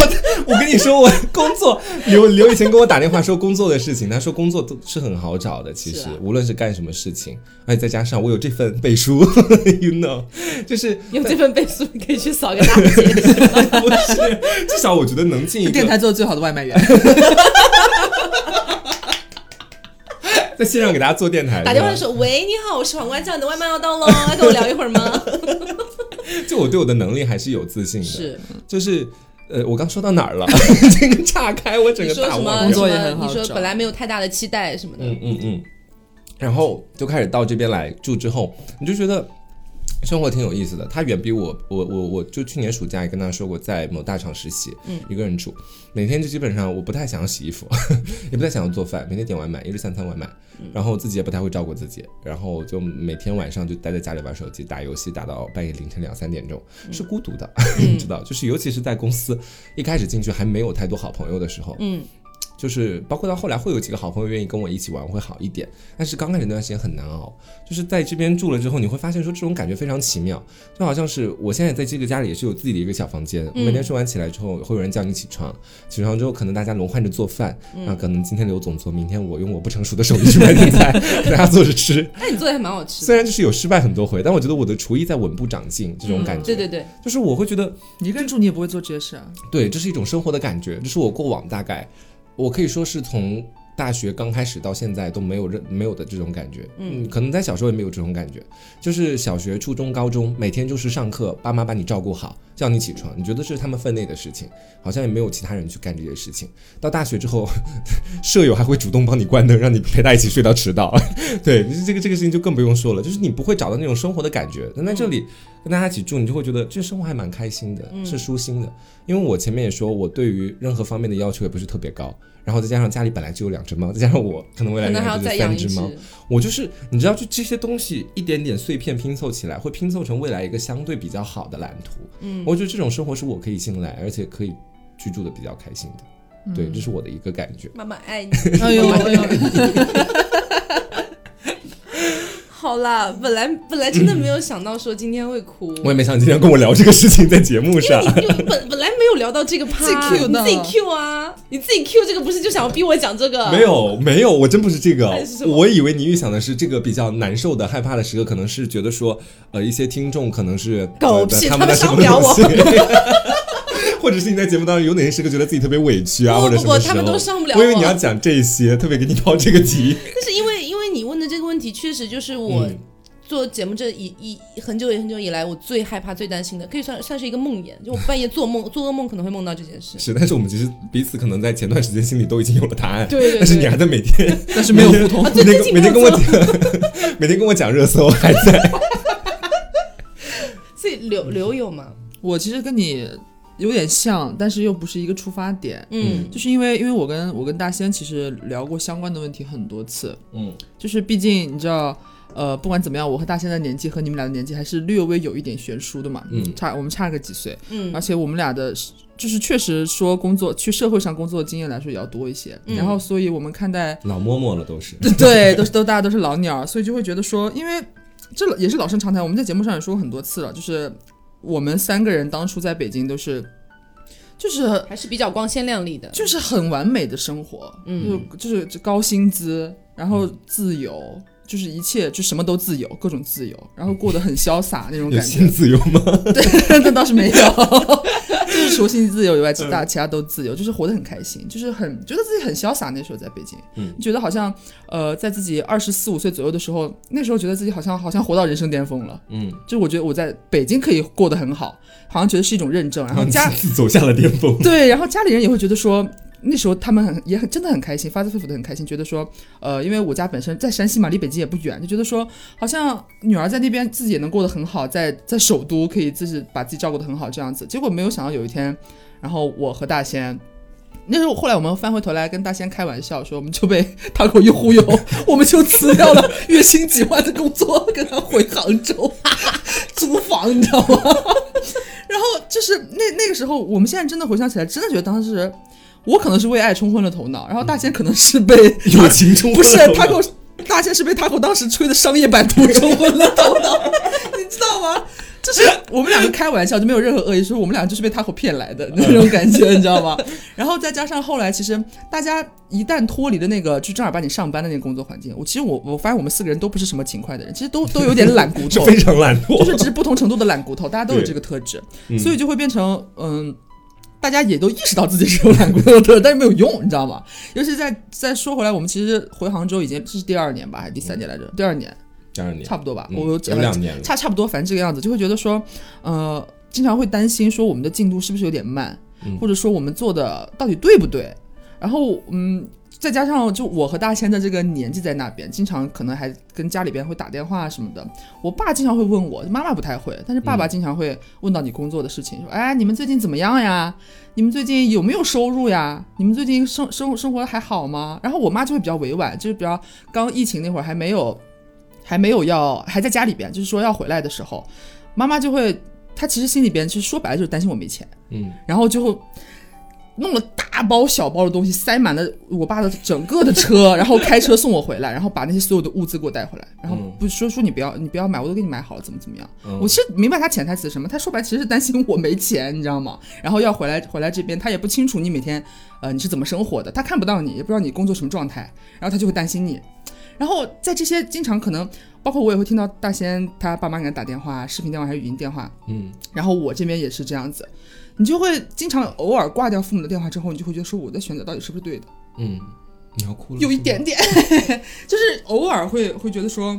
Speaker 2: 我跟你说，我工作刘刘以前给我打电话说工作的事情，他说工作都是很好找的，其
Speaker 1: 是
Speaker 2: 实
Speaker 1: 啊
Speaker 2: 无论是干什么事情，而且再加上我有这份背书 ，you know，就是
Speaker 1: 有这份背书，你可以去扫个大街。
Speaker 2: 不是至少我觉得能进一
Speaker 3: 电
Speaker 2: 个
Speaker 3: 台做最好的外卖员，
Speaker 2: 在线上给大家做电台，
Speaker 1: 打电话
Speaker 2: 是吧
Speaker 1: 说：“喂，你好，我是黄瓜酱，你的外卖要到喽，要跟我聊一会儿吗
Speaker 2: 就我对我的能力还是有自信？”的，
Speaker 1: 是，
Speaker 2: 就是。呃，我刚说到哪儿了？ 这个岔开，我整
Speaker 1: 你
Speaker 2: 个
Speaker 1: 说
Speaker 2: 大
Speaker 1: 什么？
Speaker 2: 忘
Speaker 3: 工
Speaker 2: 掉。
Speaker 3: 作也
Speaker 1: 什么
Speaker 3: 很好
Speaker 1: 你说
Speaker 3: 找
Speaker 1: 本来没有太大的期待什么的。
Speaker 2: 嗯嗯嗯。然后就开始到这边来住之后，你就觉得生活挺有意思的。他远比我，我我我就去年暑假也跟他说过，在某大厂实习，
Speaker 1: 嗯
Speaker 2: 一个人住，每天就基本上我不太想要洗衣服， 也不太想要做饭，每天点外卖，一日三餐外卖，然后自己也不太会照顾自己，然后就每天晚上就待在家里玩手机、打游戏，打到半夜凌晨两三点钟，是孤独的， 你知道，就是尤其是在公司一开始进去还没有太多好朋友的时候，
Speaker 1: 嗯，
Speaker 2: 就是包括到后来会有几个好朋友愿意跟我一起玩，会好一点。但是刚开始那段时间很难熬，就是在这边住了之后，你会发现说这种感觉非常奇妙，就好像是我现在在这个家里也是有自己的一个小房间，
Speaker 1: 嗯
Speaker 2: 每天睡完起来之后会有人叫你起床，起床之后可能大家轮换着做饭，
Speaker 1: 嗯
Speaker 2: 那、可能今天刘总做，明天我用我不成熟的手艺去买点菜， 大家坐着吃。
Speaker 1: 但你做的还蛮好吃的。
Speaker 2: 虽然就是有失败很多回，但我觉得我的厨艺在稳步长进，这种感觉，
Speaker 1: 嗯对对对，
Speaker 2: 就是我会觉得
Speaker 3: 你一个人住你也不会做这些 事啊。
Speaker 2: 对，这是一种生活的感觉，这是我过往大概，我可以说是从大学刚开始到现在都没有任没有的这种感觉。嗯，可能在小时候也没有这种感觉，就是小学、初中、高中每天就是上课，爸妈把你照顾好，叫你起床，你觉得这是他们分内的事情，好像也没有其他人去干这些事情。到大学之后， 舍友还会主动帮你关灯，让你陪他一起睡到迟到。 对，就是这个这个事情就更不用说了，就是你不会找到那种生活的感觉。但在这里跟大家一起住，你就会觉得这生活还蛮开心的，
Speaker 1: 嗯
Speaker 2: 是舒心的。因为我前面也说，我对于任何方面的要求也不是特别高，然后再加上家里本来就有两只猫，再加上我可能未来
Speaker 1: 可能还要
Speaker 2: 养
Speaker 1: 再
Speaker 2: 只
Speaker 1: 养
Speaker 2: 三
Speaker 1: 一
Speaker 2: 只
Speaker 1: 只
Speaker 2: 猫，。我就是你知道，就这些东西一点点碎片拼凑起来，会拼凑成未来一个相对比较好的蓝图。
Speaker 1: 嗯，
Speaker 2: 我觉得这种生活是我可以信赖，而且可以居住的比较开心的。对，这是我的一个感觉。
Speaker 3: 哎哦
Speaker 1: 妈妈爱你。
Speaker 3: 哎呦哎呦，
Speaker 1: 好啦，本来本来真的没有想到说今天会哭，
Speaker 2: 我也没想到你今天跟我聊这个事情，在节目上。
Speaker 1: 因为本本来没有聊到这个趴，
Speaker 3: 自己 cue 的
Speaker 1: 你自己 Q 啊，你自己 Q 这个不是就想要逼我讲这个？
Speaker 2: 没，有没有，我真不是这个
Speaker 1: 那嗯哎是，什么
Speaker 2: 我以为你预想的是这个比较难受的、害怕的时刻，可能是觉得说，呃，一些听众可能是
Speaker 1: 狗
Speaker 2: 呃
Speaker 1: 屁
Speaker 2: 他们
Speaker 1: 他
Speaker 2: 在
Speaker 1: 们
Speaker 2: 什
Speaker 1: 伤
Speaker 2: 么
Speaker 1: 不了我
Speaker 2: 我， 或者是你在节目当中有哪些时刻觉得自己特别委屈啊，
Speaker 1: 不
Speaker 2: 或者
Speaker 1: 不
Speaker 2: 什么
Speaker 1: 不
Speaker 2: 时
Speaker 1: 他
Speaker 2: 候？
Speaker 1: 们都伤不了
Speaker 2: 我以为
Speaker 1: 我
Speaker 2: 你要讲这些，特别给你抛这个题。
Speaker 1: 但是因为因为你问的这个问题，确实就是我。
Speaker 2: 嗯
Speaker 1: 做节目这一一很久很久以来，我最害怕、最担心的，可以算算是一个梦魇，就我半夜做梦、 做噩梦可能会梦到这件事。
Speaker 2: 是，但是我们其实彼此可能在前段时间心里都已经有了答案，
Speaker 1: 对对对啊
Speaker 2: 但是你还在每天
Speaker 3: 但是没有互通。
Speaker 2: 每天
Speaker 1: 最近
Speaker 2: 每天
Speaker 1: 没有
Speaker 2: 跟我讲， 每天跟我讲热搜，还在。
Speaker 1: 所以刘刘有吗？
Speaker 3: 我其实跟你有点像，但是又不是一个出发点，
Speaker 1: 嗯
Speaker 3: 就是因为因为我跟我跟大仙其实聊过相关的问题很多次，
Speaker 2: 嗯，
Speaker 3: 就是毕竟你知道。呃，不管怎么样，我和大仙的年纪和你们俩的年纪还是略微有一点悬殊的嘛，
Speaker 2: 嗯
Speaker 3: 差我们差个几岁，
Speaker 1: 嗯
Speaker 3: 而且我们俩的，就是确实说工作去社会上工作的经验来说也要多一些，
Speaker 1: 嗯
Speaker 3: 然后所以我们看待
Speaker 2: 老嬷嬷了都 是。
Speaker 3: 对，都是都大家都是老鸟儿，所以就会觉得说，因为这老也是老生常谈，我们在节目上也说过很多次了，就是我们三个人当初在北京都是，就是
Speaker 1: 还是比较光鲜亮丽的。
Speaker 3: 就是很完美的生活，
Speaker 1: 嗯，
Speaker 3: 就是就是高薪资，然后自由。就是一切就什么都自由，各种自由，然后过得很潇洒那种
Speaker 2: 有
Speaker 3: 感
Speaker 2: 性
Speaker 3: 觉。
Speaker 2: 自由吗？
Speaker 3: 对， 那倒是没有，就是除性自由以外，其他其他都自由，就是活得很开心，就是很觉得自己很潇洒。那时候在北京，
Speaker 2: 嗯
Speaker 3: 觉得好像呃，在自己二十四五岁左右的时候，那时候觉得自己好像好像活到人生巅峰了。
Speaker 2: 嗯，
Speaker 3: 就是我觉得我在北京可以过得很好，好像觉得是一种认证。然后家
Speaker 2: 自走下了巅 峰。
Speaker 3: 对，然后家里人也会觉得说，那时候他们很也很真的很开心，发自肺腑的很开心，觉得说，呃，因为我家本身在山西嘛，离北京也不远，就觉得说，好像女儿在那边自己也能过得很好，在在首都可以自己把自己照顾得很好这样子。结果没有想到有一天，然后我和大仙。那时候，后来我们翻回头来跟大仙开玩笑说，我们就被 他口一忽悠， 我们就辞掉了月薪几万的工作，跟他回杭州 租房，你知道吗？ 然后就是那那个时候，我们现在真的回想起来，真的觉得当时我可能是为爱冲昏了头脑，然后大仙可能是被、
Speaker 2: 友情冲
Speaker 3: 不是
Speaker 2: 昏了头脑
Speaker 3: 他给我大仙是被他给我当时吹的商业版图冲昏了 头脑，你知道吗？就是我们两个开玩笑，就没有任何恶意，说我们俩就是被他给骗来的那种感觉，你知道吗？然后再加上后来，其实大家一旦脱离了那个就正儿八经上班的那个工作环境，我其实我我发现我们四个人都不是什么勤快的人，其实都都有点 懒骨
Speaker 2: 是
Speaker 3: 头，
Speaker 2: 非常懒惰，
Speaker 3: 就是只是不同程度的懒骨头，大家都有
Speaker 2: 对
Speaker 3: 这个特质，
Speaker 2: 嗯
Speaker 3: 所以就会变成嗯。大家也都意识到自己是有懒骨头的特质，但是没有用，你知道吗？尤其在再说回来，我们其实回杭州已经这是第二年吧，还是第三年来着？第二年，
Speaker 2: 第二年
Speaker 3: 差不多吧。
Speaker 2: 嗯
Speaker 3: 我
Speaker 2: 有两年了
Speaker 3: 差差不多，反正这个样子，就会觉得说，呃，经常会担心说我们的进度是不是有点慢，
Speaker 2: 嗯
Speaker 3: 或者说我们做的到底对不对？然后，嗯，再加上就我和大仙的这个年纪在那边，经常可能还跟家里边会打电话什么的。我爸经常会问我，妈妈不太会，但是爸
Speaker 2: 嗯
Speaker 3: 爸经常会问到你工作的事情，说，哎，你们最近怎么样呀？你们最近有没有收入呀？你们最近生生生活得还好吗？然后我妈就会比较委婉，就是比较刚疫情那会儿还没有，还没有要还在家里边，就是说要回来的时候，妈妈就会，她其实心里边其实说白了就是担心我没钱，
Speaker 2: 嗯，
Speaker 3: 然后就会弄了大包小包的东西塞满了我爸的整个的车，然后开车送我回来，然后把那些所有的物资给我带回来，然后
Speaker 2: 嗯
Speaker 3: 不说说你不要你不要买，我都给你买好了，怎么怎么样。
Speaker 2: 嗯
Speaker 3: 我其实明白他潜台词是什么，他说白其实是担心我没钱，你知道吗？然后要回来回来这边，他也不清楚你每天呃你是怎么生活的，他看不到你，也不知道你工作什么状态，然后他就会担心你。然后在这些经常可能，包括我也会听到大仙他爸妈给他打电话，视频电话还是语音电话，
Speaker 2: 嗯，
Speaker 3: 然后我这边也是这样子，你就会经常偶尔挂掉父母的电话之后，你就会觉得说我的选择到底是不是对的？
Speaker 2: 嗯，你要哭了，
Speaker 3: 有一点点， 就是偶尔会会觉得说，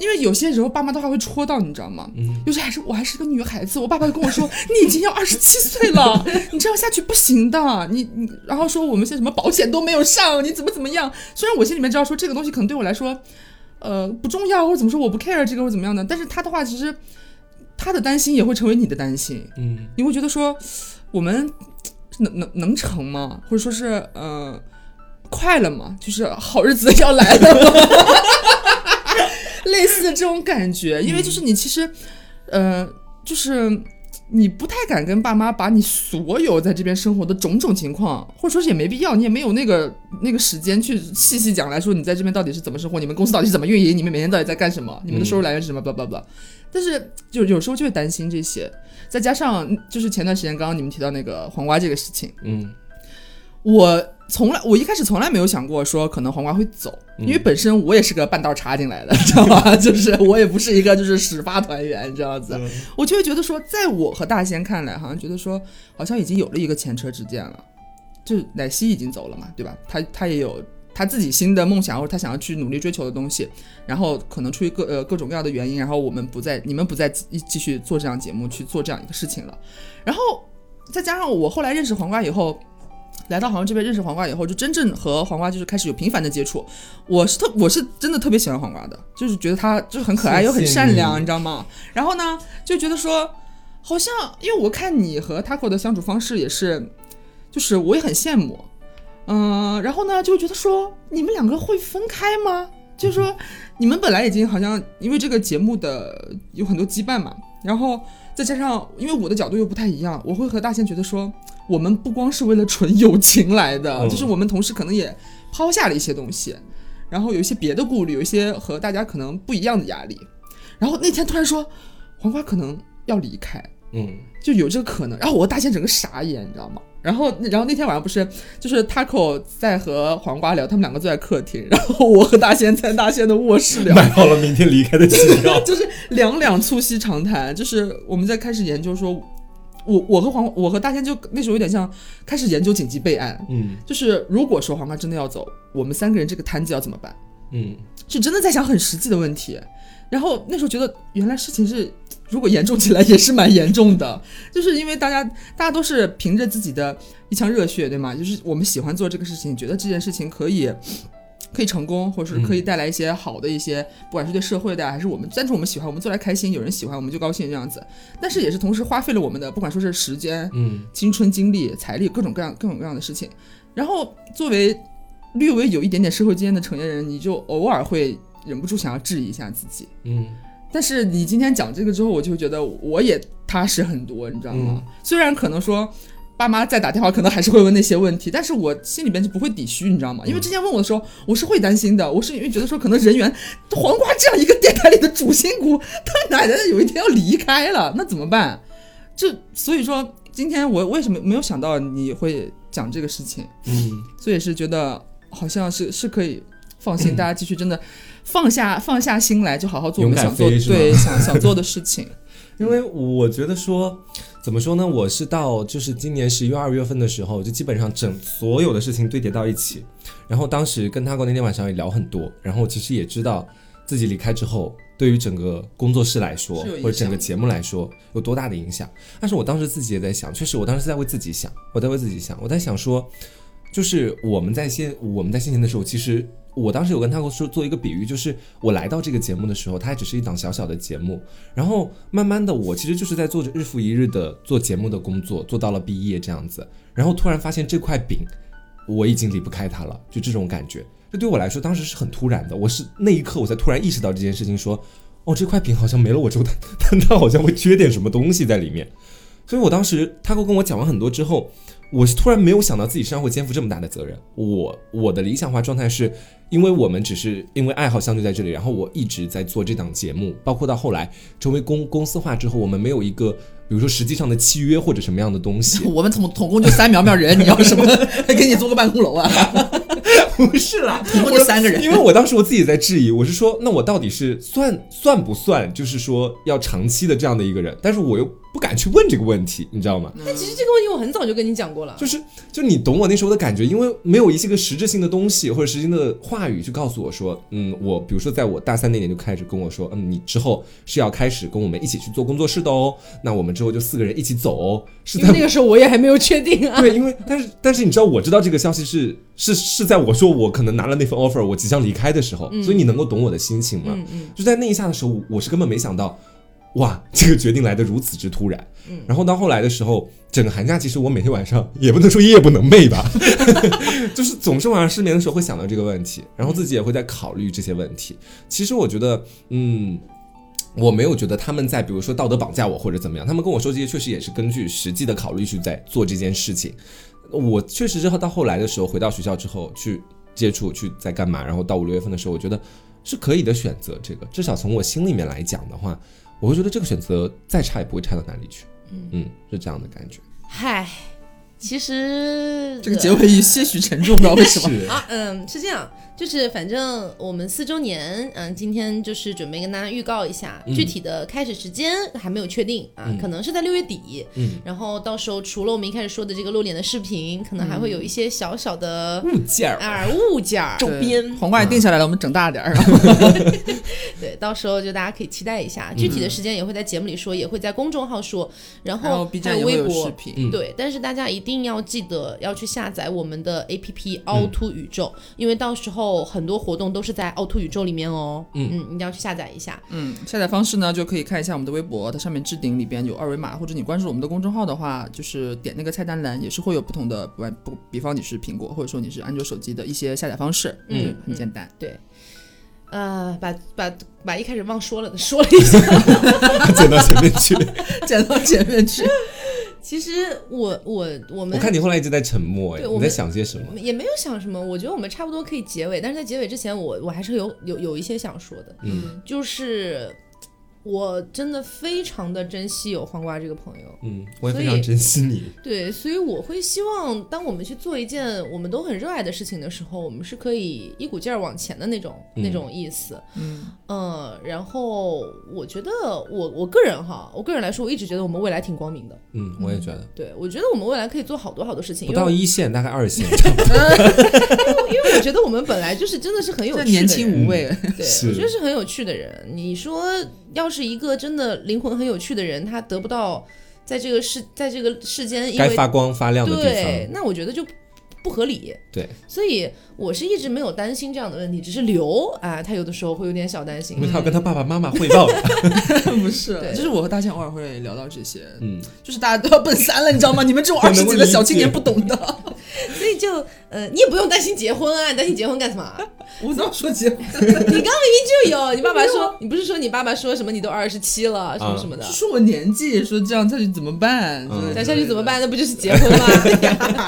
Speaker 3: 因为有些时候爸妈都还会戳到，你知道吗？
Speaker 2: 嗯
Speaker 3: 尤其还是我还是个女孩子，我爸爸就跟我说，你已经要二十七 岁了，你这样下去不行的，你你，然后说我们现在什么保险都没有上，你怎么怎么样？虽然我心里面知道说这个东西可能对我来说，呃，不重要或者怎么说我不 care 这个或者怎么样的，但是他的话其实他的担心也会成为你的担心，
Speaker 2: 嗯
Speaker 3: 你会觉得说，我们能能能成吗？或者说是，呃，快了吗？就是好日子要来了吗？ 类似的这种感觉，因为就是你其实，呃，就是你不太敢跟爸妈把你所有在这边生活的种种情况，或者说是也没必要，你也没有那个那个时间去细细讲来说你在这边到底是怎么生活，你们公司到底是怎么运营，你们每天到底在干什么，你们的收入来源是什么，blah blah blah。但是就有时候就会担心这些，再加上就是前段时间刚刚你们提到那个黄瓜这个事情，
Speaker 2: 嗯
Speaker 3: 我从来我一开始从来没有想过说可能黄瓜会走，因为本身我也是个半道插进来的， 知道吧？就是我也不是一个就是始发团员这样子，我就会觉得说，在我和大仙看来，好像觉得说好像已经有了一个前车之鉴了，就奶昔已经走了嘛，对吧？他他也有。他自己新的梦想，或者他想要去努力追求的东西，然后可能出于各呃各种各样的原因，然后我们不再你们不再继继续做这样节目去做这样一个事情了，然后再加上我后来认识黄瓜以后，来到杭州这边认识黄瓜以后，就真正和黄瓜就是开始有频繁的接触。我是特我是真的特别喜欢黄瓜的，就是觉得它就是很可爱
Speaker 2: 谢谢
Speaker 3: 又很善良，
Speaker 2: 你
Speaker 3: 你知道吗？然后呢，就觉得说好像因为我看你和 Taco 的相处方式也是，就是我也很羡慕，嗯、然后呢就觉得说你们两个会分开吗？就是说你们本来已经好像因为这个节目的有很多羁绊嘛，然后再加上因为我的角度又不太一样，我会和大仙觉得说，我们不光是为了纯友情来的，
Speaker 2: 嗯
Speaker 3: 就是我们同时可能也抛下了一些东西，然后有一些别的顾虑，有一些和大家可能不一样的压力。然后那天突然说，黄瓜可能要离开，
Speaker 2: 嗯
Speaker 3: 就有这个可能。然后我大仙整个傻眼，你知道吗？然后，然后那天晚上不是就是 Taco 在和黄瓜聊，他们两个坐在客厅，然后我和大仙在大仙的卧室 聊，，
Speaker 2: 买好了明天离开的机票
Speaker 3: 就是两两促膝长谈，就是我们在开始研究说，我我和黄我和大仙就那时候有点像开始研究紧急备案，
Speaker 2: 嗯
Speaker 3: 就是如果说黄瓜真的要走，我们三个人这个摊子要怎么办？
Speaker 2: 嗯，
Speaker 3: 是真的在想很实际的问题。然后那时候觉得，原来事情是如果严重起来也是蛮严重的，就是因为大家大家都是凭着自己的一腔热血，对吗？就是我们喜欢做这个事情，觉得这件事情可以。可以成功，或者是可以带来一些好的一些，不管是对社会的啊，还是我们，但是我们喜欢，我们做来开心，有人喜欢我们就高兴这样子。但是也是同时花费了我们的，不管说是时间，
Speaker 2: 嗯
Speaker 3: 青春、精力、财力，各种各样、各种各样的事情。然后作为略微有一点点社会经验的成年人，你就偶尔会忍不住想要质疑一下自己。
Speaker 2: 嗯
Speaker 3: 但是你今天讲这个之后，我就会觉得我也踏实很多，你知道吗？虽然可能说。爸妈再打电话，可能还是会问那些问题，但是我心里边就不会抵虚，你知道吗？因为之前问我的时候，我是会担心的，我是因为觉得说，可能人员黄瓜这样一个电台里的主心骨， 他奶奶有一天要离开了，那怎么办？这所以说，今天我为什么没有想到你会讲这个事情？
Speaker 2: 嗯，
Speaker 3: 所以是觉得好像是是可以放 心，大家继续真的放下放下心来，就好好做我
Speaker 2: 勇
Speaker 3: 们
Speaker 2: 敢
Speaker 3: 想做
Speaker 2: 飞是吗
Speaker 3: 对想想做的事情。
Speaker 2: 因为我觉得说。怎么说呢？我是到就是今年十一月、二月份的时候，就基本上整所有的事情堆叠到一起。然后当时跟他过那天晚上也聊很多，然后其实也知道自己离开之后，对于整个工作室来说，
Speaker 3: 是有影响
Speaker 2: 或者整个节目来说有多大的影响。但是我当时自己也在想，确实我当时在为自己想，我在为自己想，我在想说，就是我们在先我们在先前的时候，其实。我当时有跟他说做一个比喻，就是我来到这个节目的时候，它还只是一档小小的节目，然后慢慢的我其实就是在做着日复一日的做节目的工作，做到了毕业这样子，然后突然发现这块饼我已经离不开他了，就这种感觉。这对我来说当时是很突然的，我是那一刻我才突然意识到这件事情，说，哦，这块饼好像没了我之后，它它它好像会缺点什么东西在里面。所以我当时他会跟我讲完很多之后，我是突然没有想到自己身上会肩负这么大的责任。我我的理想化状态是，因为我们只是因为爱好相聚在这里，然后我一直在做这档节目，包括到后来成为公公司化之后，我们没有一个比如说实际上的契约或者什么样的东西，
Speaker 3: 我们总总共就三苗苗人，你要什么 还给你租个办公楼 啊？
Speaker 2: 不是啦，
Speaker 3: 总共就三个人
Speaker 2: 我因为我当时我自己也在质疑，我是说，那我到底是算算不算，就是说要长期的这样的一个人？但是我又不敢去问这个问题，你知道吗？
Speaker 1: 但其实这个问题我很早就跟你讲过了，
Speaker 2: 就是就你懂我那时候的感觉，因为没有一些个实质性的东西或者实质性的话语去告诉我说，嗯，我比如说在我大三那年就开始跟我说，嗯，你之后是要开始跟我们一起去做工作室的哦，那我们之后就四个人一起走哦，是
Speaker 1: 因
Speaker 2: 在
Speaker 1: 为那个时候我也还没有确定 啊。
Speaker 2: 对，因为但是但是你知道，我知道这个消息是是是在我说我可能拿了那份 offer，我即将离开的时候，所以你能够懂我的心情吗？
Speaker 1: 嗯嗯，
Speaker 2: 就在那一下的时候，我是根本没想到，哇，这个决定来的如此之突然。
Speaker 1: 嗯
Speaker 2: 然后到后来的时候，整个寒假其实我每天晚上也不能说夜不能寐吧， 就是总是晚上失眠的时候会想到这个问题，然后自己也会在考虑这些问题。其实我觉得，嗯。我没有觉得他们在比如说道德绑架我或者怎么样，他们跟我说这些确实也是根据实际的考虑去在做这件事情。我确实之后到后来的时候，回到学校之后去接触去在干嘛，然后到五六月份的时候，我觉得是可以的选择。这个至少从我心里面来讲的话，我会觉得这个选择再差也不会差到哪里去。嗯，是这样的感觉。
Speaker 1: 嗨，其实
Speaker 3: 这个结尾有些许沉重，不知道为什么。
Speaker 2: 是
Speaker 1: 啊，嗯，是这样，就是反正我们四周年，嗯，今天就是准备跟大家预告一下，
Speaker 3: 嗯
Speaker 1: 具体的开始时间还没有确定啊，可能是在六月底。
Speaker 2: 嗯，
Speaker 1: 然后到时候除了我们一开始说的这个露脸的视频，可能还会有一些小小的、
Speaker 3: 嗯
Speaker 2: 物件儿，
Speaker 1: 啊物件 儿。
Speaker 3: 对黄瓜也定下来了，我们整大点儿，然后
Speaker 1: 对，到时候就大家可以期待一下，具体的时间也会在节目里说，也会在公众号说，然
Speaker 3: 然后
Speaker 1: 后
Speaker 3: B
Speaker 1: 还
Speaker 3: 站
Speaker 1: 有
Speaker 3: 也会
Speaker 1: 微
Speaker 3: 嗯有
Speaker 1: 博
Speaker 3: 视频。
Speaker 2: 嗯
Speaker 1: 对，但是大家一定要记得要去下载我们的
Speaker 2: 嗯
Speaker 1: APP 凹凸宇宙，因为到时候很多活动都是在凹凸宇宙里面哦。
Speaker 2: 嗯
Speaker 1: 嗯，一定要去下载一下。
Speaker 3: 嗯，下载方式呢，就可以看一下我们的微博，它上面置顶里边有二维码，或者你关注我们的公众号的话，就是点那个菜单栏，也是会有不同的，不不，比方你是苹果，或者说你是安卓手机的一些下载方式，
Speaker 1: 嗯
Speaker 3: 对很简单。
Speaker 1: 对，呃，把把把一开始忘说了的说了一 下。
Speaker 2: 剪到前面去。
Speaker 3: 讲到前面去，
Speaker 1: 其实我我我们
Speaker 2: 我看你后来一直在沉默，哎，
Speaker 1: 对我
Speaker 2: 你
Speaker 1: 们
Speaker 2: 在想些什么？
Speaker 1: 也没有想什么，我觉得我们差不多可以结尾，但是在结尾之前我，我还是有有有一些想说的，
Speaker 2: 嗯
Speaker 1: 就是我真的非常的珍惜有黄瓜这个朋友，
Speaker 2: 嗯，我也
Speaker 1: 所
Speaker 2: 非
Speaker 1: 以
Speaker 2: 常珍惜你。
Speaker 1: 对，所以我会希望，当我们去做一件我们都很热爱的事情的时候，我们是可以一股劲儿往前的那种、那
Speaker 2: 嗯
Speaker 1: 种意思。
Speaker 3: 嗯，
Speaker 1: 嗯，然后我觉得我我个人哈，我个人来说，我一直觉得我们未来挺光明的。
Speaker 2: 嗯，我也觉得
Speaker 1: 对，我觉得我们未来可以做好多好多事情，
Speaker 2: 不
Speaker 1: 因为
Speaker 2: 到
Speaker 1: 我
Speaker 2: 一线，大概二线。
Speaker 1: 因为我觉得我们本来就是真的是很有
Speaker 3: 这
Speaker 1: 趣 的
Speaker 3: 年
Speaker 1: 人
Speaker 3: 轻无畏，
Speaker 1: 对，
Speaker 2: 是
Speaker 1: 我觉得是很有趣的人。你说，要是一个真的灵魂很有趣的人，他得不到在这个世在这个世间，因
Speaker 2: 该
Speaker 1: 为
Speaker 2: 发光发亮的地
Speaker 1: 对，
Speaker 2: 方，
Speaker 1: 那我觉得就不合理。
Speaker 2: 对，
Speaker 1: 所以我是一直没有担心这样的问题，只是刘啊，他有的时候会有点小担心
Speaker 2: 因为。他要跟他爸爸妈妈汇报。
Speaker 1: 嗯
Speaker 3: 不 是，
Speaker 1: 对
Speaker 3: 就是我和大象偶尔会聊到这些，
Speaker 2: 嗯，
Speaker 3: 就是大家都要奔三了，你知道吗？你们 这种二十几的小青年不懂 的，
Speaker 1: 所以就呃，你也不用担心结婚啊，你担心结婚干什 么？
Speaker 3: 我怎么说结 婚？
Speaker 1: 就有你爸爸说，你不是说你爸爸说什么你都二十七了什么什么
Speaker 2: 啊
Speaker 1: 的，
Speaker 3: 说我年纪，说这样下去怎么办？
Speaker 2: 嗯
Speaker 3: 就是
Speaker 1: 讲下去怎么办？那不就是结婚吗？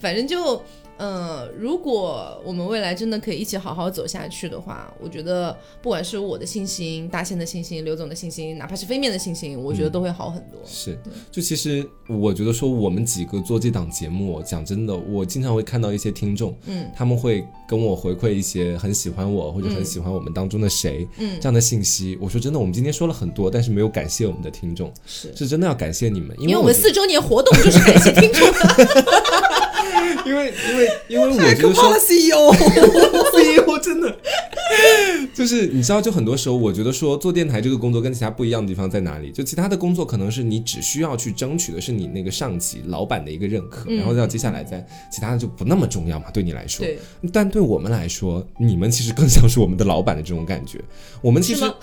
Speaker 1: 反正就，呃，如果我们未来真的可以一起好好走下去的话，我觉得不管是我的信心、大仙的信心、刘总的信心，哪怕是飞面的信心，我觉得都会好很多。
Speaker 2: 是，就其实我觉得说我们几个做这档节目，讲真的，我经常会看到一些听众，
Speaker 1: 嗯
Speaker 2: 他们会跟我回馈一些很喜欢我或者很喜欢我们当中的谁、
Speaker 1: 嗯
Speaker 2: 这，样的信息。我说真的，我们今天说了很多，但是没有感谢我们的听众，
Speaker 1: 是，
Speaker 2: 是真的要感谢你们，因
Speaker 1: 因为
Speaker 2: 我
Speaker 1: 我们
Speaker 2: 觉
Speaker 1: 四周年活动就是感谢听众 的，
Speaker 2: 因为因为因为我
Speaker 3: 太
Speaker 2: 觉
Speaker 3: 可
Speaker 2: 得
Speaker 3: 怕
Speaker 2: 说
Speaker 3: 了，CEO。E
Speaker 2: 我真的。就是你知道，就很多时候，我觉得说做电台这个工作跟其他不一样的地方在哪里？就其他的工作可能是你只需要去争取的是你那个上级老板的一个认可，
Speaker 1: 嗯
Speaker 2: 然后到接下来在其他的就不那么重要 嘛，对你来说。
Speaker 1: 对，
Speaker 2: 但对我们来说，你们其实更像是我们的老板的这种感觉。我们其
Speaker 1: 是
Speaker 2: 实
Speaker 1: 吗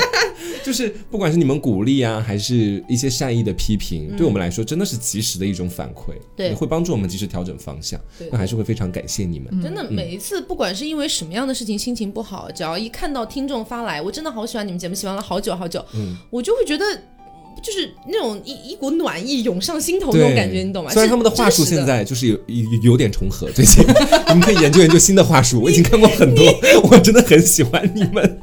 Speaker 2: 就是不管是你们鼓励啊，还是一些善意的批评，
Speaker 1: 嗯
Speaker 2: 对我们来说真的是及时的一种反馈，
Speaker 1: 对
Speaker 2: 也会帮助我们及时调整方向。
Speaker 1: 对
Speaker 2: 那还是会非常感谢你们。
Speaker 1: 真的每一次，不管是因为什么样的事情心情不好，只要一看到听众发来，我真的好喜欢你们节目，喜欢了好久好久，
Speaker 2: 嗯
Speaker 1: 我就会觉得。就是那种一一股暖意涌上心头
Speaker 2: 对，
Speaker 1: 那种感觉，你懂吗？
Speaker 2: 虽然
Speaker 1: 是
Speaker 2: 他们的话术
Speaker 1: 真实
Speaker 2: 现在就是有有有点重合，最近 你们可以研究研究新的话术。我已经看过很多，我真的很喜欢你们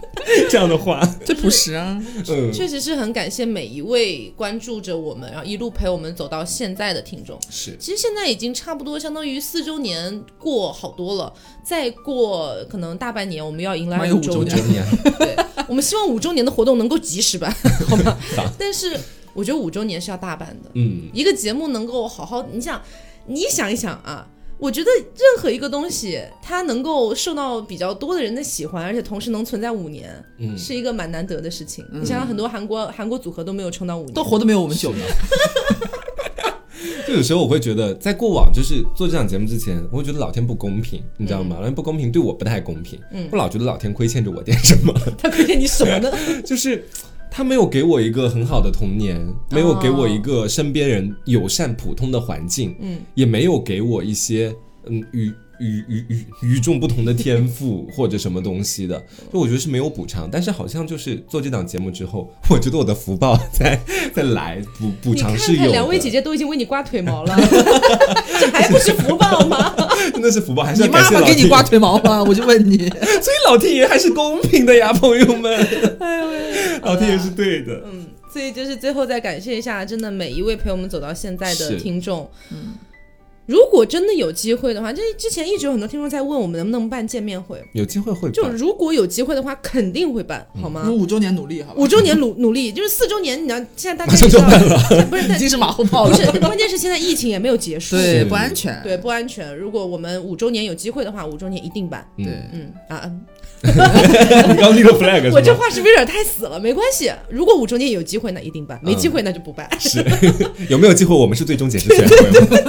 Speaker 2: 这样的话。
Speaker 3: 这朴实啊，
Speaker 2: 嗯，
Speaker 1: 确 实是很感谢每一位关注着我们，然后一路陪我们走到现在的听众。
Speaker 2: 是
Speaker 1: 其实现在已经差不多相当于四周年过好多了，再过可能大半年我们要迎
Speaker 3: 妈
Speaker 1: 来
Speaker 3: 有
Speaker 1: 五
Speaker 3: 五
Speaker 1: 周
Speaker 3: 周
Speaker 1: 年
Speaker 2: 周。年，
Speaker 1: 对， 我们希望五周年的活动能够及时办，好 吗？但是我觉得五周年是要大办的，
Speaker 2: 嗯，
Speaker 1: 一个节目能够好好，你想，你想一想啊。我觉得任何一个东西，它能够受到比较多的人的喜欢，而且同时能存在五年，
Speaker 2: 嗯
Speaker 1: 是一个蛮难得的事情。你想想，很多韩国韩国组合都没有撑到五年，
Speaker 3: 都活得没有我们久呢。
Speaker 2: 就有时候我会觉得，在过往就是做这档节目之前，我会觉得老天不公平，你知道吗？老天不公平，对我不太公平。
Speaker 1: 嗯
Speaker 2: 我老觉得老天亏欠着我点什么，
Speaker 1: 他亏欠你什 么呢？
Speaker 2: 就是。他没有给我一个很好的童年，没有给我一个身边人友善普通的环境，
Speaker 1: 嗯，
Speaker 2: 也没有给我一些嗯与与与与与众不同的天赋或者什么东西的，就我觉得是没有补偿。但是好像就是做这档节目之后，我觉得我的福报 在在来补补
Speaker 1: 你看
Speaker 2: 偿是有
Speaker 1: 看
Speaker 2: 的。
Speaker 1: 两位姐 姐都已经为你刮腿毛了，这还不是福报吗？
Speaker 2: 真的是福报，还是啊
Speaker 3: 你
Speaker 2: 要感
Speaker 3: 妈
Speaker 2: 谢
Speaker 3: 妈
Speaker 2: 老
Speaker 3: 给
Speaker 2: 天
Speaker 3: 你
Speaker 2: 爷
Speaker 3: 刮。腿毛吗？我就问你，
Speaker 2: 所以老天爷还是公平的呀，朋友们。 老天爷是对的。
Speaker 1: 嗯，所以就是最后再感谢一下，真的每一位陪我们走到现在的
Speaker 2: 是嗯
Speaker 1: 听众。如果真的有机会的话，这之前一直有很多听众在问我们能不能办见面会，
Speaker 2: 有机会会
Speaker 1: 就
Speaker 2: 办
Speaker 1: 如果有机会的话，肯定会办，好吗
Speaker 3: 我？五周年努力好吧？
Speaker 1: 五周年努努力，就是四周年，你知道现在大家
Speaker 2: 马上
Speaker 1: 也知
Speaker 2: 就
Speaker 1: 道
Speaker 2: 办了，
Speaker 1: 不是
Speaker 3: 已经
Speaker 1: 但
Speaker 3: 是马后炮
Speaker 1: 不
Speaker 3: 了，
Speaker 1: 是，关键是现在疫情也没有结束，
Speaker 3: 对
Speaker 2: 是
Speaker 3: 不安全，
Speaker 1: 对不安全。如果我们五周年有机会的话，五周年一定办。
Speaker 2: 嗯，
Speaker 3: 对
Speaker 1: 嗯啊，嗯
Speaker 2: 你刚立个 flag 是吧？
Speaker 1: 我这话是不是有点太死了？没关系，如果五周年有机会，那一定办；没机会，那就不办。
Speaker 2: 是 有没有机会？我们是最终解释权，朋友们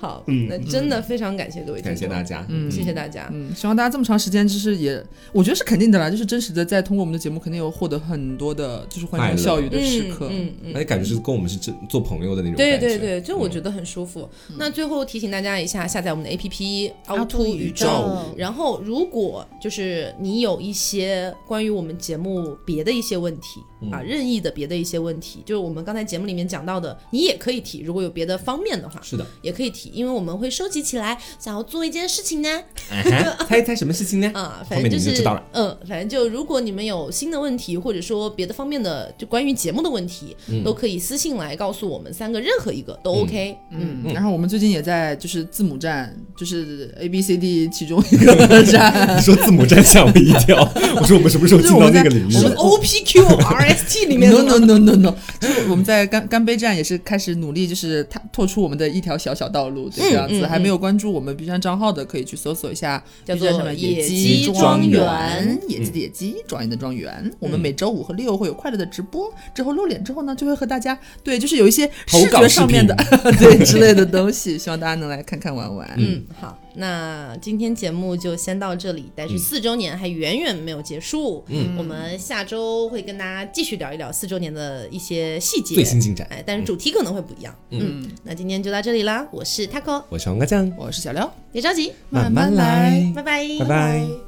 Speaker 1: 好，那真的非常感谢各位听众，
Speaker 2: 感谢大家。
Speaker 3: 嗯
Speaker 1: 谢谢大家。
Speaker 3: 嗯，希望大家这么长时间，就是也，我觉得是肯定的啦，就是真实的在通过我们的节目，肯定有获得很多的，就是欢声笑语的时刻。
Speaker 1: 嗯嗯
Speaker 2: 而且感觉是跟我们是真做朋友的那种
Speaker 1: 对
Speaker 2: 感觉。嗯
Speaker 1: 对对，就我觉得很舒服。那最后提醒大家一下，下载我们的 APP 凹凸
Speaker 3: 凸
Speaker 1: 宇
Speaker 3: 宇
Speaker 1: 宙
Speaker 3: 宙。
Speaker 1: 然后，如果就是你有一些关于我们节目别的一些问题、
Speaker 2: 嗯
Speaker 1: 啊，任意的别的一些问题，就是我们刚才节目里面讲到的，你也可以提。如果有别的方面的话，
Speaker 2: 是的。
Speaker 1: 也可以提，因为我们会收集起来，想要做一件事情呢。
Speaker 2: 哎哈 猜一猜什么事情呢？
Speaker 1: 啊，
Speaker 2: 后
Speaker 1: 反
Speaker 2: 面
Speaker 1: 正
Speaker 2: 你
Speaker 1: 是
Speaker 2: 们就知道了
Speaker 1: 嗯，反正就如果你们有新的问题，或者说别的方面的，就关于节目的问题，
Speaker 2: 嗯
Speaker 1: 都可以私信来告诉我们三个，任何一个都 OK。嗯，
Speaker 3: 嗯，然后我们最近也在就是字母站，就是 A B C D 其中一个 站
Speaker 1: 呃
Speaker 2: 你，说字母站吓我一 跳，我说我们什么时候进到那个领域
Speaker 3: 我
Speaker 1: 是
Speaker 3: 们
Speaker 2: 了？
Speaker 1: O P Q R S T 里面
Speaker 3: no
Speaker 1: 的
Speaker 3: no
Speaker 1: 吗。
Speaker 3: no no no，就是我们在干干杯站也是开始努力，就是踏拓出我们的一条小小道路，对这样
Speaker 1: 嗯嗯
Speaker 3: 子。还没有关注我们 B 站账号的，可以去搜索一下
Speaker 1: 叫
Speaker 3: B 站
Speaker 1: 做
Speaker 3: 上面
Speaker 1: 野
Speaker 3: 鸡
Speaker 1: 鸡
Speaker 2: 庄嗯
Speaker 1: 园
Speaker 3: 园，野鸡的野鸡，庄园的庄园。我们每周五和六会有快乐的直播，之后露脸之后呢，就会和大家对，就是有一些
Speaker 2: 投
Speaker 3: 视
Speaker 2: 稿
Speaker 3: 觉
Speaker 2: 视
Speaker 3: 上面的 对之类的东西，希望大家能来看看玩玩。
Speaker 1: 嗯，好，那今天节目就先到这里，但是四周年还远远没有结束。嗯，我们下周会跟大家继续聊一聊四周年的一些细节，
Speaker 2: 最新进展。
Speaker 1: 哎，但是主题可能会不一样。嗯，那今天就到这里啦，我是 Taco，
Speaker 2: 我是王瓜酱，
Speaker 3: 我是小廖。
Speaker 1: 别着急，
Speaker 2: 慢慢来
Speaker 1: 拜拜，
Speaker 2: 拜拜